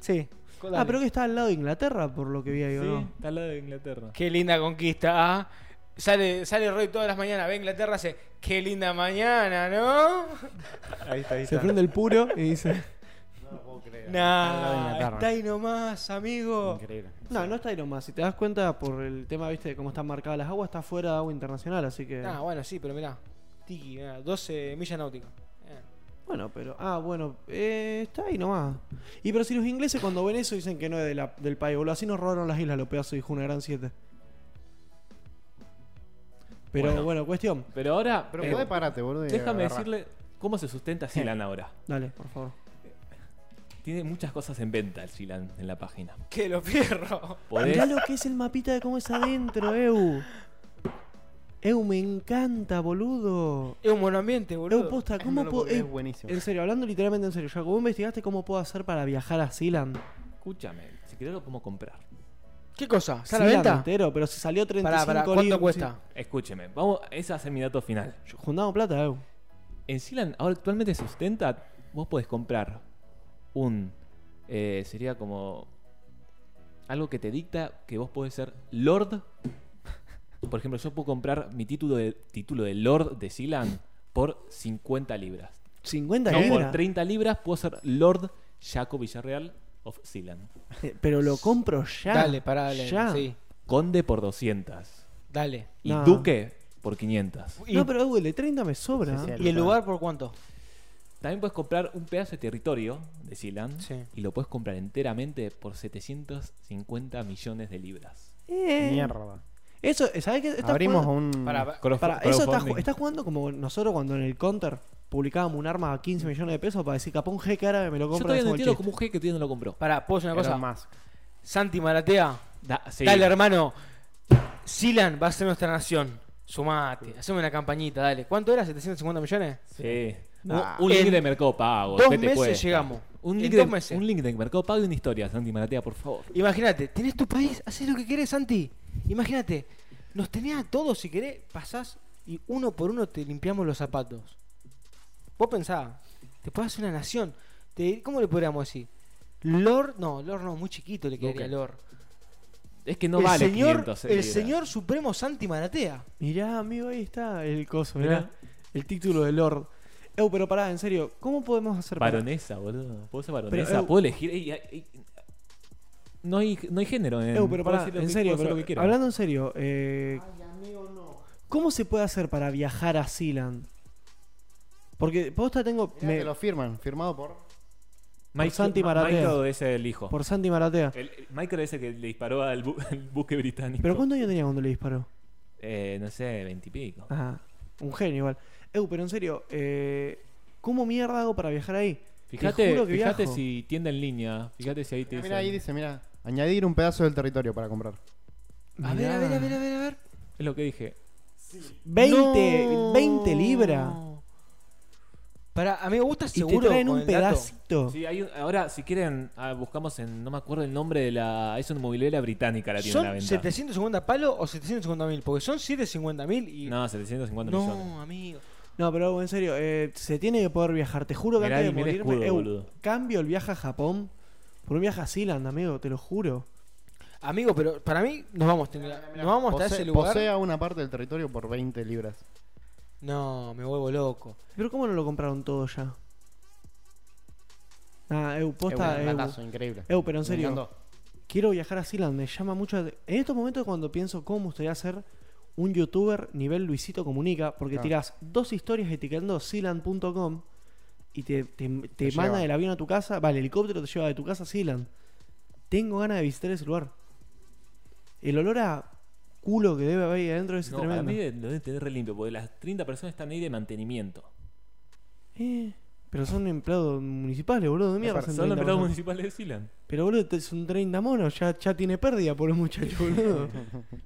Speaker 3: Sí.
Speaker 4: ah, pero que está al lado de Inglaterra, por lo que vi ahí, ¿o no?
Speaker 2: está al lado de Inglaterra.
Speaker 3: Qué linda conquista, ¿ah? Sale, sale Roy todas las mañanas, ve a Inglaterra, hace, qué linda mañana, ¿no?
Speaker 1: Ahí está, ahí
Speaker 4: Se
Speaker 1: está.
Speaker 4: prende el puro y dice.
Speaker 1: No lo puedo creer. Al lado de
Speaker 3: Nah,
Speaker 1: Inglaterra.
Speaker 3: está ahí nomás, amigo.
Speaker 1: Increíble.
Speaker 4: No, no está Iron Man. Si te das cuenta por el tema, viste, de cómo están marcadas las aguas, está fuera de agua internacional, así que.
Speaker 3: Ah, bueno, sí, pero mirá, Tiki, mirá, 12 millas náuticas. Eh.
Speaker 4: Bueno, pero. Ah, bueno, eh, está ahí nomás. Y pero si los ingleses cuando ven eso dicen que no es de la- del país, boludo. Así nos robaron las islas, los pedazos, dijo una gran siete. Pero
Speaker 2: Bueno.
Speaker 4: bueno, cuestión.
Speaker 2: Pero ahora,
Speaker 1: Pero
Speaker 2: eh,
Speaker 1: podés pararte, boludo. y
Speaker 2: déjame
Speaker 1: agarrar.
Speaker 2: decirle cómo se sustenta
Speaker 4: Eh.
Speaker 2: Sealand ahora.
Speaker 4: Dale, por favor.
Speaker 2: Tiene muchas cosas en venta el Sealand en la página.
Speaker 3: Que lo pierro.
Speaker 2: Podés,
Speaker 4: Mirá lo que es el mapita de cómo es adentro, Eu. Eu, me encanta, boludo.
Speaker 3: Es un monoambiente,
Speaker 4: Eu,
Speaker 3: boludo.
Speaker 4: posta,
Speaker 1: No
Speaker 4: ¿cómo
Speaker 1: lo puedo
Speaker 4: puedo.?
Speaker 1: creer,
Speaker 4: Ey,
Speaker 1: Es buenísimo.
Speaker 4: en serio, hablando literalmente en serio, ya ¿vos investigaste cómo puedo hacer para viajar a Sealand?
Speaker 2: escúchame, si querés lo podemos comprar.
Speaker 3: ¿Qué cosa? ¿Está a la
Speaker 4: Sealand
Speaker 3: venta?
Speaker 4: entero, pero si salió 35
Speaker 3: Pará, pará, ¿cuánto
Speaker 4: libras,
Speaker 3: cuesta?
Speaker 2: Escúcheme, vamos, ese va a ser mi dato final.
Speaker 4: sí. Juntamos plata, Eu.
Speaker 2: En Sealand ahora actualmente se sustenta, vos podés comprar un... eh, sería como... Algo que te dicta que vos podés ser Lord. Por ejemplo, yo puedo comprar mi título de, título de Lord de Sealand por 50 libras.
Speaker 4: 50
Speaker 2: No, por
Speaker 4: libras.
Speaker 2: 30 libras puedo ser Lord Jaco Villarreal of Sealand.
Speaker 4: Eh, Pero lo compro ya.
Speaker 3: Dale, pará, dale.
Speaker 4: Ya.
Speaker 3: Sí,
Speaker 2: Conde por 200.
Speaker 3: dale.
Speaker 2: Y
Speaker 4: No.
Speaker 2: Duque por 500.
Speaker 4: No, pero Eu, el de 30 me sobra.
Speaker 1: Sí, sí,
Speaker 3: ¿Y el lugar por cuánto?
Speaker 2: También puedes comprar un pedazo de territorio de Sealand.
Speaker 3: Sí.
Speaker 2: Y lo puedes comprar enteramente por 750 millones de libras.
Speaker 4: Eh,
Speaker 1: Mierda.
Speaker 4: Eso, ¿sabes qué? Está
Speaker 1: Abrimos
Speaker 4: jugando-
Speaker 1: un.
Speaker 3: Pará,
Speaker 2: Crowdf-
Speaker 4: Pará, eso está,
Speaker 2: crowdfunding.
Speaker 4: ju- está jugando como nosotros cuando en el counter publicábamos un arma a 15 millones de pesos para decir, capón, jeque árabe me lo
Speaker 2: Yo
Speaker 4: compra.
Speaker 2: todavía no
Speaker 4: hacemos el
Speaker 2: entiendo
Speaker 4: chiste.
Speaker 2: cómo un jeque que todavía no lo compró.
Speaker 3: Pará, ¿puedo decir una cosa?
Speaker 1: Elon Musk.
Speaker 3: Santi Maratea,
Speaker 2: Da- sí.
Speaker 3: dale, hermano. Silan va a ser nuestra nación. Sumate, hacemos una campañita, dale. ¿Cuánto era? ¿750 millones?
Speaker 2: Sí. Un-
Speaker 1: Ah.
Speaker 2: un link
Speaker 3: En
Speaker 2: de Mercado Pago.
Speaker 3: dos
Speaker 2: ¿qué te
Speaker 3: meses
Speaker 2: cuesta?
Speaker 3: llegamos.
Speaker 2: Un
Speaker 3: En
Speaker 2: link, de,
Speaker 3: dos meses.
Speaker 2: un link de Mercado Pago y una historia, Santi Maratea, por favor.
Speaker 3: Imagínate, tenés tu país, haces lo que querés, Santi. Imagínate, nos tenés a todos si querés, pasás y uno por uno te limpiamos los zapatos. Vos pensá, te podés hacer una nación. Te- ¿Cómo le podríamos decir? Lord, no, Lord no, muy chiquito le quedaría
Speaker 2: Duque.
Speaker 3: Lord.
Speaker 2: Es que no
Speaker 3: el
Speaker 2: vale eh,
Speaker 3: señor,
Speaker 2: 500
Speaker 3: el
Speaker 2: libras.
Speaker 3: señor supremo Santi Maratea.
Speaker 4: Mirá, amigo, ahí está el coso, mirá. El título de Lord. Eu, pero pará, en serio, ¿cómo podemos hacer para-
Speaker 2: Varonesa, boludo. Puedo ser varonesa.
Speaker 4: Pero, eh,
Speaker 2: Puedo elegir. Ey, ay, ay. no, hay, no hay género. En,
Speaker 4: Eu, pero
Speaker 2: puedo
Speaker 4: pará,
Speaker 2: decir lo
Speaker 4: en
Speaker 2: que-
Speaker 4: serio,
Speaker 2: puedo hacer
Speaker 4: pero
Speaker 2: lo que quiera.
Speaker 4: hablando en serio, eh, ¿cómo se puede hacer para viajar a Sealand? Porque posta tengo
Speaker 1: Mirá,
Speaker 4: me-
Speaker 1: te lo firman, firmado por.
Speaker 2: Mike-
Speaker 4: Santi
Speaker 2: Ma-
Speaker 4: Maratea.
Speaker 2: Michael es el hijo.
Speaker 4: por Santi Maratea.
Speaker 2: El- el- Michael es el que le disparó al, bu- al buque británico.
Speaker 4: ¿Pero cuántos años tenía cuando le disparó?
Speaker 2: Eh, no sé, veintipico.
Speaker 4: Ajá, un genio igual. Eu, pero en serio, eh, ¿cómo mierda hago para viajar ahí?
Speaker 2: Fíjate,
Speaker 4: juro que
Speaker 2: fíjate
Speaker 4: viajo.
Speaker 2: si tienda en línea. Fíjate si ahí te
Speaker 1: Mirá,
Speaker 2: dice.
Speaker 1: mirá, ahí dice, Ah, mira, añadir un pedazo del territorio para comprar.
Speaker 3: A ver,
Speaker 4: Mirá.
Speaker 3: a ver, a ver, a ver, a ver.
Speaker 2: Es lo que dije.
Speaker 4: 20,
Speaker 1: No.
Speaker 4: 20 libras.
Speaker 3: Para, amigo, ¿vos estás
Speaker 4: Y
Speaker 3: seguro
Speaker 4: te traen
Speaker 3: con
Speaker 4: un
Speaker 3: el dato?
Speaker 4: pedacito.
Speaker 2: Sí, hay un- ahora, si quieren, ah, buscamos en. No me acuerdo el nombre de la. Es una movilera británica la tienda a la
Speaker 3: ¿Son
Speaker 2: venta.
Speaker 3: 750 palos o 750 mil? Porque son 750 mil y...
Speaker 2: No, 750 millones.
Speaker 3: No, amigo.
Speaker 4: No, pero en serio, eh, se tiene que poder viajar. Te juro que
Speaker 2: Mirá,
Speaker 4: antes de
Speaker 2: ni me
Speaker 4: morirme,
Speaker 2: escudo,
Speaker 4: eu,
Speaker 2: boludo.
Speaker 4: cambio el viaje a Japón por un viaje a Sealand, amigo, te lo juro.
Speaker 3: Amigo, pero para mí nos vamos, a tener- nos vamos hasta
Speaker 1: Posee-
Speaker 3: ese lugar.
Speaker 1: Posea una parte del territorio por 20 libras.
Speaker 3: No, me vuelvo loco.
Speaker 4: Pero ¿cómo no lo compraron todo ya? Ah, eu,
Speaker 1: Es
Speaker 4: posta,
Speaker 1: Eh, un
Speaker 4: eu,
Speaker 1: datazo increíble.
Speaker 4: eu, pero en
Speaker 1: Me
Speaker 4: serio,
Speaker 1: encantó.
Speaker 4: quiero viajar a Sealand, me llama mucho la- En estos momentos cuando pienso cómo me gustaría ser un youtuber nivel Luisito Comunica, porque
Speaker 1: Claro.
Speaker 4: tirás dos historias etiquetando Sealand.com y te, te, te
Speaker 1: Te
Speaker 4: manda
Speaker 1: lleva.
Speaker 4: el avión a tu casa, vale, el helicóptero te lleva de tu casa a Sealand. Tengo ganas de visitar ese lugar. El olor a culo que debe haber ahí adentro es
Speaker 2: No, para
Speaker 4: tremendo.
Speaker 2: mí lo deben tener re limpio, porque las 30 personas están ahí de mantenimiento.
Speaker 4: Eh, pero son empleados municipales, boludo, de mierda.
Speaker 2: Son
Speaker 4: son
Speaker 2: los
Speaker 4: 30
Speaker 2: empleados
Speaker 4: personas.
Speaker 2: municipales de Sealand.
Speaker 4: Pero boludo, te- son 30 monos, ya, ya tiene pérdida por el muchacho, boludo.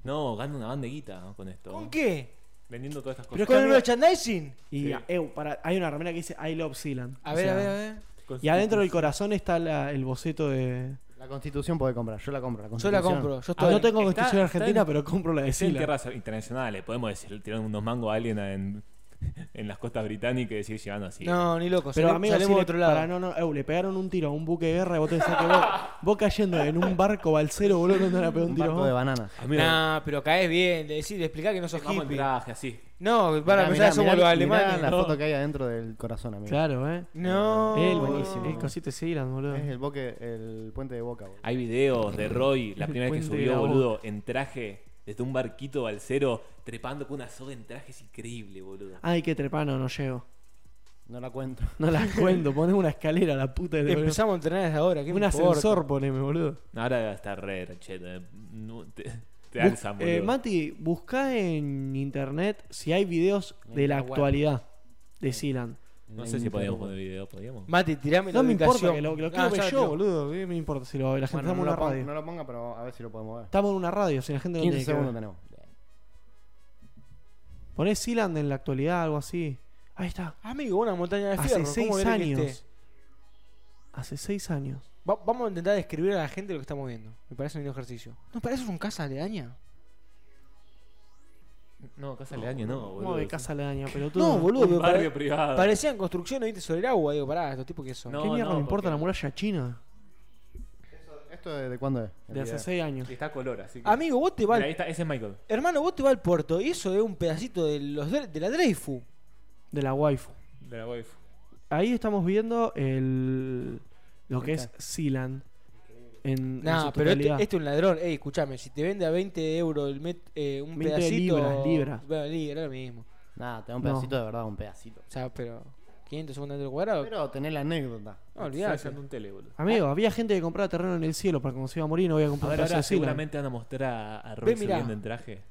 Speaker 2: No, gana una banda de guita ¿no? con esto.
Speaker 3: ¿Con qué?
Speaker 2: Vendiendo todas estas
Speaker 4: Pero
Speaker 2: cosas.
Speaker 4: es que,
Speaker 3: ¿Con el
Speaker 4: amigo-
Speaker 3: merchandising?
Speaker 4: Y
Speaker 2: Sí.
Speaker 4: eh, para, hay una remera que dice I love Sealand.
Speaker 3: A
Speaker 4: O
Speaker 3: ver,
Speaker 4: sea,
Speaker 3: a ver, a ver.
Speaker 2: Con-
Speaker 4: Y adentro del corazón está la- el boceto de.
Speaker 1: La constitución puede comprar, yo la compro. La
Speaker 3: Yo la
Speaker 1: Constitución.
Speaker 3: compro. Yo
Speaker 4: Ah,
Speaker 3: estoy...
Speaker 4: no tengo
Speaker 2: está-
Speaker 4: constitución
Speaker 2: está
Speaker 4: argentina,
Speaker 2: en-
Speaker 4: pero compro la de
Speaker 2: Sí, en
Speaker 4: Sealand.
Speaker 2: tierras internacionales, podemos decir, tirar unos mangos a alguien en, en las costas británicas y decir llevando así.
Speaker 3: No, ni loco.
Speaker 4: Pero
Speaker 3: sale-
Speaker 4: amigo,
Speaker 3: salemos
Speaker 4: si
Speaker 3: de
Speaker 4: le,
Speaker 3: otro lado.
Speaker 4: para, no, no, eh, le pegaron un tiro a un buque de guerra y vos te pensás que vos, vos cayendo en un barco balsero, boludo, no te van a pegar un
Speaker 1: Un
Speaker 4: tiro. a
Speaker 1: barco
Speaker 4: vos.
Speaker 1: de bananas.
Speaker 2: Amigo,
Speaker 3: Nah, pero caes bien. Le decís, le explicás que no sos
Speaker 2: vamos en
Speaker 3: hippie.
Speaker 2: traje, así.
Speaker 3: No, van a
Speaker 1: Mirá,
Speaker 3: pensar que
Speaker 1: mirá,
Speaker 3: somos
Speaker 1: mirá-
Speaker 3: los
Speaker 1: mirá
Speaker 3: alemanes.
Speaker 1: la
Speaker 2: No.
Speaker 1: foto que hay adentro del corazón, amigo.
Speaker 4: Claro, eh.
Speaker 3: No.
Speaker 4: el buenísimo. El
Speaker 1: buenísimo.
Speaker 4: cosito de Sealand, boludo.
Speaker 1: Es el, boque, el puente de boca, boludo.
Speaker 2: Hay videos de Roy, la
Speaker 4: El
Speaker 2: primera vez que
Speaker 4: puente de
Speaker 2: subió,
Speaker 4: la
Speaker 2: boludo, en traje, desde un barquito balsero, trepando con una soga en traje, es increíble, boludo.
Speaker 4: Ay, qué trepano, no llego.
Speaker 1: No la cuento.
Speaker 4: No la cuento, poneme una escalera a la puta de
Speaker 3: Empezamos a entrenar desde ahora. ¿qué me
Speaker 4: Un
Speaker 3: importa?
Speaker 4: ascensor, poneme, boludo.
Speaker 2: Ahora debe estar re recheto, eh. No, te, te
Speaker 4: Bus-
Speaker 2: alzan,
Speaker 4: eh,
Speaker 2: boludo.
Speaker 4: Mati, busca en internet si hay videos de la
Speaker 1: la web.
Speaker 4: actualidad de Sealand.
Speaker 2: no sé si podíamos poner video, podíamos.
Speaker 3: Mati, tirame la
Speaker 4: No me importa
Speaker 3: ubicación.
Speaker 4: que lo, que lo
Speaker 3: Ah,
Speaker 4: quiero
Speaker 3: ya
Speaker 4: ver
Speaker 3: la
Speaker 4: yo,
Speaker 3: tiró.
Speaker 4: boludo. ¿Qué me importa si lo ve la gente?
Speaker 1: Bueno, no,
Speaker 4: estamos en
Speaker 1: lo
Speaker 4: una
Speaker 1: pon-
Speaker 4: radio.
Speaker 1: no lo ponga, pero a ver si lo podemos ver.
Speaker 4: Estamos en una radio, si la gente no
Speaker 1: 15
Speaker 4: tiene que
Speaker 1: segundos
Speaker 4: ver.
Speaker 1: tenemos.
Speaker 4: Poné Sealand en la actualidad, algo así. Ahí está.
Speaker 3: Amigo, una montaña de
Speaker 4: Hace
Speaker 3: fierro.
Speaker 4: seis
Speaker 3: ¿Cómo querés que
Speaker 4: años.
Speaker 3: esté?
Speaker 4: Hace seis años.
Speaker 3: Va- vamos a intentar describir a la gente lo que estamos viendo. Me parece un lindo ejercicio. ¿No parece un casa aledaña?
Speaker 2: No, casa de año no, boludo.
Speaker 4: ¿Cómo de casa le daña, pero tú?
Speaker 3: No, boludo.
Speaker 2: Un
Speaker 3: pero
Speaker 2: barrio
Speaker 3: pare-
Speaker 2: privado.
Speaker 3: Parecían construcciones, viste, sobre el agua. Digo, pará, estos tipos que son.
Speaker 2: No,
Speaker 4: ¿Qué mierda
Speaker 2: no,
Speaker 4: me importa
Speaker 2: porque-
Speaker 4: la muralla china?
Speaker 1: ¿Esto de, de cuándo es? El
Speaker 4: De hace
Speaker 1: video.
Speaker 4: seis años.
Speaker 2: Y Está color, así que.
Speaker 3: Amigo, vos te vas.
Speaker 2: Mira, ahí está, ese es Michael.
Speaker 3: Hermano, vos te vas al puerto y eso es un pedacito de, los dre- de la Dreyfus.
Speaker 4: De la waifu.
Speaker 2: De la waifu.
Speaker 4: Ahí estamos viendo el lo que es Sealand. En, en
Speaker 3: Nah,
Speaker 4: su
Speaker 3: pero este,
Speaker 4: totalidad.
Speaker 3: este es un ladrón. Ey, escúchame, si te vende a 20 euros el met- eh, un
Speaker 4: 20
Speaker 3: pedacito.
Speaker 4: libras, libras.
Speaker 3: Bueno, libra, lo mismo.
Speaker 1: Nada, te da un
Speaker 4: No.
Speaker 1: pedacito de verdad, un pedacito.
Speaker 3: O sea, pero. 500 segundos metro cuadrado.
Speaker 1: Pero tener la anécdota.
Speaker 3: no,
Speaker 2: Está
Speaker 3: olvidate.
Speaker 2: haciendo un tele, boludo.
Speaker 4: Amigo, había gente que compraba terreno en el cielo para cuando se iba a morir no voy a
Speaker 2: A
Speaker 4: comprar
Speaker 2: ver,
Speaker 4: pedazo
Speaker 2: ahora
Speaker 4: de Sealand.
Speaker 2: seguramente van a mostrar a, a Roy
Speaker 3: Ve, mirá.
Speaker 2: subiendo en traje.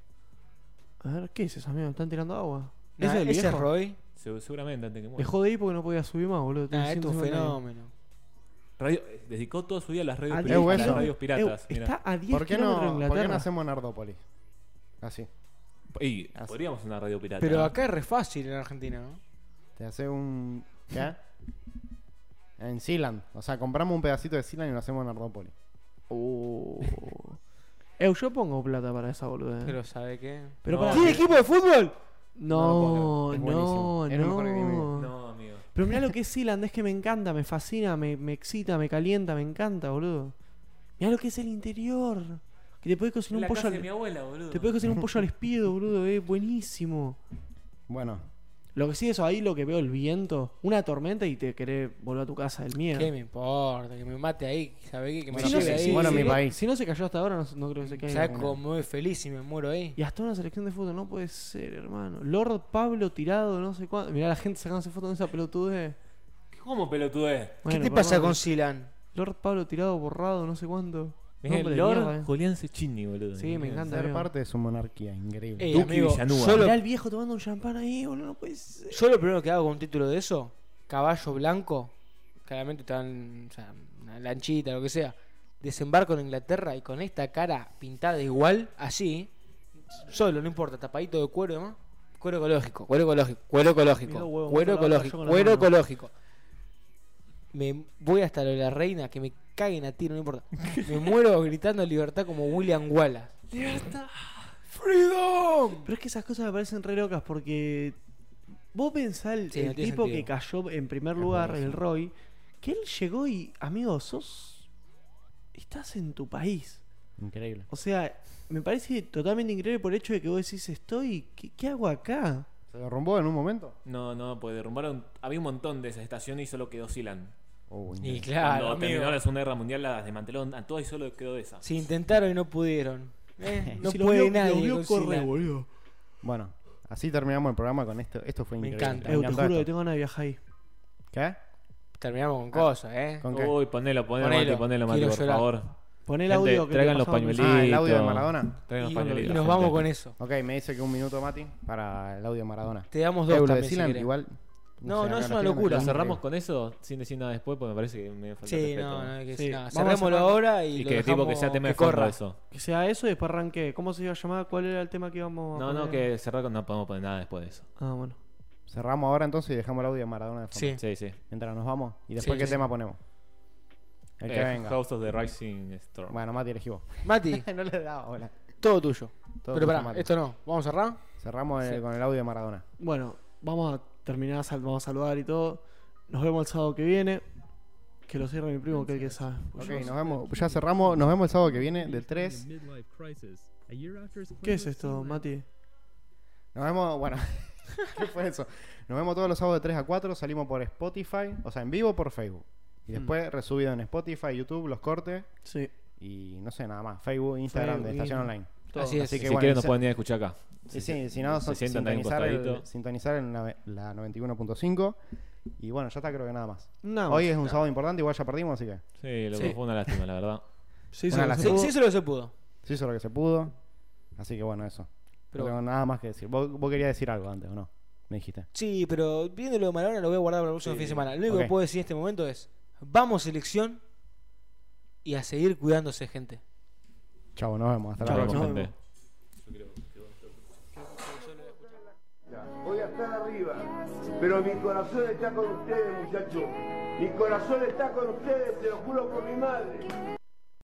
Speaker 4: A ver, ¿qué es eso, amigo? ¿Están tirando agua?
Speaker 3: Nah,
Speaker 4: ¿Ese es el
Speaker 3: ese es
Speaker 4: viejo?
Speaker 3: Roy.
Speaker 2: Se- seguramente antes que muera.
Speaker 4: Dejó de ir porque no podía subir más, boludo.
Speaker 3: Nah,
Speaker 4: Tiene
Speaker 3: Ah, esto es un
Speaker 4: 150 años.
Speaker 3: fenómeno.
Speaker 2: Radio- eh, dedicó todo su día a las radios,
Speaker 4: A
Speaker 2: pri-
Speaker 1: diez-
Speaker 2: a las
Speaker 1: eso.
Speaker 2: radios piratas.
Speaker 4: Eh,
Speaker 2: mirá.
Speaker 4: está a 10
Speaker 1: ¿Por qué,
Speaker 4: kilómetros de
Speaker 1: no, ¿Por qué no
Speaker 4: Inglaterra.
Speaker 1: hacemos Nardópolis? Así.
Speaker 2: Y
Speaker 1: Así.
Speaker 2: podríamos hacer una radio pirata.
Speaker 3: Pero
Speaker 2: ¿no?
Speaker 3: acá es re fácil en Argentina, ¿no?
Speaker 1: Te hace un. ¿Qué? en Sealand. O sea, compramos un pedacito de Sealand y lo hacemos en Nardópolis.
Speaker 4: Oh. Eu, yo pongo plata para esa, boludo. eh.
Speaker 3: Pero ¿sabe qué?
Speaker 4: Pero
Speaker 2: No.
Speaker 4: para...
Speaker 2: ¿Tiene
Speaker 3: equipo de fútbol?
Speaker 1: No lo puedo
Speaker 4: No,
Speaker 1: creer, es
Speaker 4: no,
Speaker 1: buenísimo. Es lo mejor que vi en mi
Speaker 4: no.
Speaker 1: vida.
Speaker 2: No, amigo.
Speaker 4: Pero mirá lo que es Sealand, es que me encanta, me fascina, me, me excita, me calienta, me encanta, boludo. Mirá lo que es el interior. Que te podés cocinar
Speaker 5: la
Speaker 4: un pollo
Speaker 5: casa de
Speaker 4: al-
Speaker 5: mi abuela, boludo.
Speaker 4: Te podés cocinar un pollo al espiedo, boludo, es buenísimo.
Speaker 1: Bueno,
Speaker 4: Lo que sí, eso ahí lo que veo, el viento, una tormenta y te querés volver a tu casa, el miedo.
Speaker 3: ¿Qué me importa? Que me mate ahí, ¿sabés qué? Que me
Speaker 1: Si
Speaker 4: no
Speaker 3: lleve
Speaker 4: se-
Speaker 3: ahí.
Speaker 4: si-
Speaker 1: Bueno,
Speaker 4: si
Speaker 1: mi
Speaker 4: no-
Speaker 1: país.
Speaker 4: Si no se cayó hasta ahora, no, no creo que se caiga.
Speaker 3: ¿Sabés cómo me voy feliz y me muero ahí?
Speaker 4: Y hasta una selección de fútbol, no puede ser, hermano. Lord Pablo tirado, no sé cuánto. Mirá la gente sacándose fotos de esa pelotude.
Speaker 5: ¿Cómo
Speaker 2: eh?
Speaker 5: pelotudez?
Speaker 3: ¿Qué te pasa con Silan?
Speaker 4: Lord Pablo tirado, borrado, no sé cuánto?
Speaker 2: Es el
Speaker 4: Nombre de
Speaker 2: Lord
Speaker 4: mierda, eh.
Speaker 2: Julián Cecchini, boludo.
Speaker 4: Sí, me encanta.
Speaker 1: ser
Speaker 4: amigo.
Speaker 1: parte de su monarquía, increíble.
Speaker 3: Ey,
Speaker 4: Eh.
Speaker 2: Duki
Speaker 3: Eh, amigo,
Speaker 2: Villanueva.
Speaker 3: yo lo-
Speaker 4: Mirá el viejo tomando un champán ahí, boludo, no puede ser.
Speaker 3: Yo lo primero que hago con un título de eso, caballo blanco, claramente están, o sea, una lanchita, lo que sea, desembarco en Inglaterra y con esta cara pintada igual, así, solo, no importa, tapadito de cuero y demás, cuero ecológico, cuero ecológico, cuero
Speaker 4: Mirá los
Speaker 3: ecológico,
Speaker 4: huevos,
Speaker 3: cuero
Speaker 4: cómo la agarro yo
Speaker 3: ecológico,
Speaker 4: con
Speaker 3: cuero
Speaker 4: las manos.
Speaker 3: ecológico. Me voy hasta lo de la reina, que me caguen a tiro, no importa. Me muero gritando libertad como William Wallace.
Speaker 4: Libertad.
Speaker 3: ¡Freedom!
Speaker 4: Pero es que esas cosas me parecen re locas porque vos pensás el,
Speaker 3: Sí, no
Speaker 4: el
Speaker 3: tiene
Speaker 4: tipo que
Speaker 3: sentido.
Speaker 4: cayó en primer lugar, el
Speaker 1: buenísimo.
Speaker 4: Roy, que él llegó y, amigo, sos... Estás en tu país.
Speaker 1: Increíble.
Speaker 4: O sea, me parece totalmente increíble por el hecho de que vos decís, estoy, ¿qué, qué hago acá?
Speaker 1: ¿Se derrumbó en un momento?
Speaker 2: No, no, pues derrumbaron. Había un montón de esas estaciones y solo quedó Silan.
Speaker 1: Oh,
Speaker 3: Y
Speaker 1: increíble.
Speaker 3: claro,
Speaker 2: Cuando terminó
Speaker 3: amigo.
Speaker 2: la Segunda Guerra Mundial las desmantelaron a todas y solo quedó esa.
Speaker 3: Se intentaron y no pudieron. Eh, no
Speaker 4: Si lo
Speaker 3: puede
Speaker 4: vio-
Speaker 3: nadie.
Speaker 4: lo vio,
Speaker 3: Godzilla.
Speaker 4: corre, boludo.
Speaker 1: Bueno, así terminamos el programa con esto. Esto fue
Speaker 3: Me
Speaker 1: increíble.
Speaker 3: encanta.
Speaker 1: Me
Speaker 4: Eu, Eh, te
Speaker 1: encantó
Speaker 4: juro que
Speaker 1: esto.
Speaker 4: tengo ganas de viajar ahí.
Speaker 1: ¿Qué?
Speaker 3: Terminamos con cosas, ¿eh?
Speaker 1: ¿Con qué?
Speaker 2: Uy, ponelo, ponelo,
Speaker 3: Ponelo.
Speaker 2: Mati, ponelo, Mati,
Speaker 3: Quiero
Speaker 2: por
Speaker 3: llorar.
Speaker 2: favor.
Speaker 4: Pon el
Speaker 2: Gente,
Speaker 4: audio que
Speaker 2: traigan
Speaker 4: te
Speaker 2: los
Speaker 4: pasaba un
Speaker 2: pañuelitos.
Speaker 1: Ah, el audio de Maradona.
Speaker 2: Traigan
Speaker 3: Y,
Speaker 2: los pañuelitos,
Speaker 3: y
Speaker 2: gente.
Speaker 3: nos vamos con eso.
Speaker 1: Ok, me dice que un minuto, Mati, para el audio de Maradona.
Speaker 3: Te damos
Speaker 1: Eh,
Speaker 3: dos
Speaker 1: lo
Speaker 3: también,
Speaker 1: de
Speaker 3: si
Speaker 1: Silan,
Speaker 3: querés.
Speaker 1: igual.
Speaker 3: No,
Speaker 1: sé,
Speaker 3: no, es
Speaker 1: acá
Speaker 3: una
Speaker 1: lo estoy
Speaker 3: locura.
Speaker 2: ¿Lo
Speaker 1: anotando.
Speaker 2: cerramos con eso sin decir nada después? Porque me parece que me falta
Speaker 3: Sí,
Speaker 2: respeto.
Speaker 3: no, no, hay que
Speaker 4: Sí.
Speaker 3: nada.
Speaker 4: Vamos a
Speaker 3: Cerrémoslo
Speaker 4: cerrar.
Speaker 3: ahora y,
Speaker 2: Y
Speaker 3: lo
Speaker 2: que tipo que
Speaker 3: dejamos
Speaker 2: sea tema de
Speaker 3: que
Speaker 2: fondo
Speaker 3: corra.
Speaker 2: eso.
Speaker 4: Que sea eso y después arranque. ¿Cómo se iba a llamar? ¿Cuál era el tema que íbamos a
Speaker 2: No, no,
Speaker 4: poner?
Speaker 2: que cerrar con no podemos poner nada después de eso.
Speaker 4: Ah, bueno.
Speaker 1: Cerramos ahora entonces y dejamos el audio de Maradona de fondo.
Speaker 3: Sí.
Speaker 2: Sí, sí.
Speaker 1: Mientras nos vamos. ¿Y después
Speaker 3: Sí,
Speaker 1: qué
Speaker 3: sí.
Speaker 1: tema ponemos? El que
Speaker 2: Eh,
Speaker 1: venga.
Speaker 2: House of the Rising Storm.
Speaker 1: Bueno, Mati elegí vos.
Speaker 3: Mati,
Speaker 1: no le he dado hola.
Speaker 3: todo tuyo.
Speaker 1: Todo
Speaker 3: Pero
Speaker 1: tuyo,
Speaker 3: pará,
Speaker 1: Mati.
Speaker 3: esto no. ¿Vamos a cerrar?
Speaker 1: Cerramos el-
Speaker 3: Sí.
Speaker 1: con el audio de Maradona.
Speaker 4: Bueno, vamos a terminar, sal- vamos a saludar y todo. Nos vemos el sábado que viene. Que lo cierre mi primo, que el que sabe.
Speaker 1: Ok,
Speaker 4: Yo-
Speaker 1: nos vemos. Ya cerramos. Nos vemos el sábado que viene del 3.
Speaker 4: ¿Qué es esto, Mati?
Speaker 1: Nos vemos, bueno, ¿qué fue eso? Nos vemos todos los sábados de 3 a 4, salimos por Spotify, o sea, en vivo por Facebook. Y
Speaker 3: Mm.
Speaker 1: después resubido en Spotify, YouTube, los cortes
Speaker 4: Sí,
Speaker 1: y no sé, nada más. Facebook, Instagram
Speaker 4: Facebook,
Speaker 1: de Estación
Speaker 4: Instagram.
Speaker 1: Online.
Speaker 4: todo.
Speaker 3: Así es.
Speaker 1: Así
Speaker 2: si
Speaker 1: que bueno,
Speaker 2: quieren nos
Speaker 1: se-
Speaker 2: pueden ir a escuchar acá.
Speaker 1: Y sí, si no, son-
Speaker 2: se sientan ahí un
Speaker 1: sintonizar, el,
Speaker 2: costadito.
Speaker 1: sintonizar en la, la 91.5. Y bueno, ya está, creo que nada más.
Speaker 4: Nada más.
Speaker 1: Hoy es un sábado importante, igual ya perdimos, así que
Speaker 2: Sí, lo
Speaker 3: Sí.
Speaker 2: que fue una lástima, la verdad.
Speaker 4: Sí, sí,
Speaker 1: Una
Speaker 4: sí,
Speaker 1: las-
Speaker 4: sí.
Speaker 3: Sí, sí, eso lo que se pudo.
Speaker 1: se hizo lo que se pudo. Así que bueno, eso.
Speaker 3: Pero
Speaker 1: no tengo nada más que decir. ¿Vos, vos querías decir algo antes o no? Me dijiste.
Speaker 3: Sí, pero viendo lo de Maradona lo voy a guardar para el próximo fin de semana. Lo único
Speaker 1: Ok.
Speaker 3: que puedo decir en este momento es, vamos selección y a seguir cuidándose, gente.
Speaker 1: Chau, nos vemos. Hasta
Speaker 4: Chau,
Speaker 1: la
Speaker 4: chau.
Speaker 1: próxima.
Speaker 2: gente.
Speaker 6: voy a estar arriba. Pero mi corazón está con ustedes, muchachos. Mi corazón está con ustedes, te lo juro por mi madre.